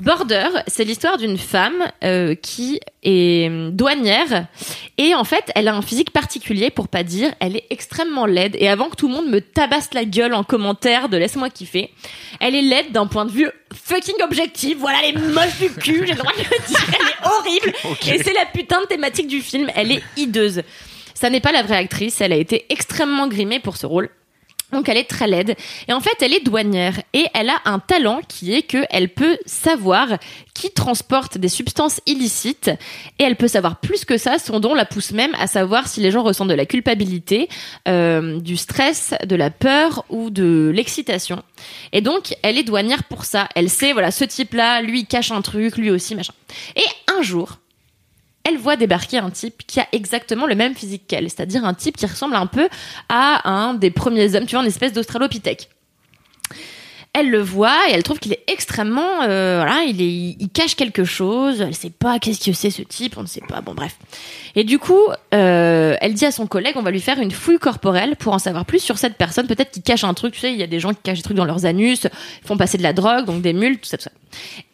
S3: Border, c'est l'histoire d'une femme euh, qui est douanière et en fait, elle a un physique particulier pour pas dire, elle est extrêmement laide et avant que tout le monde me tabasse la gueule en commentaire de laisse-moi kiffer, elle est laide d'un point de vue fucking objectif. Voilà les moches du cul, j'ai le droit de le dire, elle est horrible et c'est la putain de thématique du film, elle est hideuse. Ça n'est pas la vraie actrice, elle a été extrêmement grimée pour ce rôle. Donc elle est très laide et en fait elle est douanière et elle a un talent qui est que elle peut savoir qui transporte des substances illicites et elle peut savoir plus que ça son don la pousse même à savoir si les gens ressentent de la culpabilité, euh, du stress, de la peur ou de l'excitation. Et donc elle est douanière pour ça. Elle sait voilà ce type là lui il cache un truc lui aussi machin. Et un jour elle voit débarquer un type qui a exactement le même physique qu'elle, c'est-à-dire un type qui ressemble un peu à un des premiers hommes, tu vois, une espèce d'australopithèque. Elle le voit et elle trouve qu'il est extrêmement, euh, voilà, il, est, il cache quelque chose. Elle sait pas qu'est-ce que c'est ce type, on ne sait pas. Bon bref. Et du coup, euh, elle dit à son collègue, on va lui faire une fouille corporelle pour en savoir plus sur cette personne. Peut-être qu'il cache un truc. Tu sais, il y a des gens qui cachent des trucs dans leurs anus, ils font passer de la drogue, donc des mules, tout ça, tout ça.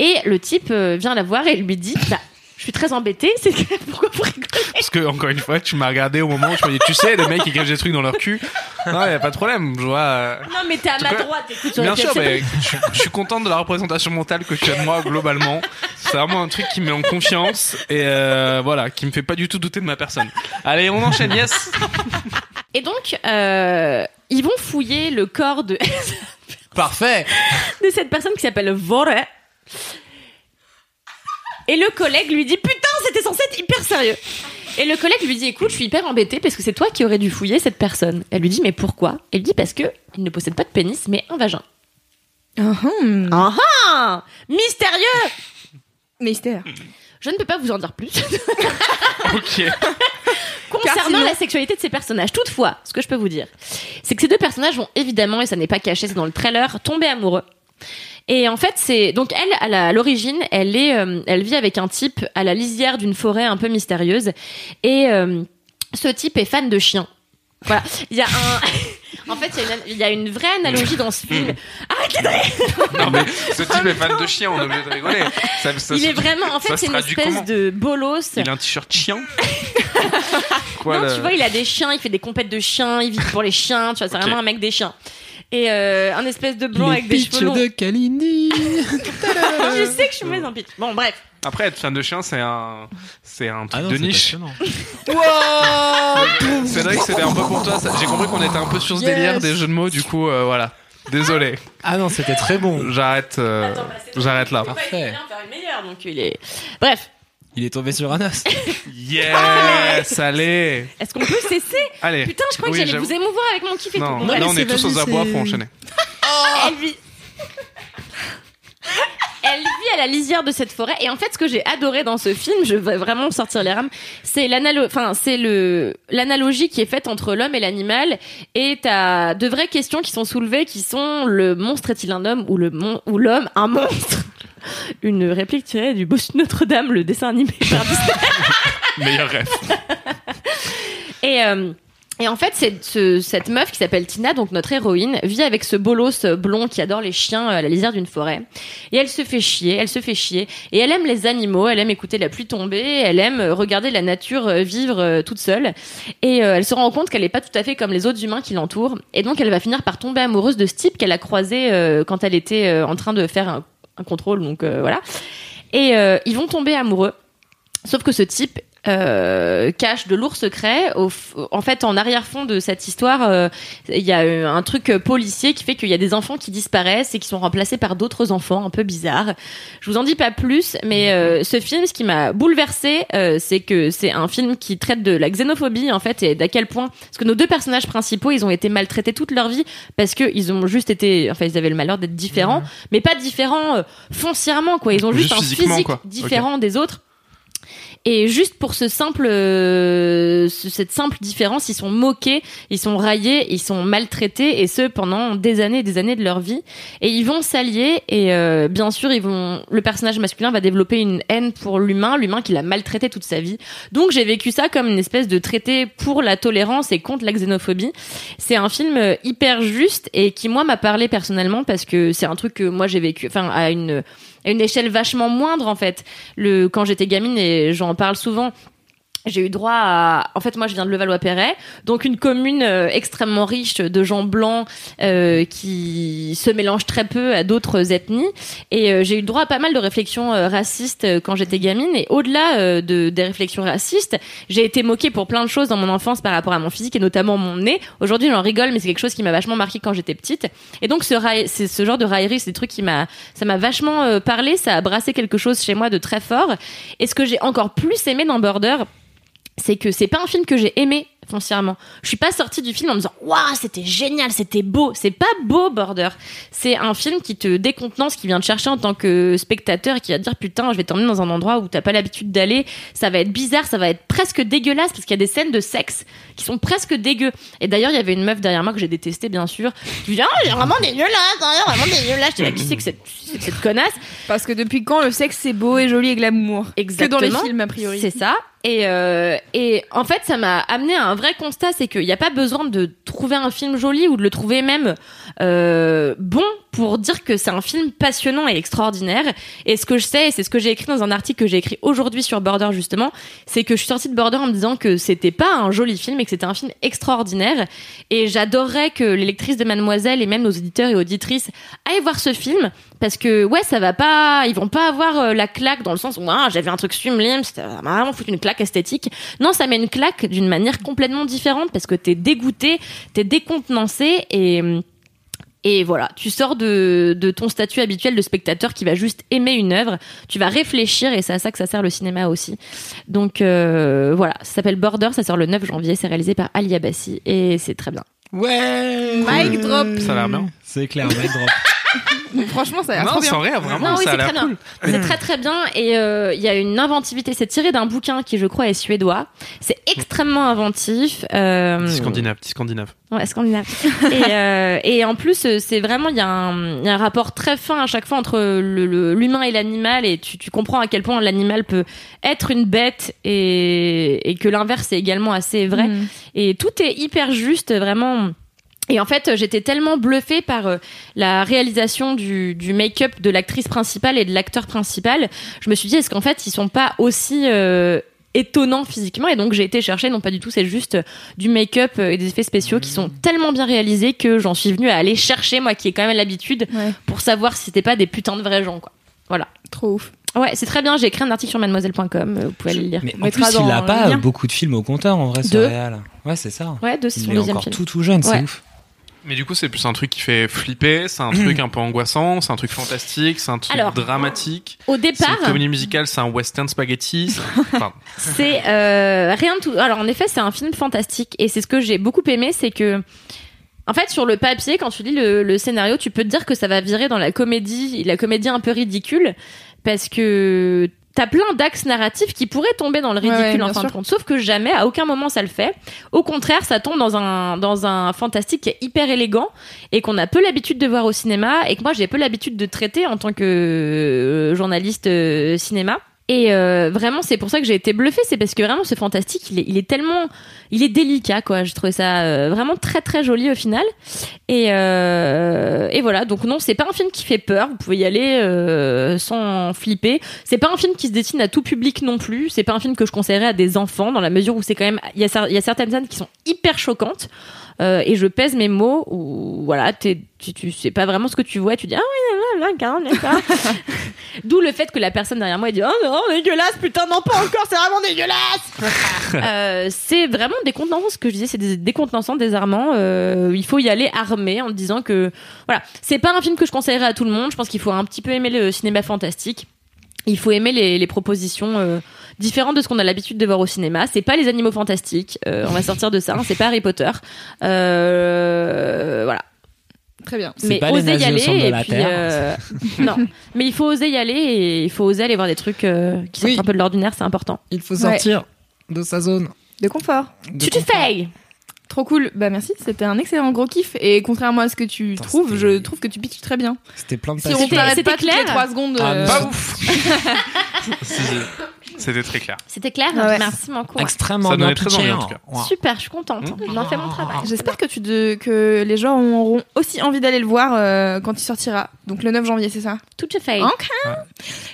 S3: Et le type euh, vient la voir et lui dit, bah, Je suis très embêtée. C'est que- pourquoi vous rigolez
S2: Parce que, encore une fois, tu m'as regardé au moment où je me dis, tu sais, les mecs, ils cachent des trucs dans leur cul. Non, y a pas de problème. Je vois. euh,
S3: Non, mais t'es à ma droite. Écoute, sur
S2: Bien
S3: laquelle
S2: sûr,
S3: c'est
S2: mais je, je suis contente de la représentation mentale que tu as de moi globalement. C'est vraiment un truc qui me met en confiance et euh, voilà, qui me fait pas du tout douter de ma personne. Allez, on enchaîne, yes.
S3: Et donc, euh, ils vont fouiller le corps de,
S4: Parfait.
S3: de cette personne qui s'appelle Vore. Et le collègue lui dit Putain, c'était censé être hyper sérieux. Et le collègue lui dit Écoute, je suis hyper embêtée parce que c'est toi qui aurais dû fouiller cette personne. Elle lui dit Mais pourquoi Elle dit Parce que il ne possède pas de pénis, mais un vagin.
S1: Mm.
S3: Ah ah Mystérieux
S1: Mystère.
S3: Je ne peux pas vous en dire plus
S2: Ok.
S1: Car
S3: concernant
S1: sinon-
S3: la sexualité de ces personnages. Toutefois, ce que je peux vous dire, c'est que ces deux personnages vont évidemment, et ça n'est pas caché, c'est dans le trailer, tomber amoureux. Et en fait, c'est donc elle à la- à l'origine, elle est, euh, elle vit avec un type à la lisière d'une forêt un peu mystérieuse, et euh, ce type est fan de chiens. Voilà, il y a un, en fait, il y a une- il y, a une vraie analogie dans ce film. Arrêtez de rire
S2: Non mais ce type est fan de chien, on est obligé de rigoler. Ça- ça-
S3: Il est vraiment,
S2: ça
S3: en fait,
S2: se
S3: c'est une
S2: traduit comment
S3: espèce de bolos.
S2: Il a un t-shirt chien. Quoi,
S3: non,
S2: le-
S3: tu vois, il a des chiens, il fait des compètes de chiens, il vit pour les chiens, tu vois, c'est
S2: euh. Ok.
S3: vraiment un mec des chiens. Et euh, un espèce de blanc avec des cheveux longs.
S4: Kalini.
S3: Je sais que je suis mauvaise en pitch. Bon, bref.
S2: Après, être fan de chien, c'est un, c'est un truc
S4: Ah non,
S2: de
S4: c'est
S2: niche.
S4: passionnant.
S2: C'est vrai que c'était un peu pour toi. ça- J'ai compris qu'on était un peu sur ce
S4: Yes.
S2: délire des jeux de mots, du coup, euh, voilà. Désolé,
S4: Ah non, c'était très bon.
S2: j'arrête, euh,
S3: bah,
S2: j'arrête là.
S4: Parfait.
S3: Donc il est. Bref,
S4: Il est tombé sur un os.
S2: Yes, allez,
S3: est-ce qu'on peut cesser
S2: allez.
S3: Putain, je crois
S2: Oui,
S3: que j'allais
S2: j'avoue.
S3: vous émouvoir avec mon kiff et tout.
S2: Non,
S3: Bon, bref.
S2: là
S4: mais
S2: on est,
S4: c'est
S2: tous aux
S4: vas-y,
S2: abois
S4: c'est-
S2: pour enchaîner.
S3: Elle vit. Elle vit à la lisière de cette forêt et en fait ce que j'ai adoré dans ce film, je vais vraiment sortir les rames, c'est l'analo- enfin c'est le l'analogie qui est faite entre l'homme et l'animal et t'as de vraies questions qui sont soulevées qui sont le monstre est-il un homme ou le mon- ou l'homme un monstre Une réplique tirée du Bossu de Notre-Dame, le dessin animé par Disney.
S2: Meilleur rêve.
S3: Et, euh, et en fait, c'est ce- cette meuf qui s'appelle Tina, donc notre héroïne, vit avec ce bolos blond qui adore les chiens euh, à la lisière d'une forêt. Et elle se fait chier, elle se fait chier. Et elle aime les animaux, elle aime écouter la pluie tomber, elle aime regarder la nature euh, vivre euh, toute seule. Et euh, elle se rend compte qu'elle n'est pas tout à fait comme les autres humains qui l'entourent. Et donc, elle va finir par tomber amoureuse de ce type qu'elle a croisé euh, quand elle était euh, en train de faire un, un contrôle. Donc euh, voilà. Et euh, ils vont tomber amoureux. Sauf que ce type euh, cache de lourds secrets. Au f- en fait, en arrière-fond de cette histoire, euh, il y a euh, un truc euh, policier qui fait qu'il y a des enfants qui disparaissent et qui sont remplacés par d'autres enfants un peu bizarres. Je vous en dis pas plus, mais euh, ce film, ce qui m'a bouleversé, c'est que c'est un film qui traite de la xénophobie en fait et d'à quel point, parce que nos deux personnages principaux, ils ont été maltraités toute leur vie parce que ils ont juste été, enfin, ils avaient le malheur d'être différents, mais pas différents euh, foncièrement quoi. Ils ont juste,
S2: Juste
S3: un
S2: physiquement,
S3: physique
S2: quoi. Ok.
S3: différent des autres. Et juste pour ce simple, euh, ce- cette simple différence, ils sont moqués, ils sont raillés, ils sont maltraités, et ce pendant des années et des années de leur vie. Et ils vont s'allier, et euh, bien sûr, ils vont. Le personnage masculin va développer une haine pour l'humain, l'humain qu'il a maltraité toute sa vie. Donc j'ai vécu ça comme une espèce de traité pour la tolérance et contre la xénophobie. C'est un film euh, hyper juste et qui moi m'a parlé personnellement parce que c'est un truc que moi j'ai vécu, enfin à une à une échelle vachement moindre en fait. Le quand j'étais gamine et j'en parle souvent. J'ai eu droit à. En fait, moi, je viens de Levallois-Perret, donc une commune euh, extrêmement riche de gens blancs euh, qui se mélangent très peu à d'autres ethnies. Et euh, j'ai eu droit à pas mal de réflexions euh, racistes euh, quand j'étais gamine. Et au-delà euh, de, des réflexions racistes, j'ai été moquée pour plein de choses dans mon enfance par rapport à mon physique et notamment mon nez. Aujourd'hui, j'en rigole, mais c'est quelque chose qui m'a vachement marqué quand j'étais petite. Et donc, ce, rail- c'est ce genre de raillerie, c'est des trucs qui m'a, ça m'a vachement euh, parlé, ça a brassé quelque chose chez moi de très fort. Et ce que j'ai encore plus aimé dans Border, c'est que c'est pas un film que j'ai aimé foncièrement. Je suis pas sortie du film en me disant waouh c'était génial, c'était beau. C'est pas beau Border. C'est un film qui te décontenance, qui vient te chercher en tant que spectateur, et qui va te dire putain je vais t'emmener dans un endroit où t'as pas l'habitude d'aller. Ça va être bizarre, ça va être presque dégueulasse parce qu'il y a des scènes de sexe qui sont presque dégueu. Et d'ailleurs il y avait une meuf derrière moi que j'ai détestée bien sûr. Qui me dit oh j'ai vraiment dégueulasse, hein, vraiment dégueulasse. J'étais là qui c'est que cette, c'est que cette connasse.
S1: Parce que depuis quand le sexe c'est beau et joli et glamour Que dans les films a priori.
S3: C'est ça. Et, euh, et en fait, ça m'a amené à un vrai constat, c'est qu'il n'y a pas besoin de trouver un film joli ou de le trouver même euh, bon pour dire que c'est un film passionnant et extraordinaire. Et ce que je sais, et c'est ce que j'ai écrit dans un article que j'ai écrit aujourd'hui sur Border justement, c'est que je suis sortie de Border en me disant que c'était pas un joli film et que c'était un film extraordinaire. Et j'adorerais que les lectrices de Mademoiselle et même nos auditeurs et auditrices aillent voir ce film parce que ouais, ça va pas, ils vont pas avoir euh, la claque dans le sens où ah, j'avais un truc sublime, c'était ça m'a vraiment foutu une claque esthétique. Non, ça met une claque d'une manière complètement différente parce que t'es dégoûté, t'es décontenancé et et voilà, tu sors de, de ton statut habituel de spectateur qui va juste aimer une œuvre. Tu vas réfléchir et c'est à ça que ça sert le cinéma aussi. Donc euh, voilà, ça s'appelle Border, ça sort le 9 janvier, c'est réalisé par Ali Abassi et c'est très bien.
S4: Ouais
S3: Hum.
S1: Mic drop.
S2: Ça a l'air bien.
S4: C'est clair, mic drop.
S1: Franchement, ça a l'air
S2: Non,
S1: trop bien.
S2: sans rire, vraiment,
S3: Non, oui,
S2: ça a
S3: Mm. c'est
S2: l'air
S3: très
S2: cool.
S3: bien. C'est très très bien et euh, il y a une inventivité. C'est tiré d'un bouquin qui, je crois, est suédois. C'est extrêmement inventif. Euh,
S2: Hmm. Petit scandinave, petit scandinave.
S3: Ouais, scandinave. et, euh, et en plus, euh, c'est vraiment il y, a un il y a un rapport très fin à chaque fois entre le- le- l'humain et l'animal et tu, tu comprends à quel point l'animal peut être une bête et, et que l'inverse est également assez vrai.
S1: Mm.
S3: Et tout est hyper juste, vraiment. Et en fait, j'étais tellement bluffée par euh, la réalisation du, du make-up de l'actrice principale et de l'acteur principal. Je me suis dit, est-ce qu'en fait, ils sont pas aussi euh, étonnants physiquement Et donc, j'ai été chercher, non pas du tout, c'est juste euh, du make-up euh, et des effets spéciaux qui
S4: Mmh.
S3: sont tellement bien réalisés que j'en suis venue à aller chercher, moi qui ai quand même l'habitude,
S1: Ouais,
S3: pour savoir si c'était pas des putains de vrais gens, quoi. Voilà.
S1: trop ouf.
S3: Ouais, c'est très bien. J'ai écrit un article sur mademoiselle.com, euh, vous pouvez aller le lire.
S4: Mais en
S1: mettra
S4: plus,
S1: dans
S4: il a
S1: le
S4: pas euh,
S1: lien.
S4: beaucoup de films au compteur en vrai, ce
S3: Deux.
S4: réal. Ouais, c'est ça.
S3: Ouais, de c'est son
S4: Il est
S3: deuxième
S4: encore
S3: film.
S4: tout tout jeune, c'est
S3: Ouais.
S4: ouf.
S2: Mais du coup, c'est plus un truc qui fait flipper, c'est un truc un peu angoissant, c'est un truc fantastique, c'est un truc
S3: Mm. Alors,
S2: dramatique.
S3: Au
S2: C'est
S3: départ.
S2: une comédie musicale, c'est un western spaghetti. c'est- Pardon.
S3: C'est euh, rien de tout. Alors en effet, c'est un film fantastique et c'est ce que j'ai beaucoup aimé, c'est que en fait sur le papier, quand tu lis le, le scénario, tu peux te dire que ça va virer dans la comédie, la comédie un peu ridicule, parce que t'as plein d'axes narratifs qui pourraient tomber dans le
S1: Ouais, ouais,
S3: ridicule en
S1: bien
S3: fin de
S1: sûr.
S3: compte. Sauf que jamais, à aucun moment, ça le fait. Au contraire, ça tombe dans un dans un fantastique qui est hyper élégant et qu'on a peu l'habitude de voir au cinéma et que moi j'ai peu l'habitude de traiter en tant que euh, journaliste euh, cinéma. Et euh, vraiment, c'est pour ça que j'ai été bluffée, c'est parce que vraiment ce fantastique, il est, il est tellement, il est délicat quoi. Je trouve ça euh, vraiment très très joli au final. Et, euh, et voilà, donc non, c'est pas un film qui fait peur. Vous pouvez y aller euh, sans flipper. C'est pas un film qui se destine à tout public non plus. C'est pas un film que je conseillerais à des enfants dans la mesure où c'est quand même il y a, cer- il y a certaines scènes qui sont hyper choquantes. Euh, et je pèse mes mots où voilà, t'es- tu, tu sais pas vraiment ce que tu vois. Tu dis ah oui, là, là, là, là, là, là. D'où le fait que la personne derrière moi ait dit oh non dégueulasse putain non pas encore c'est vraiment dégueulasse. Euh, c'est vraiment des contenances que je disais, c'est des décontenances désarmants. Euh, il faut y aller armé en te disant que voilà, c'est pas un film que je conseillerais à tout le monde. Je pense qu'il faut un petit peu aimer le cinéma fantastique. Il faut aimer les, les propositions euh, différentes de ce qu'on a l'habitude de voir au cinéma. C'est pas les animaux fantastiques. Euh, on va sortir de ça. hein. c'est pas Harry Potter. Euh, voilà.
S1: Très bien.
S4: C'est pas les
S3: oser y
S4: nazis au
S3: aller.
S4: centre de
S3: et
S4: la
S3: puis,
S4: Terre.
S3: euh, non. Mais il faut oser y aller et il faut oser aller voir des trucs euh, qui sortent
S4: Oui.
S3: un peu de l'ordinaire. C'est important.
S4: Il faut
S1: sortir
S4: de sa zone.
S1: De confort.
S3: Tu te fais.
S1: Trop cool. Bah merci, c'était un excellent gros kiff. Et contrairement à ce que tu
S4: Putain,
S1: trouves,
S4: c'était-
S1: je trouve que tu pitches très bien.
S4: C'était plein de
S1: Si on
S4: passion.
S1: t'arrête
S3: C'était
S1: pas toutes les
S3: clair
S1: 3 secondes.
S4: Ah,
S1: euh,
S4: non.
S2: Pas ouf C'était très clair.
S3: C'était clair.
S1: Ah ouais.
S3: Merci beaucoup.
S4: Extrêmement
S2: Ça donnait
S4: bien
S2: très
S4: pitché,
S2: envie, en
S4: hein.
S2: tout cas.
S4: Ouais.
S3: Super. Je suis contente.
S2: Mmh.
S3: J'en fais mon travail.
S4: Ah.
S1: J'espère que, tu de- que les gens auront aussi envie d'aller le voir euh, quand il sortira. Donc le 9 janvier, c'est ça
S4: Mmh.
S3: Tout te fait.
S1: Hein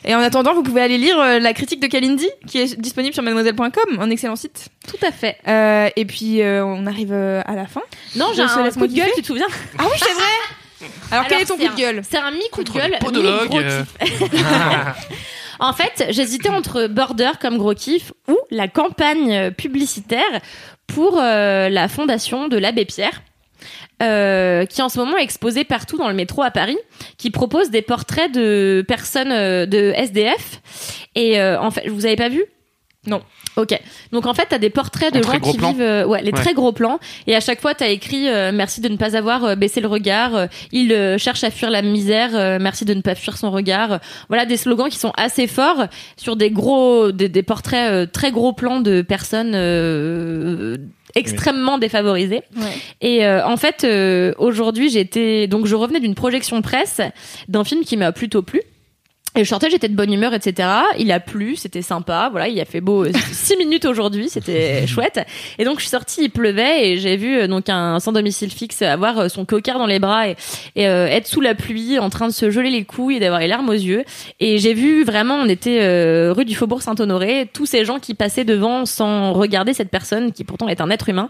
S1: Et en attendant, vous pouvez aller lire euh, la critique de Kalindi, qui est disponible sur mademoiselle.com, un excellent site.
S3: Tout à fait.
S1: Euh, et puis euh, on arrive euh, à la fin.
S3: Non, j'ai
S1: Je te
S3: un
S1: laisse
S3: coup de gueule,
S1: modifier.
S3: tu te souviens
S1: Ah oui, c'est vrai Alors, quel est ton
S3: c'est
S1: coup de
S3: un-
S1: gueule
S3: C'est un mi-coup de
S2: Contre le
S3: gueule.
S2: podologue,
S3: mi-gros
S2: euh.
S3: kiff. en fait, j'hésitais entre Border comme gros kiff ou la campagne publicitaire pour euh, la fondation de l'abbé Pierre. euh, qui en ce moment est exposée partout dans le métro à Paris, qui propose des portraits de personnes euh, de SDF. Et euh, en fait, vous avez pas vu Non. Ok. Donc en fait, t'as des portraits de
S2: En très
S3: gens
S2: gros
S3: qui
S2: plan.
S3: vivent, euh, ouais, les
S2: Ouais.
S3: très gros plans. Et à chaque fois, t'as écrit euh, merci de ne pas avoir euh, baissé le regard. euh, il euh, cherche à fuir la misère. euh, merci de ne pas fuir son regard. Euh, Voilà des slogans qui sont assez forts sur des gros, des, des portraits euh, très gros plans de personnes euh, extrêmement défavorisées. Et euh, en fait, euh, aujourd'hui, j'étais donc je revenais d'une projection presse d'un film qui m'a plutôt plu. Et je sortais, j'étais de bonne humeur, etc. Il a plu, c'était sympa. Voilà, il a fait beau 6 minutes aujourd'hui, c'était chouette. Et donc je suis sortie, il pleuvait et j'ai vu euh, donc un sans domicile fixe avoir euh, son cocard dans les bras et, et, euh, être sous la pluie, en train de se geler les couilles et d'avoir les larmes aux yeux. Et j'ai vu vraiment, on était euh, rue du Faubourg Saint-Honoré, tous ces gens qui passaient devant sans regarder cette personne qui pourtant est un être humain.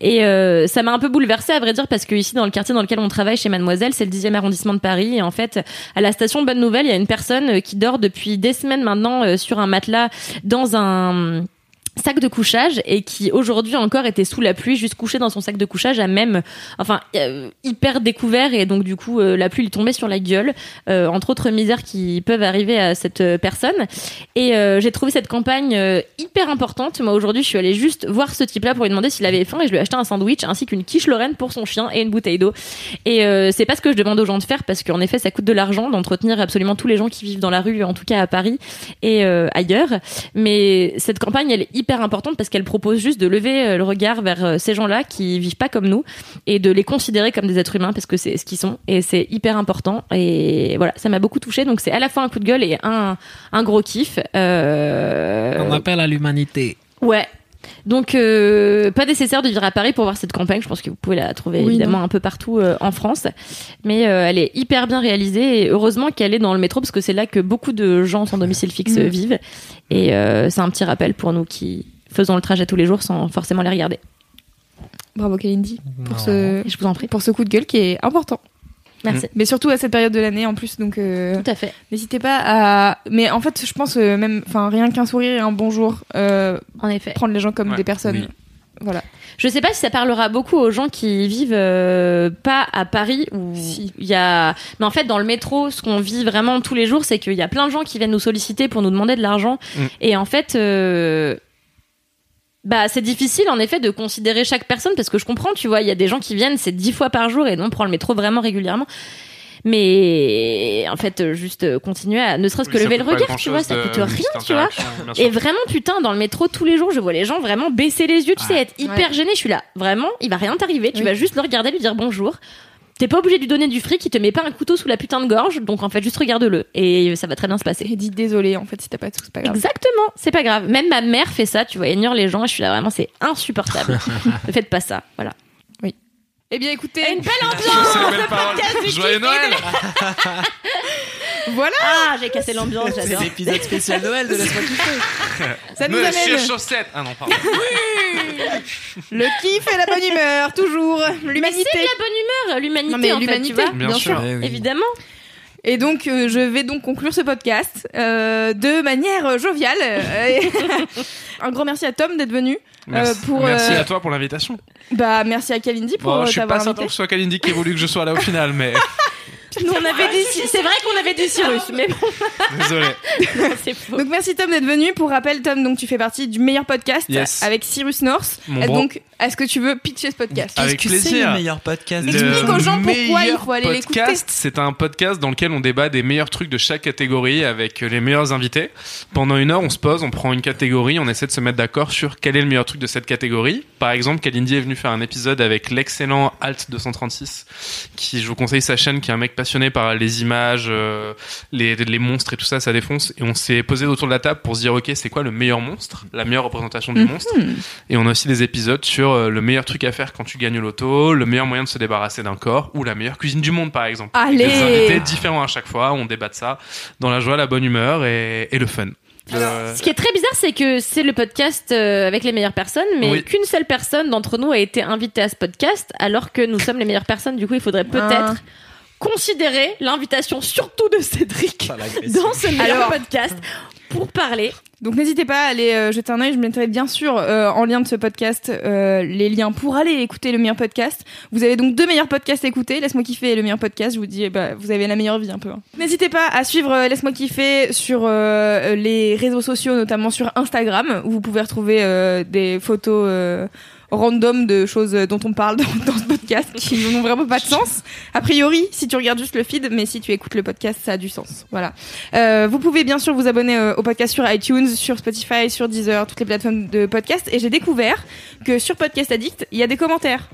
S3: Et euh, ça m'a un peu bouleversée à vrai dire parce que ici dans le quartier dans lequel on travaille chez Mademoiselle, c'est le 10e arrondissement de Paris et en fait à la station Bonne Nouvelle, il y a une personne euh, qui dort depuis des semaines maintenant euh, sur un matelas dans un sac de couchage et qui aujourd'hui encore était sous la pluie juste couché dans son sac de couchage à même enfin euh, hyper découvert et donc du coup euh, la pluie lui tombait sur la gueule euh, entre autres misères qui peuvent arriver à cette euh, personne et euh, j'ai trouvé cette campagne euh, hyper importante moi aujourd'hui je suis allée juste voir ce type là pour lui demander s'il avait faim et je lui ai acheté un sandwich ainsi qu'une quiche lorraine pour son chien et une bouteille d'eau et euh, c'est pas ce que je demande aux gens de faire parce qu'en effet ça coûte de l'argent d'entretenir absolument tous les gens qui vivent dans la rue en tout cas à Paris et euh, ailleurs mais cette campagne, elle est hyper importante parce qu'elle propose juste de lever euh, le regard vers euh, ces gens-là qui vivent pas comme nous et de les considérer comme des êtres humains parce que c'est ce qu'ils sont et c'est hyper important. Et voilà, ça m'a beaucoup touchée. Donc c'est à la fois un coup de gueule et un, un gros kiff. Euh,
S4: On appelle à l'humanité.
S3: Ouais. Donc euh, pas nécessaire de vivre à Paris pour voir cette campagne. Je pense que vous pouvez la trouver
S1: Oui,
S3: évidemment
S1: non.
S3: un peu partout euh, en France, mais euh, elle est hyper bien réalisée et heureusement qu'elle est dans le métro parce que c'est là que beaucoup de gens sans domicile fixe
S1: Mm.
S3: euh, vivent. Et euh, c'est un petit rappel pour nous qui faisons le trajet tous les jours sans forcément les regarder.
S1: Bravo Kalindi pour ce,
S3: Et je vous en prie.
S1: pour ce coup de gueule qui est important.
S3: Merci.
S1: Mais surtout à cette période de l'année en plus, donc euh,
S3: Tout à fait.
S1: n'hésitez pas à. Mais en fait, je pense euh, même, enfin rien qu'un sourire et un bonjour, euh,
S3: En effet.
S1: prendre les gens comme
S2: Ouais,
S1: des personnes.
S2: oui.
S1: Voilà.
S3: Je sais pas si ça parlera beaucoup aux gens qui vivent euh, pas à Paris ou
S1: Si.
S3: il y a mais en fait dans le métro ce qu'on vit vraiment tous les jours c'est qu'il y a plein de gens qui viennent nous solliciter pour nous demander de l'argent
S2: Mm.
S3: et en fait euh, Bah, c'est difficile en effet de considérer chaque personne parce que je comprends, tu vois, il y a des gens qui viennent c'est dix fois par jour et non prend le métro vraiment régulièrement. Mais en fait, euh, juste euh, continuer à ne serait-ce que lever le regard, tu vois, ça coûte rien, tu vois. Et vraiment, putain, dans le métro, tous les jours, je vois les gens vraiment baisser les yeux, tu sais, être hyper gênés. Je suis là, vraiment, il va rien t'arriver. Tu
S1: Oui.
S3: vas juste le regarder, lui dire bonjour. T'es pas obligé de lui donner du fric, il te met pas un couteau sous la putain de gorge. Donc, en fait, juste regarde-le. Et ça va très bien se passer.
S1: Et dites désolé en fait si t'as pas tout, c'est pas grave.
S3: Exactement, c'est pas grave. Même ma mère fait ça, tu vois, ignore les gens. Je suis là, vraiment, c'est insupportable. ne faites pas ça, voilà.
S1: Eh bien écoutez,
S3: Et une belle
S2: C'est
S3: ambiance
S2: la belle parole. Joyeux Noël
S1: voilà,
S3: Ah, j'ai cassé l'ambiance,
S4: C'est
S3: j'adore.
S4: l'épisode spécial Noël de Laisse-moi kiffer.
S1: ça nous
S2: Monsieur
S1: amène
S2: Chaussette Ah non, pardon.
S1: le kiff et la bonne humeur toujours,
S3: Mais c'est
S1: l'humanité.
S3: de la bonne humeur,
S1: Non,
S3: l'humanité,
S1: mais
S3: en fait, tu
S1: l'humanité,
S3: vois.
S2: Bien sûr.
S4: Eh oui.
S3: Évidemment.
S1: Et donc, euh, je vais donc conclure ce podcast euh, de manière euh, joviale. Euh, un grand merci à Tom d'être venu.
S2: Merci,
S1: pour,
S2: Merci
S1: euh,
S2: à toi pour l'invitation.
S1: Bah, merci à Kalindi pour
S2: Bon,
S1: euh,
S2: je suis pas
S1: t'avoir
S2: certain
S1: invité.
S2: que ce soit Kalindi qui ait voulu que je sois là au final, mais
S3: Nous, on avait dit, c'est vrai qu'on avait dit Cyrus, mais bon,
S2: désolé.
S3: c'est faux.
S1: Donc merci Tom d'être venu. Pour rappel, Tom, donc tu fais partie du meilleur podcast
S2: Yes.
S1: avec Cyrus North.
S2: Mon Ah,
S1: Et
S2: bro.
S1: donc, est-ce que tu veux pitcher ce podcast
S2: Avec
S4: Qu'est-ce que c'est
S2: plaisir.
S4: le meilleur podcast
S1: Explique
S2: Le
S1: aux gens pourquoi il faut aller
S2: meilleur
S1: l'écouter.
S2: podcast, C'est un podcast dans lequel on débat des meilleurs trucs de chaque catégorie avec euh, les meilleurs invités. Pendant une heure, on se pose, on prend une catégorie, on essaie de se mettre d'accord sur quel est le meilleur truc de cette catégorie. Par exemple, Kalindi est venu faire un épisode avec l'excellent Alt 236, qui, je vous conseille sa chaîne, qui est un mec passionné par les images, euh, les, les monstres et tout ça, ça défonce. Et on s'est posé autour de la table pour se dire, ok, c'est quoi le meilleur monstre, la meilleure représentation
S1: Mhm.
S2: du monstre. Et on a aussi des épisodes sur euh, le meilleur truc à faire quand tu gagnes au loto, le meilleur moyen de se débarrasser d'un corps ou la meilleure cuisine du monde, par exemple.
S1: Allez
S2: Des invités différents à chaque fois, on débat de ça dans la joie, la bonne humeur et, et le fun. Euh,
S3: Ce qui est très bizarre, c'est que c'est le podcast euh, avec les meilleures personnes, mais
S2: Oui.
S3: qu'une seule personne d'entre nous a été invitée à ce podcast, alors que nous sommes les meilleures personnes. Du coup, il faudrait
S1: Ah.
S3: peut-être considérer l'invitation, surtout de Cédric, dans ce meilleur
S1: Alors-
S3: podcast pour parler.
S1: Donc n'hésitez pas à aller euh, jeter un oeil, je mettrai bien sûr euh, en lien de ce podcast euh, les liens pour aller écouter le meilleur podcast. Vous avez donc deux meilleurs podcasts à écouter, Laisse-moi kiffer et le meilleur podcast, je vous dis, eh bah, vous avez la meilleure vie un peu. hein. N'hésitez pas à suivre euh, Laisse-moi kiffer sur euh, les réseaux sociaux, notamment sur Instagram, où vous pouvez retrouver euh, des photos euh, random de choses dont on parle dans, dans ce podcast qui n'ont vraiment pas de sens. A priori, si tu regardes juste le feed, mais si tu écoutes le podcast, ça a du sens. Voilà. Euh, vous pouvez bien sûr vous abonner euh, au podcast sur iTunes, sur Spotify, sur Deezer, toutes les plateformes de podcast. Et j'ai découvert que sur Podcast Addict, il y a des commentaires.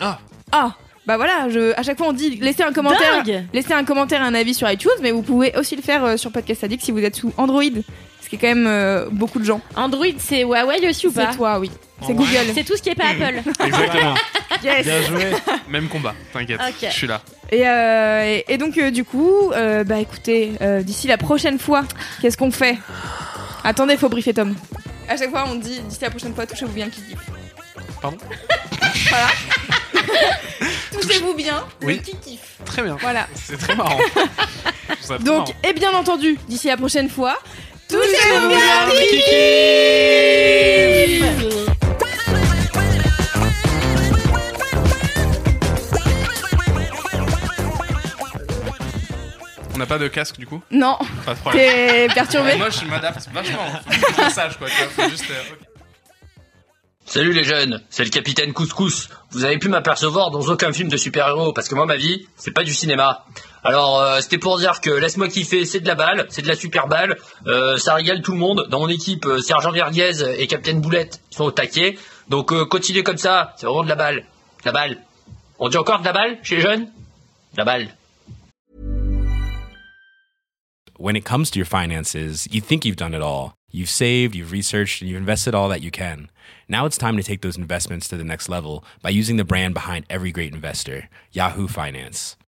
S4: Ah.
S1: Ah Bah voilà, je, à chaque fois on dit laissez un commentaire,
S3: Dingue
S1: laissez un commentaire, un avis sur iTunes, mais vous pouvez aussi le faire euh, sur Podcast Addict si vous êtes sous Android, ce qui est quand même euh, beaucoup de gens.
S3: Android, c'est Huawei aussi ou pas
S1: C'est toi, oui. C'est Google.
S3: C'est tout ce qui est pas Apple.
S2: Exactement.
S1: Yes.
S6: Bien joué.
S2: Même combat, t'inquiète.
S3: Ok.
S2: Je suis là.
S1: Et, euh, et- et donc euh, du coup, euh, bah écoutez, euh, d'ici la prochaine fois, qu'est-ce qu'on fait Attendez, faut briefer Tom. À chaque fois, on dit d'ici la prochaine fois, touchez-vous bien, qui dit.
S2: Pardon
S1: Voilà. touchez-vous bien,
S2: Oui.
S1: le qui kiffe.
S2: Très bien.
S1: Voilà.
S2: C'est très marrant. Je trouve ça très
S1: Donc,
S2: marrant.
S1: et bien entendu, d'ici la prochaine fois, touchez-vous bien, qui kiffe.
S2: On n'a pas de casque du coup
S1: Non,
S2: Pas de problème.
S1: t'es perturbé.
S2: Moi je m'adapte vachement. Faut juste que je sache, quoi. tu vois, faut juste, euh, ok.
S7: Salut les jeunes, c'est le capitaine Couscous. Vous avez pu m'apercevoir dans aucun film de super-héros, parce que moi ma vie, c'est pas du cinéma. Alors euh, c'était pour dire que laisse-moi kiffer, c'est de la balle, c'est de la super balle, euh, ça régale tout le monde. Dans mon équipe, euh, Sergent Verguez et Capitaine Boulette sont au taquet. Donc euh, continuez comme ça, c'est vraiment de la balle. De la balle. On dit encore de la balle chez les jeunes De la balle.
S6: When it comes to your finances, you think you've done it all. You've saved, you've researched, and you've invested all that you can. Now it's time to take those investments to the next level by using the brand behind every great investor, Yahoo Finance.